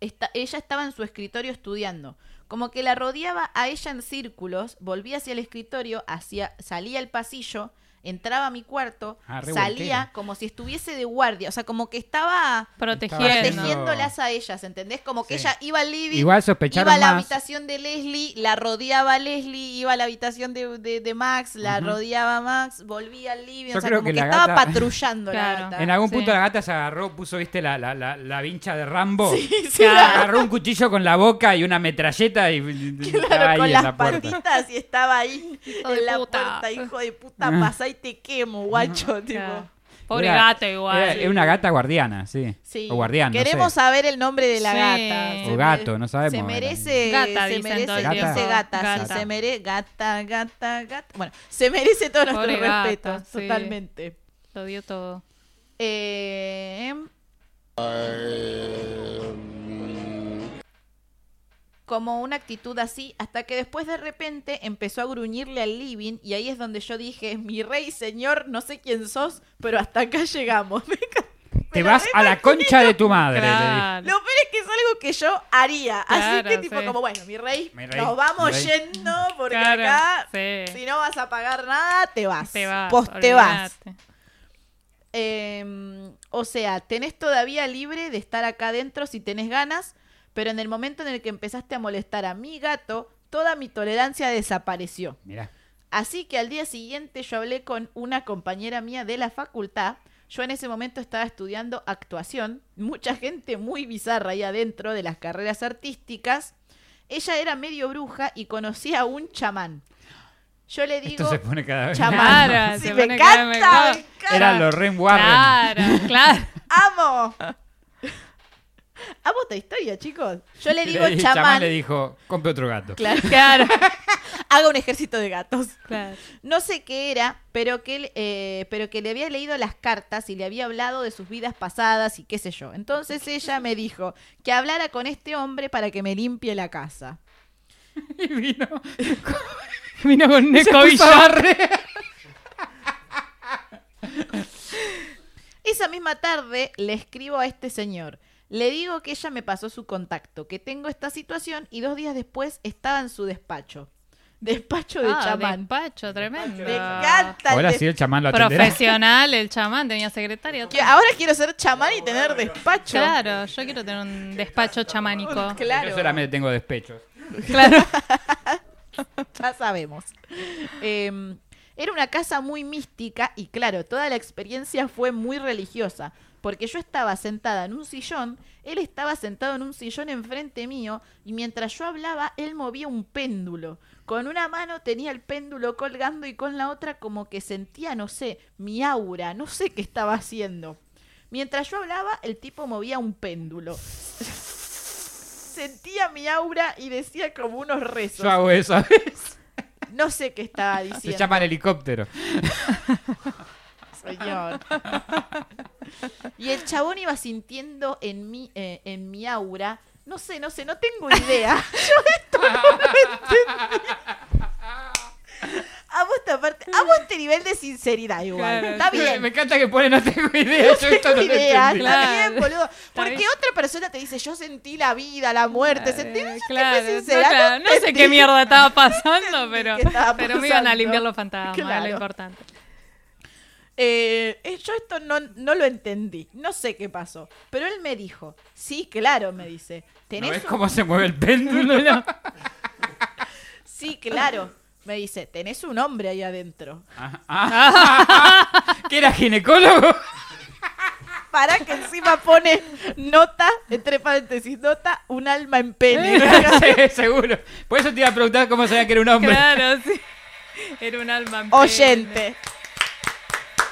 [SPEAKER 1] Esta- ella estaba en su escritorio estudiando. Como que la rodeaba a ella en círculos, volvía hacia el escritorio, hacia, salía al pasillo, entraba a mi cuarto,
[SPEAKER 2] Ah, re
[SPEAKER 1] salía
[SPEAKER 2] voltera.
[SPEAKER 1] como si estuviese de guardia. O sea, como que estaba
[SPEAKER 3] Protegiendo.
[SPEAKER 1] protegiéndolas a ellas, ¿entendés? Como que
[SPEAKER 2] Sí.
[SPEAKER 1] ella iba al living,
[SPEAKER 2] Igual sospecharon
[SPEAKER 1] iba a la
[SPEAKER 2] más.
[SPEAKER 1] habitación de Leslie, la rodeaba a Leslie, iba a la habitación de, de- de Max, la
[SPEAKER 2] Ujú.
[SPEAKER 1] rodeaba a Max, volvía al living,
[SPEAKER 2] Yo
[SPEAKER 1] o sea,
[SPEAKER 2] creo
[SPEAKER 1] como
[SPEAKER 2] que
[SPEAKER 1] que,
[SPEAKER 2] la
[SPEAKER 1] estaba
[SPEAKER 2] gata-
[SPEAKER 1] patrullando
[SPEAKER 3] Claro.
[SPEAKER 1] la gata.
[SPEAKER 2] En algún
[SPEAKER 3] Sí.
[SPEAKER 2] punto la gata se agarró, puso, viste, la, la, la, la vincha de Rambo.
[SPEAKER 1] Claro,
[SPEAKER 2] Agarró un cuchillo con la boca y una metralleta y
[SPEAKER 1] [laughs]
[SPEAKER 2] estaba ahí
[SPEAKER 1] con
[SPEAKER 2] en
[SPEAKER 1] las
[SPEAKER 2] la puerta.
[SPEAKER 1] patitas y estaba
[SPEAKER 3] [laughs]
[SPEAKER 1] ahí
[SPEAKER 3] de
[SPEAKER 1] en la
[SPEAKER 3] puta.
[SPEAKER 1] puerta, hijo de puta,
[SPEAKER 2] Ah.
[SPEAKER 1] pasá y te quemo,
[SPEAKER 3] [laughs]
[SPEAKER 1] guacho, tipo.
[SPEAKER 3] Claro. Pobre
[SPEAKER 2] Era-
[SPEAKER 3] gato igual.
[SPEAKER 2] Era, era una gata guardiana, sí.
[SPEAKER 1] Sí.
[SPEAKER 2] O guardián, no sé.
[SPEAKER 1] Queremos saber el nombre de la
[SPEAKER 3] Sí.
[SPEAKER 1] gata.
[SPEAKER 3] O
[SPEAKER 1] Se me-
[SPEAKER 2] gato, no sabemos,
[SPEAKER 1] Se
[SPEAKER 2] era.
[SPEAKER 1] merece.
[SPEAKER 3] Gata,
[SPEAKER 1] se
[SPEAKER 3] dicen
[SPEAKER 1] merece,
[SPEAKER 3] todo
[SPEAKER 2] el
[SPEAKER 1] dice
[SPEAKER 2] tiempo.
[SPEAKER 1] gata, sí,
[SPEAKER 3] Gata.
[SPEAKER 1] se merece. Gata, gata, gata. Bueno, se merece todo nuestro
[SPEAKER 3] Pobre gata,
[SPEAKER 1] respeto,
[SPEAKER 3] sí.
[SPEAKER 1] totalmente.
[SPEAKER 3] Lo dio todo.
[SPEAKER 1] Eh, Como una actitud así, hasta que después de repente empezó a gruñirle al living, y ahí es donde yo dije: Mi rey, señor, no sé quién sos, pero hasta acá llegamos. [laughs] Me encanta.
[SPEAKER 2] Te vas a la concha de tu madre, le dije.
[SPEAKER 3] Claro.
[SPEAKER 1] Lo peor es que es algo que yo haría. Así
[SPEAKER 3] Claro,
[SPEAKER 1] que, tipo,
[SPEAKER 3] sí.
[SPEAKER 1] como bueno, mi rey,
[SPEAKER 2] Mi rey,
[SPEAKER 1] nos vamos
[SPEAKER 2] mi rey.
[SPEAKER 1] yendo porque
[SPEAKER 3] Claro,
[SPEAKER 1] acá,
[SPEAKER 3] sí.
[SPEAKER 1] si no vas a pagar nada, te vas.
[SPEAKER 3] Te vas.
[SPEAKER 1] Vos te vas.
[SPEAKER 3] olvidate.
[SPEAKER 1] Eh, o sea, tenés todavía libre de estar acá adentro si tenés ganas, pero en el momento en el que empezaste a molestar a mi gato, toda mi tolerancia desapareció.
[SPEAKER 2] Mirá.
[SPEAKER 1] Así que al día siguiente yo hablé con una compañera mía de la facultad. Yo en ese momento estaba estudiando actuación. Mucha gente muy bizarra ahí adentro de las carreras artísticas. Ella era medio bruja y conocía a un chamán. Yo le digo,
[SPEAKER 2] Esto se pone cada vez.
[SPEAKER 1] chamán.
[SPEAKER 3] Claro,
[SPEAKER 1] Sí,
[SPEAKER 3] se
[SPEAKER 1] me
[SPEAKER 3] pone cada vez
[SPEAKER 1] encanta,
[SPEAKER 3] mejor.
[SPEAKER 1] me encanta.
[SPEAKER 2] Era Lorraine Warren.
[SPEAKER 3] Claro, [laughs] claro.
[SPEAKER 1] ¡Amo! [laughs] Amo esta historia, chicos. Yo le digo
[SPEAKER 2] Y el
[SPEAKER 1] chamán.
[SPEAKER 2] le dijo, compre otro gato.
[SPEAKER 1] Claro. [laughs]
[SPEAKER 3] Claro.
[SPEAKER 1] Haga un ejército de gatos.
[SPEAKER 3] claro.
[SPEAKER 1] No sé qué era, pero que, él, eh, pero que le había leído las cartas y le había hablado de sus vidas pasadas y qué sé yo. Entonces ella me dijo que hablara con este hombre para que me limpie la casa.
[SPEAKER 2] Y vino.
[SPEAKER 3] [laughs] Vino con un
[SPEAKER 2] puso a barrer.
[SPEAKER 1] Esa misma tarde le escribo a este señor. Le digo que ella me pasó su contacto, que tengo esta situación y dos días después estaba en su despacho. Despacho de
[SPEAKER 3] Ah,
[SPEAKER 1] chamán.
[SPEAKER 3] despacho, tremendo.
[SPEAKER 1] Me encanta. el
[SPEAKER 2] Ahora
[SPEAKER 1] des-
[SPEAKER 2] sí el chamán lo atenderá.
[SPEAKER 3] Profesional, el chamán tenía secretaria.
[SPEAKER 1] que ahora quiero ser chamán y tener despacho.
[SPEAKER 3] Claro, yo quiero tener un despacho chamánico.
[SPEAKER 1] Claro.
[SPEAKER 2] Yo solamente tengo despechos.
[SPEAKER 3] [laughs] Claro.
[SPEAKER 1] [laughs] ya sabemos. Eh, era una casa muy mística y claro, toda la experiencia fue muy religiosa, porque yo estaba sentada en un sillón, él estaba sentado en un sillón enfrente mío y mientras yo hablaba, él movía un péndulo. Con una mano tenía el péndulo colgando y con la otra como que sentía, no sé, mi aura, no sé qué estaba haciendo. Mientras yo hablaba, el tipo movía un péndulo. [laughs] Sentía mi aura y decía como unos rezos.
[SPEAKER 2] Yo hago eso.
[SPEAKER 1] No sé qué estaba
[SPEAKER 2] Se
[SPEAKER 1] diciendo,
[SPEAKER 2] llama el helicóptero.
[SPEAKER 1] señor. Y el chabón iba sintiendo en mi, eh, en mi aura. No sé, no sé, no tengo idea. [laughs] Yo esto no lo entendí. Amo esta parte. Amo este nivel de sinceridad igual.
[SPEAKER 3] Claro,
[SPEAKER 1] está
[SPEAKER 3] sí,
[SPEAKER 1] bien.
[SPEAKER 2] Me encanta que pone no tengo idea. Yo esto no lo
[SPEAKER 1] idea,
[SPEAKER 2] entendí.
[SPEAKER 1] está
[SPEAKER 3] Claro.
[SPEAKER 1] bien, boludo. Porque
[SPEAKER 3] bien. Eh,
[SPEAKER 1] otra persona te dice, yo sentí la vida, la
[SPEAKER 3] [laughs]
[SPEAKER 1] muerte, sentí. Yo te fui
[SPEAKER 3] claro, no,
[SPEAKER 1] sincera,
[SPEAKER 3] claro, [laughs] no sé
[SPEAKER 1] entendí.
[SPEAKER 3] qué mierda estaba pasando,
[SPEAKER 1] entendí
[SPEAKER 3] pero,
[SPEAKER 1] qué estaba
[SPEAKER 3] pero me iban a
[SPEAKER 1] pasando.
[SPEAKER 3] limpiar los fantasmas, era
[SPEAKER 1] Claro.
[SPEAKER 3] lo importante.
[SPEAKER 1] Eh, eh, yo esto no, no lo entendí, no sé qué pasó. Pero él me dijo, sí, claro, me dice.
[SPEAKER 2] ¿No ves
[SPEAKER 1] ¿Tenés un-
[SPEAKER 2] cómo se mueve el péndulo?
[SPEAKER 1] [laughs] Sí, claro. Me dice, tenés un hombre ahí [laughs] adentro.
[SPEAKER 2] Ah, ah, ah, ¿Que era ginecólogo?
[SPEAKER 1] Para que encima pone nota, entre paréntesis, nota, un alma en pene.
[SPEAKER 2] [laughs] Sí, seguro. Por eso te iba a preguntar cómo sabía que era un hombre.
[SPEAKER 3] Claro, sí. [laughs] Era un alma en
[SPEAKER 1] [laughs]
[SPEAKER 3] pena.
[SPEAKER 1] Oyente.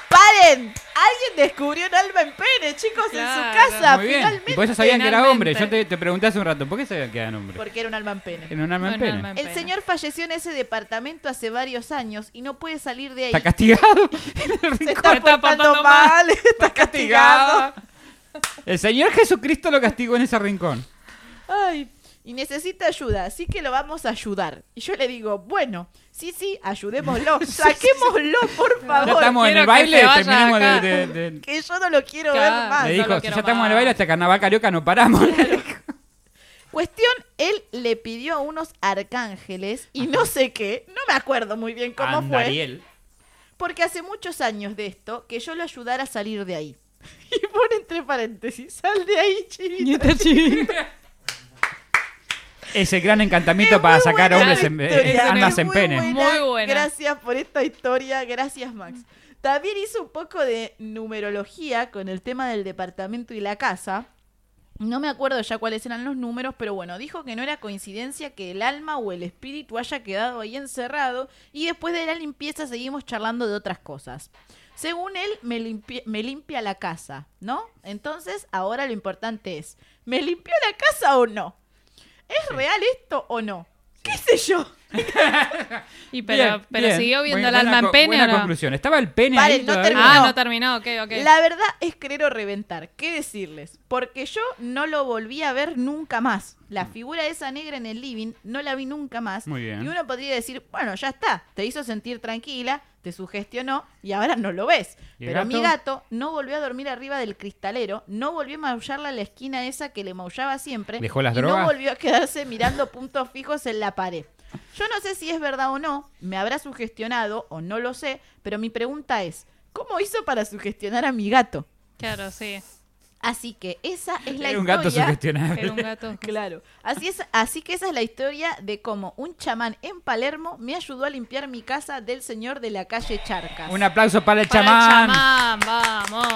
[SPEAKER 1] ¡Paren! Alguien descubrió un alma en pene, chicos,
[SPEAKER 3] Claro,
[SPEAKER 1] en su casa,
[SPEAKER 2] Muy bien. Pues Y
[SPEAKER 1] finalmente.
[SPEAKER 2] por eso sabían que era
[SPEAKER 3] Finalmente.
[SPEAKER 2] hombre. Yo te, te pregunté hace un rato, ¿por qué sabían que era hombre?
[SPEAKER 1] Porque era un alma en pene.
[SPEAKER 2] En un arma en
[SPEAKER 3] Un
[SPEAKER 2] pene.
[SPEAKER 3] alma en
[SPEAKER 1] El
[SPEAKER 3] pena.
[SPEAKER 1] señor falleció en ese departamento hace varios años y no puede salir de ahí.
[SPEAKER 2] Está [laughs] castigado.
[SPEAKER 1] Se está,
[SPEAKER 3] Se está
[SPEAKER 1] portando
[SPEAKER 3] portando
[SPEAKER 1] mal, [laughs] está castigado.
[SPEAKER 2] [laughs] El Señor Jesucristo lo castigó en ese rincón.
[SPEAKER 1] Ay, y necesita ayuda, así que lo vamos a ayudar. Y yo le digo, bueno, sí, [laughs] sí, ayudémoslo, saquémoslo, por
[SPEAKER 2] Ya
[SPEAKER 1] favor.
[SPEAKER 2] estamos en
[SPEAKER 3] quiero
[SPEAKER 2] el
[SPEAKER 3] que
[SPEAKER 2] baile,
[SPEAKER 3] se vaya
[SPEAKER 2] terminemos de...
[SPEAKER 3] acá.
[SPEAKER 2] de- de-
[SPEAKER 1] Que yo Ah, no lo quiero ver
[SPEAKER 3] Claro.
[SPEAKER 1] más.
[SPEAKER 2] Le
[SPEAKER 3] no
[SPEAKER 2] dijo,
[SPEAKER 3] lo
[SPEAKER 2] si
[SPEAKER 3] quiero
[SPEAKER 2] ya estamos en el
[SPEAKER 3] más.
[SPEAKER 2] baile, hasta Carnaval Carioca no paramos.
[SPEAKER 1] Cuestión, él le pidió a unos arcángeles y no sé qué, no me acuerdo muy bien cómo fue,
[SPEAKER 2] Andariel.
[SPEAKER 1] porque hace muchos años de esto que yo lo ayudara a salir de ahí. [laughs] Y pone entre paréntesis, sal de ahí,
[SPEAKER 3] Y
[SPEAKER 1] chivito.
[SPEAKER 3] esta chiquita.
[SPEAKER 2] Ese gran encantamiento
[SPEAKER 1] Es
[SPEAKER 2] para
[SPEAKER 1] muy
[SPEAKER 2] sacar
[SPEAKER 1] buena
[SPEAKER 2] hombres en,
[SPEAKER 1] historia,
[SPEAKER 2] eh, almas
[SPEAKER 1] es
[SPEAKER 2] en
[SPEAKER 1] muy
[SPEAKER 2] pene.
[SPEAKER 1] buena.
[SPEAKER 3] Muy buena.
[SPEAKER 1] Gracias por esta historia, gracias Max. También hizo un poco de numerología con el tema del departamento y la casa. No me acuerdo ya cuáles eran los números, pero bueno, dijo que no era coincidencia que el alma o el espíritu haya quedado ahí encerrado y después de la limpieza seguimos charlando de otras cosas. Según él, me, limpie- me limpia la casa, ¿no? Entonces, ahora lo importante es, ¿me limpió la casa o no? ¿Es real esto o no? ¿Qué sé yo?
[SPEAKER 3] Y pero,
[SPEAKER 2] Bien,
[SPEAKER 3] pero
[SPEAKER 2] bien.
[SPEAKER 3] siguió viendo
[SPEAKER 2] Buena-
[SPEAKER 3] el alma
[SPEAKER 2] buena
[SPEAKER 3] en
[SPEAKER 2] co-
[SPEAKER 3] pene
[SPEAKER 2] buena
[SPEAKER 3] o no?
[SPEAKER 2] conclusión. Estaba el pene
[SPEAKER 1] Vale,
[SPEAKER 2] ahí
[SPEAKER 1] no
[SPEAKER 2] todavía?
[SPEAKER 1] terminó.
[SPEAKER 3] Ah, no terminó, ok, ok.
[SPEAKER 1] La verdad es querer o reventar. ¿Qué decirles? Porque yo no lo volví a ver nunca más. La figura esa negra en el living no la vi nunca más.
[SPEAKER 2] Mm. Muy bien.
[SPEAKER 1] Y uno podría decir, bueno, ya está. Te hizo sentir tranquila, te sugestionó y ahora no lo ves.
[SPEAKER 2] ¿Y el
[SPEAKER 1] Pero mi
[SPEAKER 2] gato?
[SPEAKER 1] gato no volvió a dormir arriba del cristalero, no volvió a maullarla en la esquina esa que le maullaba siempre.
[SPEAKER 2] ¿Dejó las
[SPEAKER 1] y
[SPEAKER 2] drogas?
[SPEAKER 1] No volvió a quedarse mirando puntos fijos en la pared. Yo no sé si es verdad o no, me habrá sugestionado o no lo sé, pero mi pregunta es, ¿cómo hizo para sugestionar a mi gato?
[SPEAKER 3] Claro, sí.
[SPEAKER 1] Así que esa es la
[SPEAKER 2] Era un
[SPEAKER 1] historia.
[SPEAKER 2] gato
[SPEAKER 3] Era un
[SPEAKER 2] sugestionable.
[SPEAKER 3] gato.
[SPEAKER 1] Claro. Así es, así que esa es la historia de cómo un chamán en Palermo me ayudó a limpiar mi casa del señor de la calle Charcas.
[SPEAKER 2] [laughs] Un aplauso para el
[SPEAKER 3] Para el
[SPEAKER 2] chamán.
[SPEAKER 3] chamán, vamos.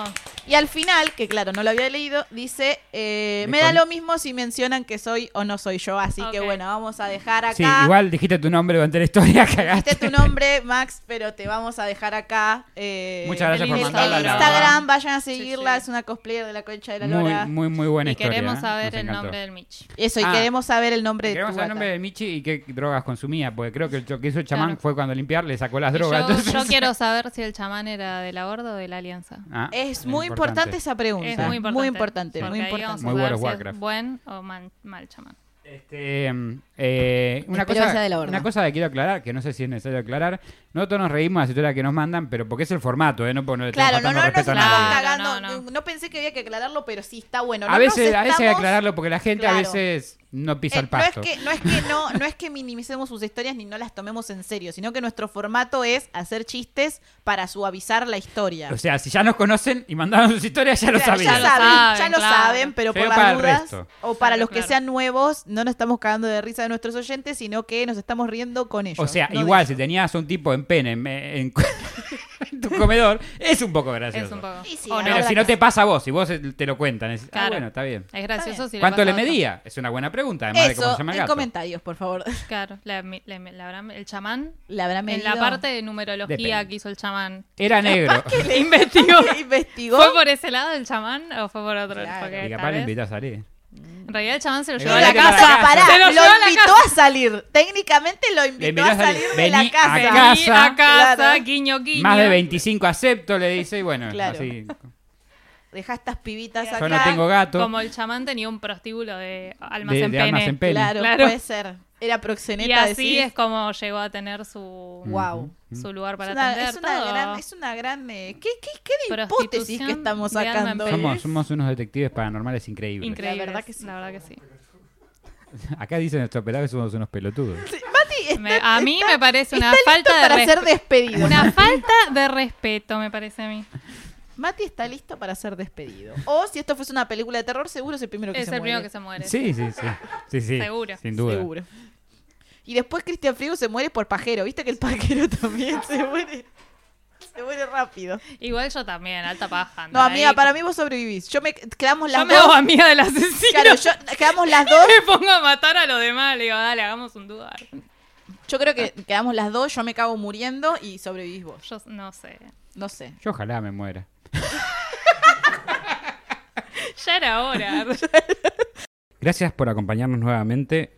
[SPEAKER 1] Y al final, que claro, no lo había leído, dice, eh,
[SPEAKER 2] Me
[SPEAKER 1] me da
[SPEAKER 2] con-
[SPEAKER 1] lo mismo si mencionan que soy o no soy yo, así que
[SPEAKER 3] Ok.
[SPEAKER 1] bueno, vamos a dejar acá.
[SPEAKER 2] Sí, igual dijiste tu nombre durante la historia, cagaste.
[SPEAKER 1] Dijiste tu nombre, Max, pero te vamos a dejar acá. eh,
[SPEAKER 2] Muchas gracias
[SPEAKER 1] el-
[SPEAKER 2] por
[SPEAKER 1] el
[SPEAKER 2] mandarla, la
[SPEAKER 1] Instagram,
[SPEAKER 3] verdad.
[SPEAKER 1] vayan a seguirla,
[SPEAKER 3] Sí, sí.
[SPEAKER 1] es una cosplayer de la concha de la
[SPEAKER 2] Muy,
[SPEAKER 1] lora.
[SPEAKER 2] muy, muy buena
[SPEAKER 3] Y
[SPEAKER 2] historia.
[SPEAKER 3] queremos
[SPEAKER 2] ¿eh?
[SPEAKER 3] saber
[SPEAKER 2] Nos
[SPEAKER 3] el
[SPEAKER 2] encantó.
[SPEAKER 3] nombre del Michi.
[SPEAKER 1] Eso, y
[SPEAKER 2] Ah.
[SPEAKER 1] queremos saber el nombre de
[SPEAKER 2] Queremos
[SPEAKER 1] tu
[SPEAKER 2] saber el
[SPEAKER 1] gata.
[SPEAKER 2] nombre de Michi y qué drogas consumía, porque creo que lo que hizo el chamán
[SPEAKER 3] Claro.
[SPEAKER 2] fue cuando limpiar le sacó las
[SPEAKER 3] Y
[SPEAKER 2] drogas.
[SPEAKER 3] Yo,
[SPEAKER 2] entonces-
[SPEAKER 3] yo quiero saber si el chamán era de la horda o de la alianza.
[SPEAKER 2] [laughs] Ah,
[SPEAKER 1] Es muy importante. esa pregunta.
[SPEAKER 3] Es muy importante.
[SPEAKER 1] Muy importante,
[SPEAKER 3] porque
[SPEAKER 1] muy
[SPEAKER 3] ahí
[SPEAKER 1] importante.
[SPEAKER 2] Muy
[SPEAKER 3] Vamos a
[SPEAKER 2] bueno
[SPEAKER 3] saber si
[SPEAKER 2] Warcraft.
[SPEAKER 3] es buen o man- mal chamán.
[SPEAKER 2] Este, mm, eh, una,
[SPEAKER 1] Espero que sea
[SPEAKER 2] cosa,
[SPEAKER 1] de la horda.
[SPEAKER 2] una cosa que quiero aclararar, que no sé si es necesario aclarar. Nosotros nos reímos de las historias que nos mandan, pero porque es el formato, ¿eh? No porque no le estamos
[SPEAKER 1] Claro, no,
[SPEAKER 2] faltando
[SPEAKER 1] no, no,
[SPEAKER 2] respeto
[SPEAKER 1] se
[SPEAKER 2] a
[SPEAKER 1] estamos
[SPEAKER 2] nadie.
[SPEAKER 3] no,
[SPEAKER 1] cagando.
[SPEAKER 3] no, no.
[SPEAKER 1] No pensé que había que aclararlo, pero sí está bueno. No
[SPEAKER 2] A
[SPEAKER 1] nos
[SPEAKER 2] veces, a veces hay que
[SPEAKER 1] estamos-
[SPEAKER 2] aclararlo porque la gente a
[SPEAKER 1] Claro.
[SPEAKER 2] veces no pisa
[SPEAKER 1] Eh,
[SPEAKER 2] el
[SPEAKER 1] no es
[SPEAKER 2] pasto.
[SPEAKER 1] que no es que no no es que minimicemos sus historias ni no las tomemos en serio, sino que nuestro formato es hacer chistes para suavizar la historia.
[SPEAKER 2] O sea, si ya nos conocen y mandaron sus historias, ya lo
[SPEAKER 1] Claro, ya
[SPEAKER 2] sabían.
[SPEAKER 1] saben, ya
[SPEAKER 3] saben,
[SPEAKER 1] lo
[SPEAKER 3] claro.
[SPEAKER 1] saben, pero
[SPEAKER 2] Pero
[SPEAKER 1] por las
[SPEAKER 2] para el
[SPEAKER 1] dudas
[SPEAKER 2] resto.
[SPEAKER 1] o para
[SPEAKER 3] Claro,
[SPEAKER 1] los que
[SPEAKER 3] claro.
[SPEAKER 1] sean nuevos, no nos estamos cagando de risa de nuestros oyentes, sino que nos estamos riendo con ellos.
[SPEAKER 2] O sea,
[SPEAKER 1] no de
[SPEAKER 2] igual
[SPEAKER 1] ellos.
[SPEAKER 2] si tenías un tipo en pene en, en- [laughs] en tu comedor, es un poco gracioso.
[SPEAKER 3] Es un poco.
[SPEAKER 1] Y sí,
[SPEAKER 3] o no.
[SPEAKER 2] Pero si no te pasa a vos, si vos te lo cuentan, es, ah,
[SPEAKER 3] Claro.
[SPEAKER 2] bueno, está bien.
[SPEAKER 3] Es gracioso si
[SPEAKER 2] ¿Cuánto le
[SPEAKER 3] pasa a otro.
[SPEAKER 2] medía? Es una buena pregunta, además de cómo
[SPEAKER 1] eso
[SPEAKER 2] se llama el
[SPEAKER 1] en
[SPEAKER 2] gato.
[SPEAKER 1] comentarios, por
[SPEAKER 3] [laughs]
[SPEAKER 1] favor.
[SPEAKER 3] Claro, la- mi- la- la habrán- el chamán.
[SPEAKER 1] La habrá
[SPEAKER 3] En
[SPEAKER 1] medido.
[SPEAKER 3] la [laughs] parte de numerología
[SPEAKER 2] Depende.
[SPEAKER 3] que hizo el chamán.
[SPEAKER 1] [laughs]
[SPEAKER 2] Era negro. [laughs]
[SPEAKER 3] Investigó.
[SPEAKER 1] investigó.
[SPEAKER 3] ¿Fue por ese lado el chamán o fue por otro?
[SPEAKER 1] Claro.
[SPEAKER 3] Porque
[SPEAKER 2] Y capaz
[SPEAKER 3] tal
[SPEAKER 2] le
[SPEAKER 3] vez-
[SPEAKER 2] invitó a salir.
[SPEAKER 3] En realidad el chamán se lo
[SPEAKER 2] Le
[SPEAKER 3] llevó a
[SPEAKER 2] invitó
[SPEAKER 3] la
[SPEAKER 2] a la
[SPEAKER 3] casa.
[SPEAKER 2] casa.
[SPEAKER 1] pará,
[SPEAKER 3] Se lo
[SPEAKER 1] lo,
[SPEAKER 3] llevó a la
[SPEAKER 1] invitó
[SPEAKER 3] casa.
[SPEAKER 1] a salir. Técnicamente lo
[SPEAKER 2] Le
[SPEAKER 1] invitó
[SPEAKER 2] invitó
[SPEAKER 1] a salir de la
[SPEAKER 2] Vení
[SPEAKER 1] casa.
[SPEAKER 2] a casa.
[SPEAKER 3] Vení a casa,
[SPEAKER 1] Claro.
[SPEAKER 3] guiño, guiño.
[SPEAKER 2] Más de 25 acepto, le dice, y bueno,
[SPEAKER 1] Claro.
[SPEAKER 2] así.
[SPEAKER 1] Dejá estas pibitas
[SPEAKER 2] Yo
[SPEAKER 1] acá.
[SPEAKER 2] no tengo gato.
[SPEAKER 3] Como el chamán tenía un prostíbulo de almas
[SPEAKER 2] de,
[SPEAKER 3] en
[SPEAKER 2] de
[SPEAKER 3] pene.
[SPEAKER 2] almas en pene.
[SPEAKER 1] Claro,
[SPEAKER 3] Claro.
[SPEAKER 1] puede ser. Era
[SPEAKER 3] Y
[SPEAKER 1] proxeneta,
[SPEAKER 3] así
[SPEAKER 1] decís.
[SPEAKER 3] es como llegó a tener su,
[SPEAKER 2] Mm.
[SPEAKER 1] Wow.
[SPEAKER 3] su lugar para
[SPEAKER 1] es una,
[SPEAKER 3] atender
[SPEAKER 1] es una
[SPEAKER 3] todo.
[SPEAKER 1] gran, es una gran, eh, ¿qué, qué, qué de hipótesis que
[SPEAKER 3] Prostitución
[SPEAKER 1] estamos
[SPEAKER 3] de alma en
[SPEAKER 1] sacando?
[SPEAKER 3] pena.
[SPEAKER 2] Somos, somos unos detectives paranormales increíbles.
[SPEAKER 3] Increíble.
[SPEAKER 1] La verdad que sí.
[SPEAKER 3] La verdad que sí.
[SPEAKER 2] Acá dicen nuestro operador que somos unos pelotudos.
[SPEAKER 1] Mati, está-
[SPEAKER 3] Me- a mí me parece una
[SPEAKER 1] está listo
[SPEAKER 3] falta de
[SPEAKER 1] para ser
[SPEAKER 3] respeto.
[SPEAKER 1] despedido.
[SPEAKER 2] [laughs]
[SPEAKER 3] Una falta de respeto, me parece a mí.
[SPEAKER 1] Mati está listo para ser despedido. O si esto fuese una película de terror, seguro es el primero que
[SPEAKER 3] Es
[SPEAKER 1] se
[SPEAKER 3] el primero
[SPEAKER 1] muere.
[SPEAKER 3] que se muere.
[SPEAKER 2] Sí, sí, sí. sí, sí
[SPEAKER 3] Seguro.
[SPEAKER 2] Sin duda.
[SPEAKER 1] Seguro. Y después Cristian Frigo se muere por pajero. Viste que el pajero [laughs] también se muere. Se muere rápido.
[SPEAKER 3] Igual yo también, alta paja.
[SPEAKER 1] No,
[SPEAKER 3] andar
[SPEAKER 1] amiga,
[SPEAKER 3] ahí.
[SPEAKER 1] para mí vos sobrevivís. Yo me quedamos las
[SPEAKER 3] Yo me hago
[SPEAKER 1] dos.
[SPEAKER 3] amiga del asesino.
[SPEAKER 1] Claro, yo- quedamos las dos.
[SPEAKER 3] [laughs] Me pongo a matar a los demás. Le digo, dale, hagamos un duda.
[SPEAKER 1] Yo creo que quedamos las dos, yo me cago muriendo y sobrevivís vos.
[SPEAKER 3] Yo no sé.
[SPEAKER 1] No sé.
[SPEAKER 2] Yo ojalá me muera.
[SPEAKER 3] Ya era hora.
[SPEAKER 2] Gracias por acompañarnos nuevamente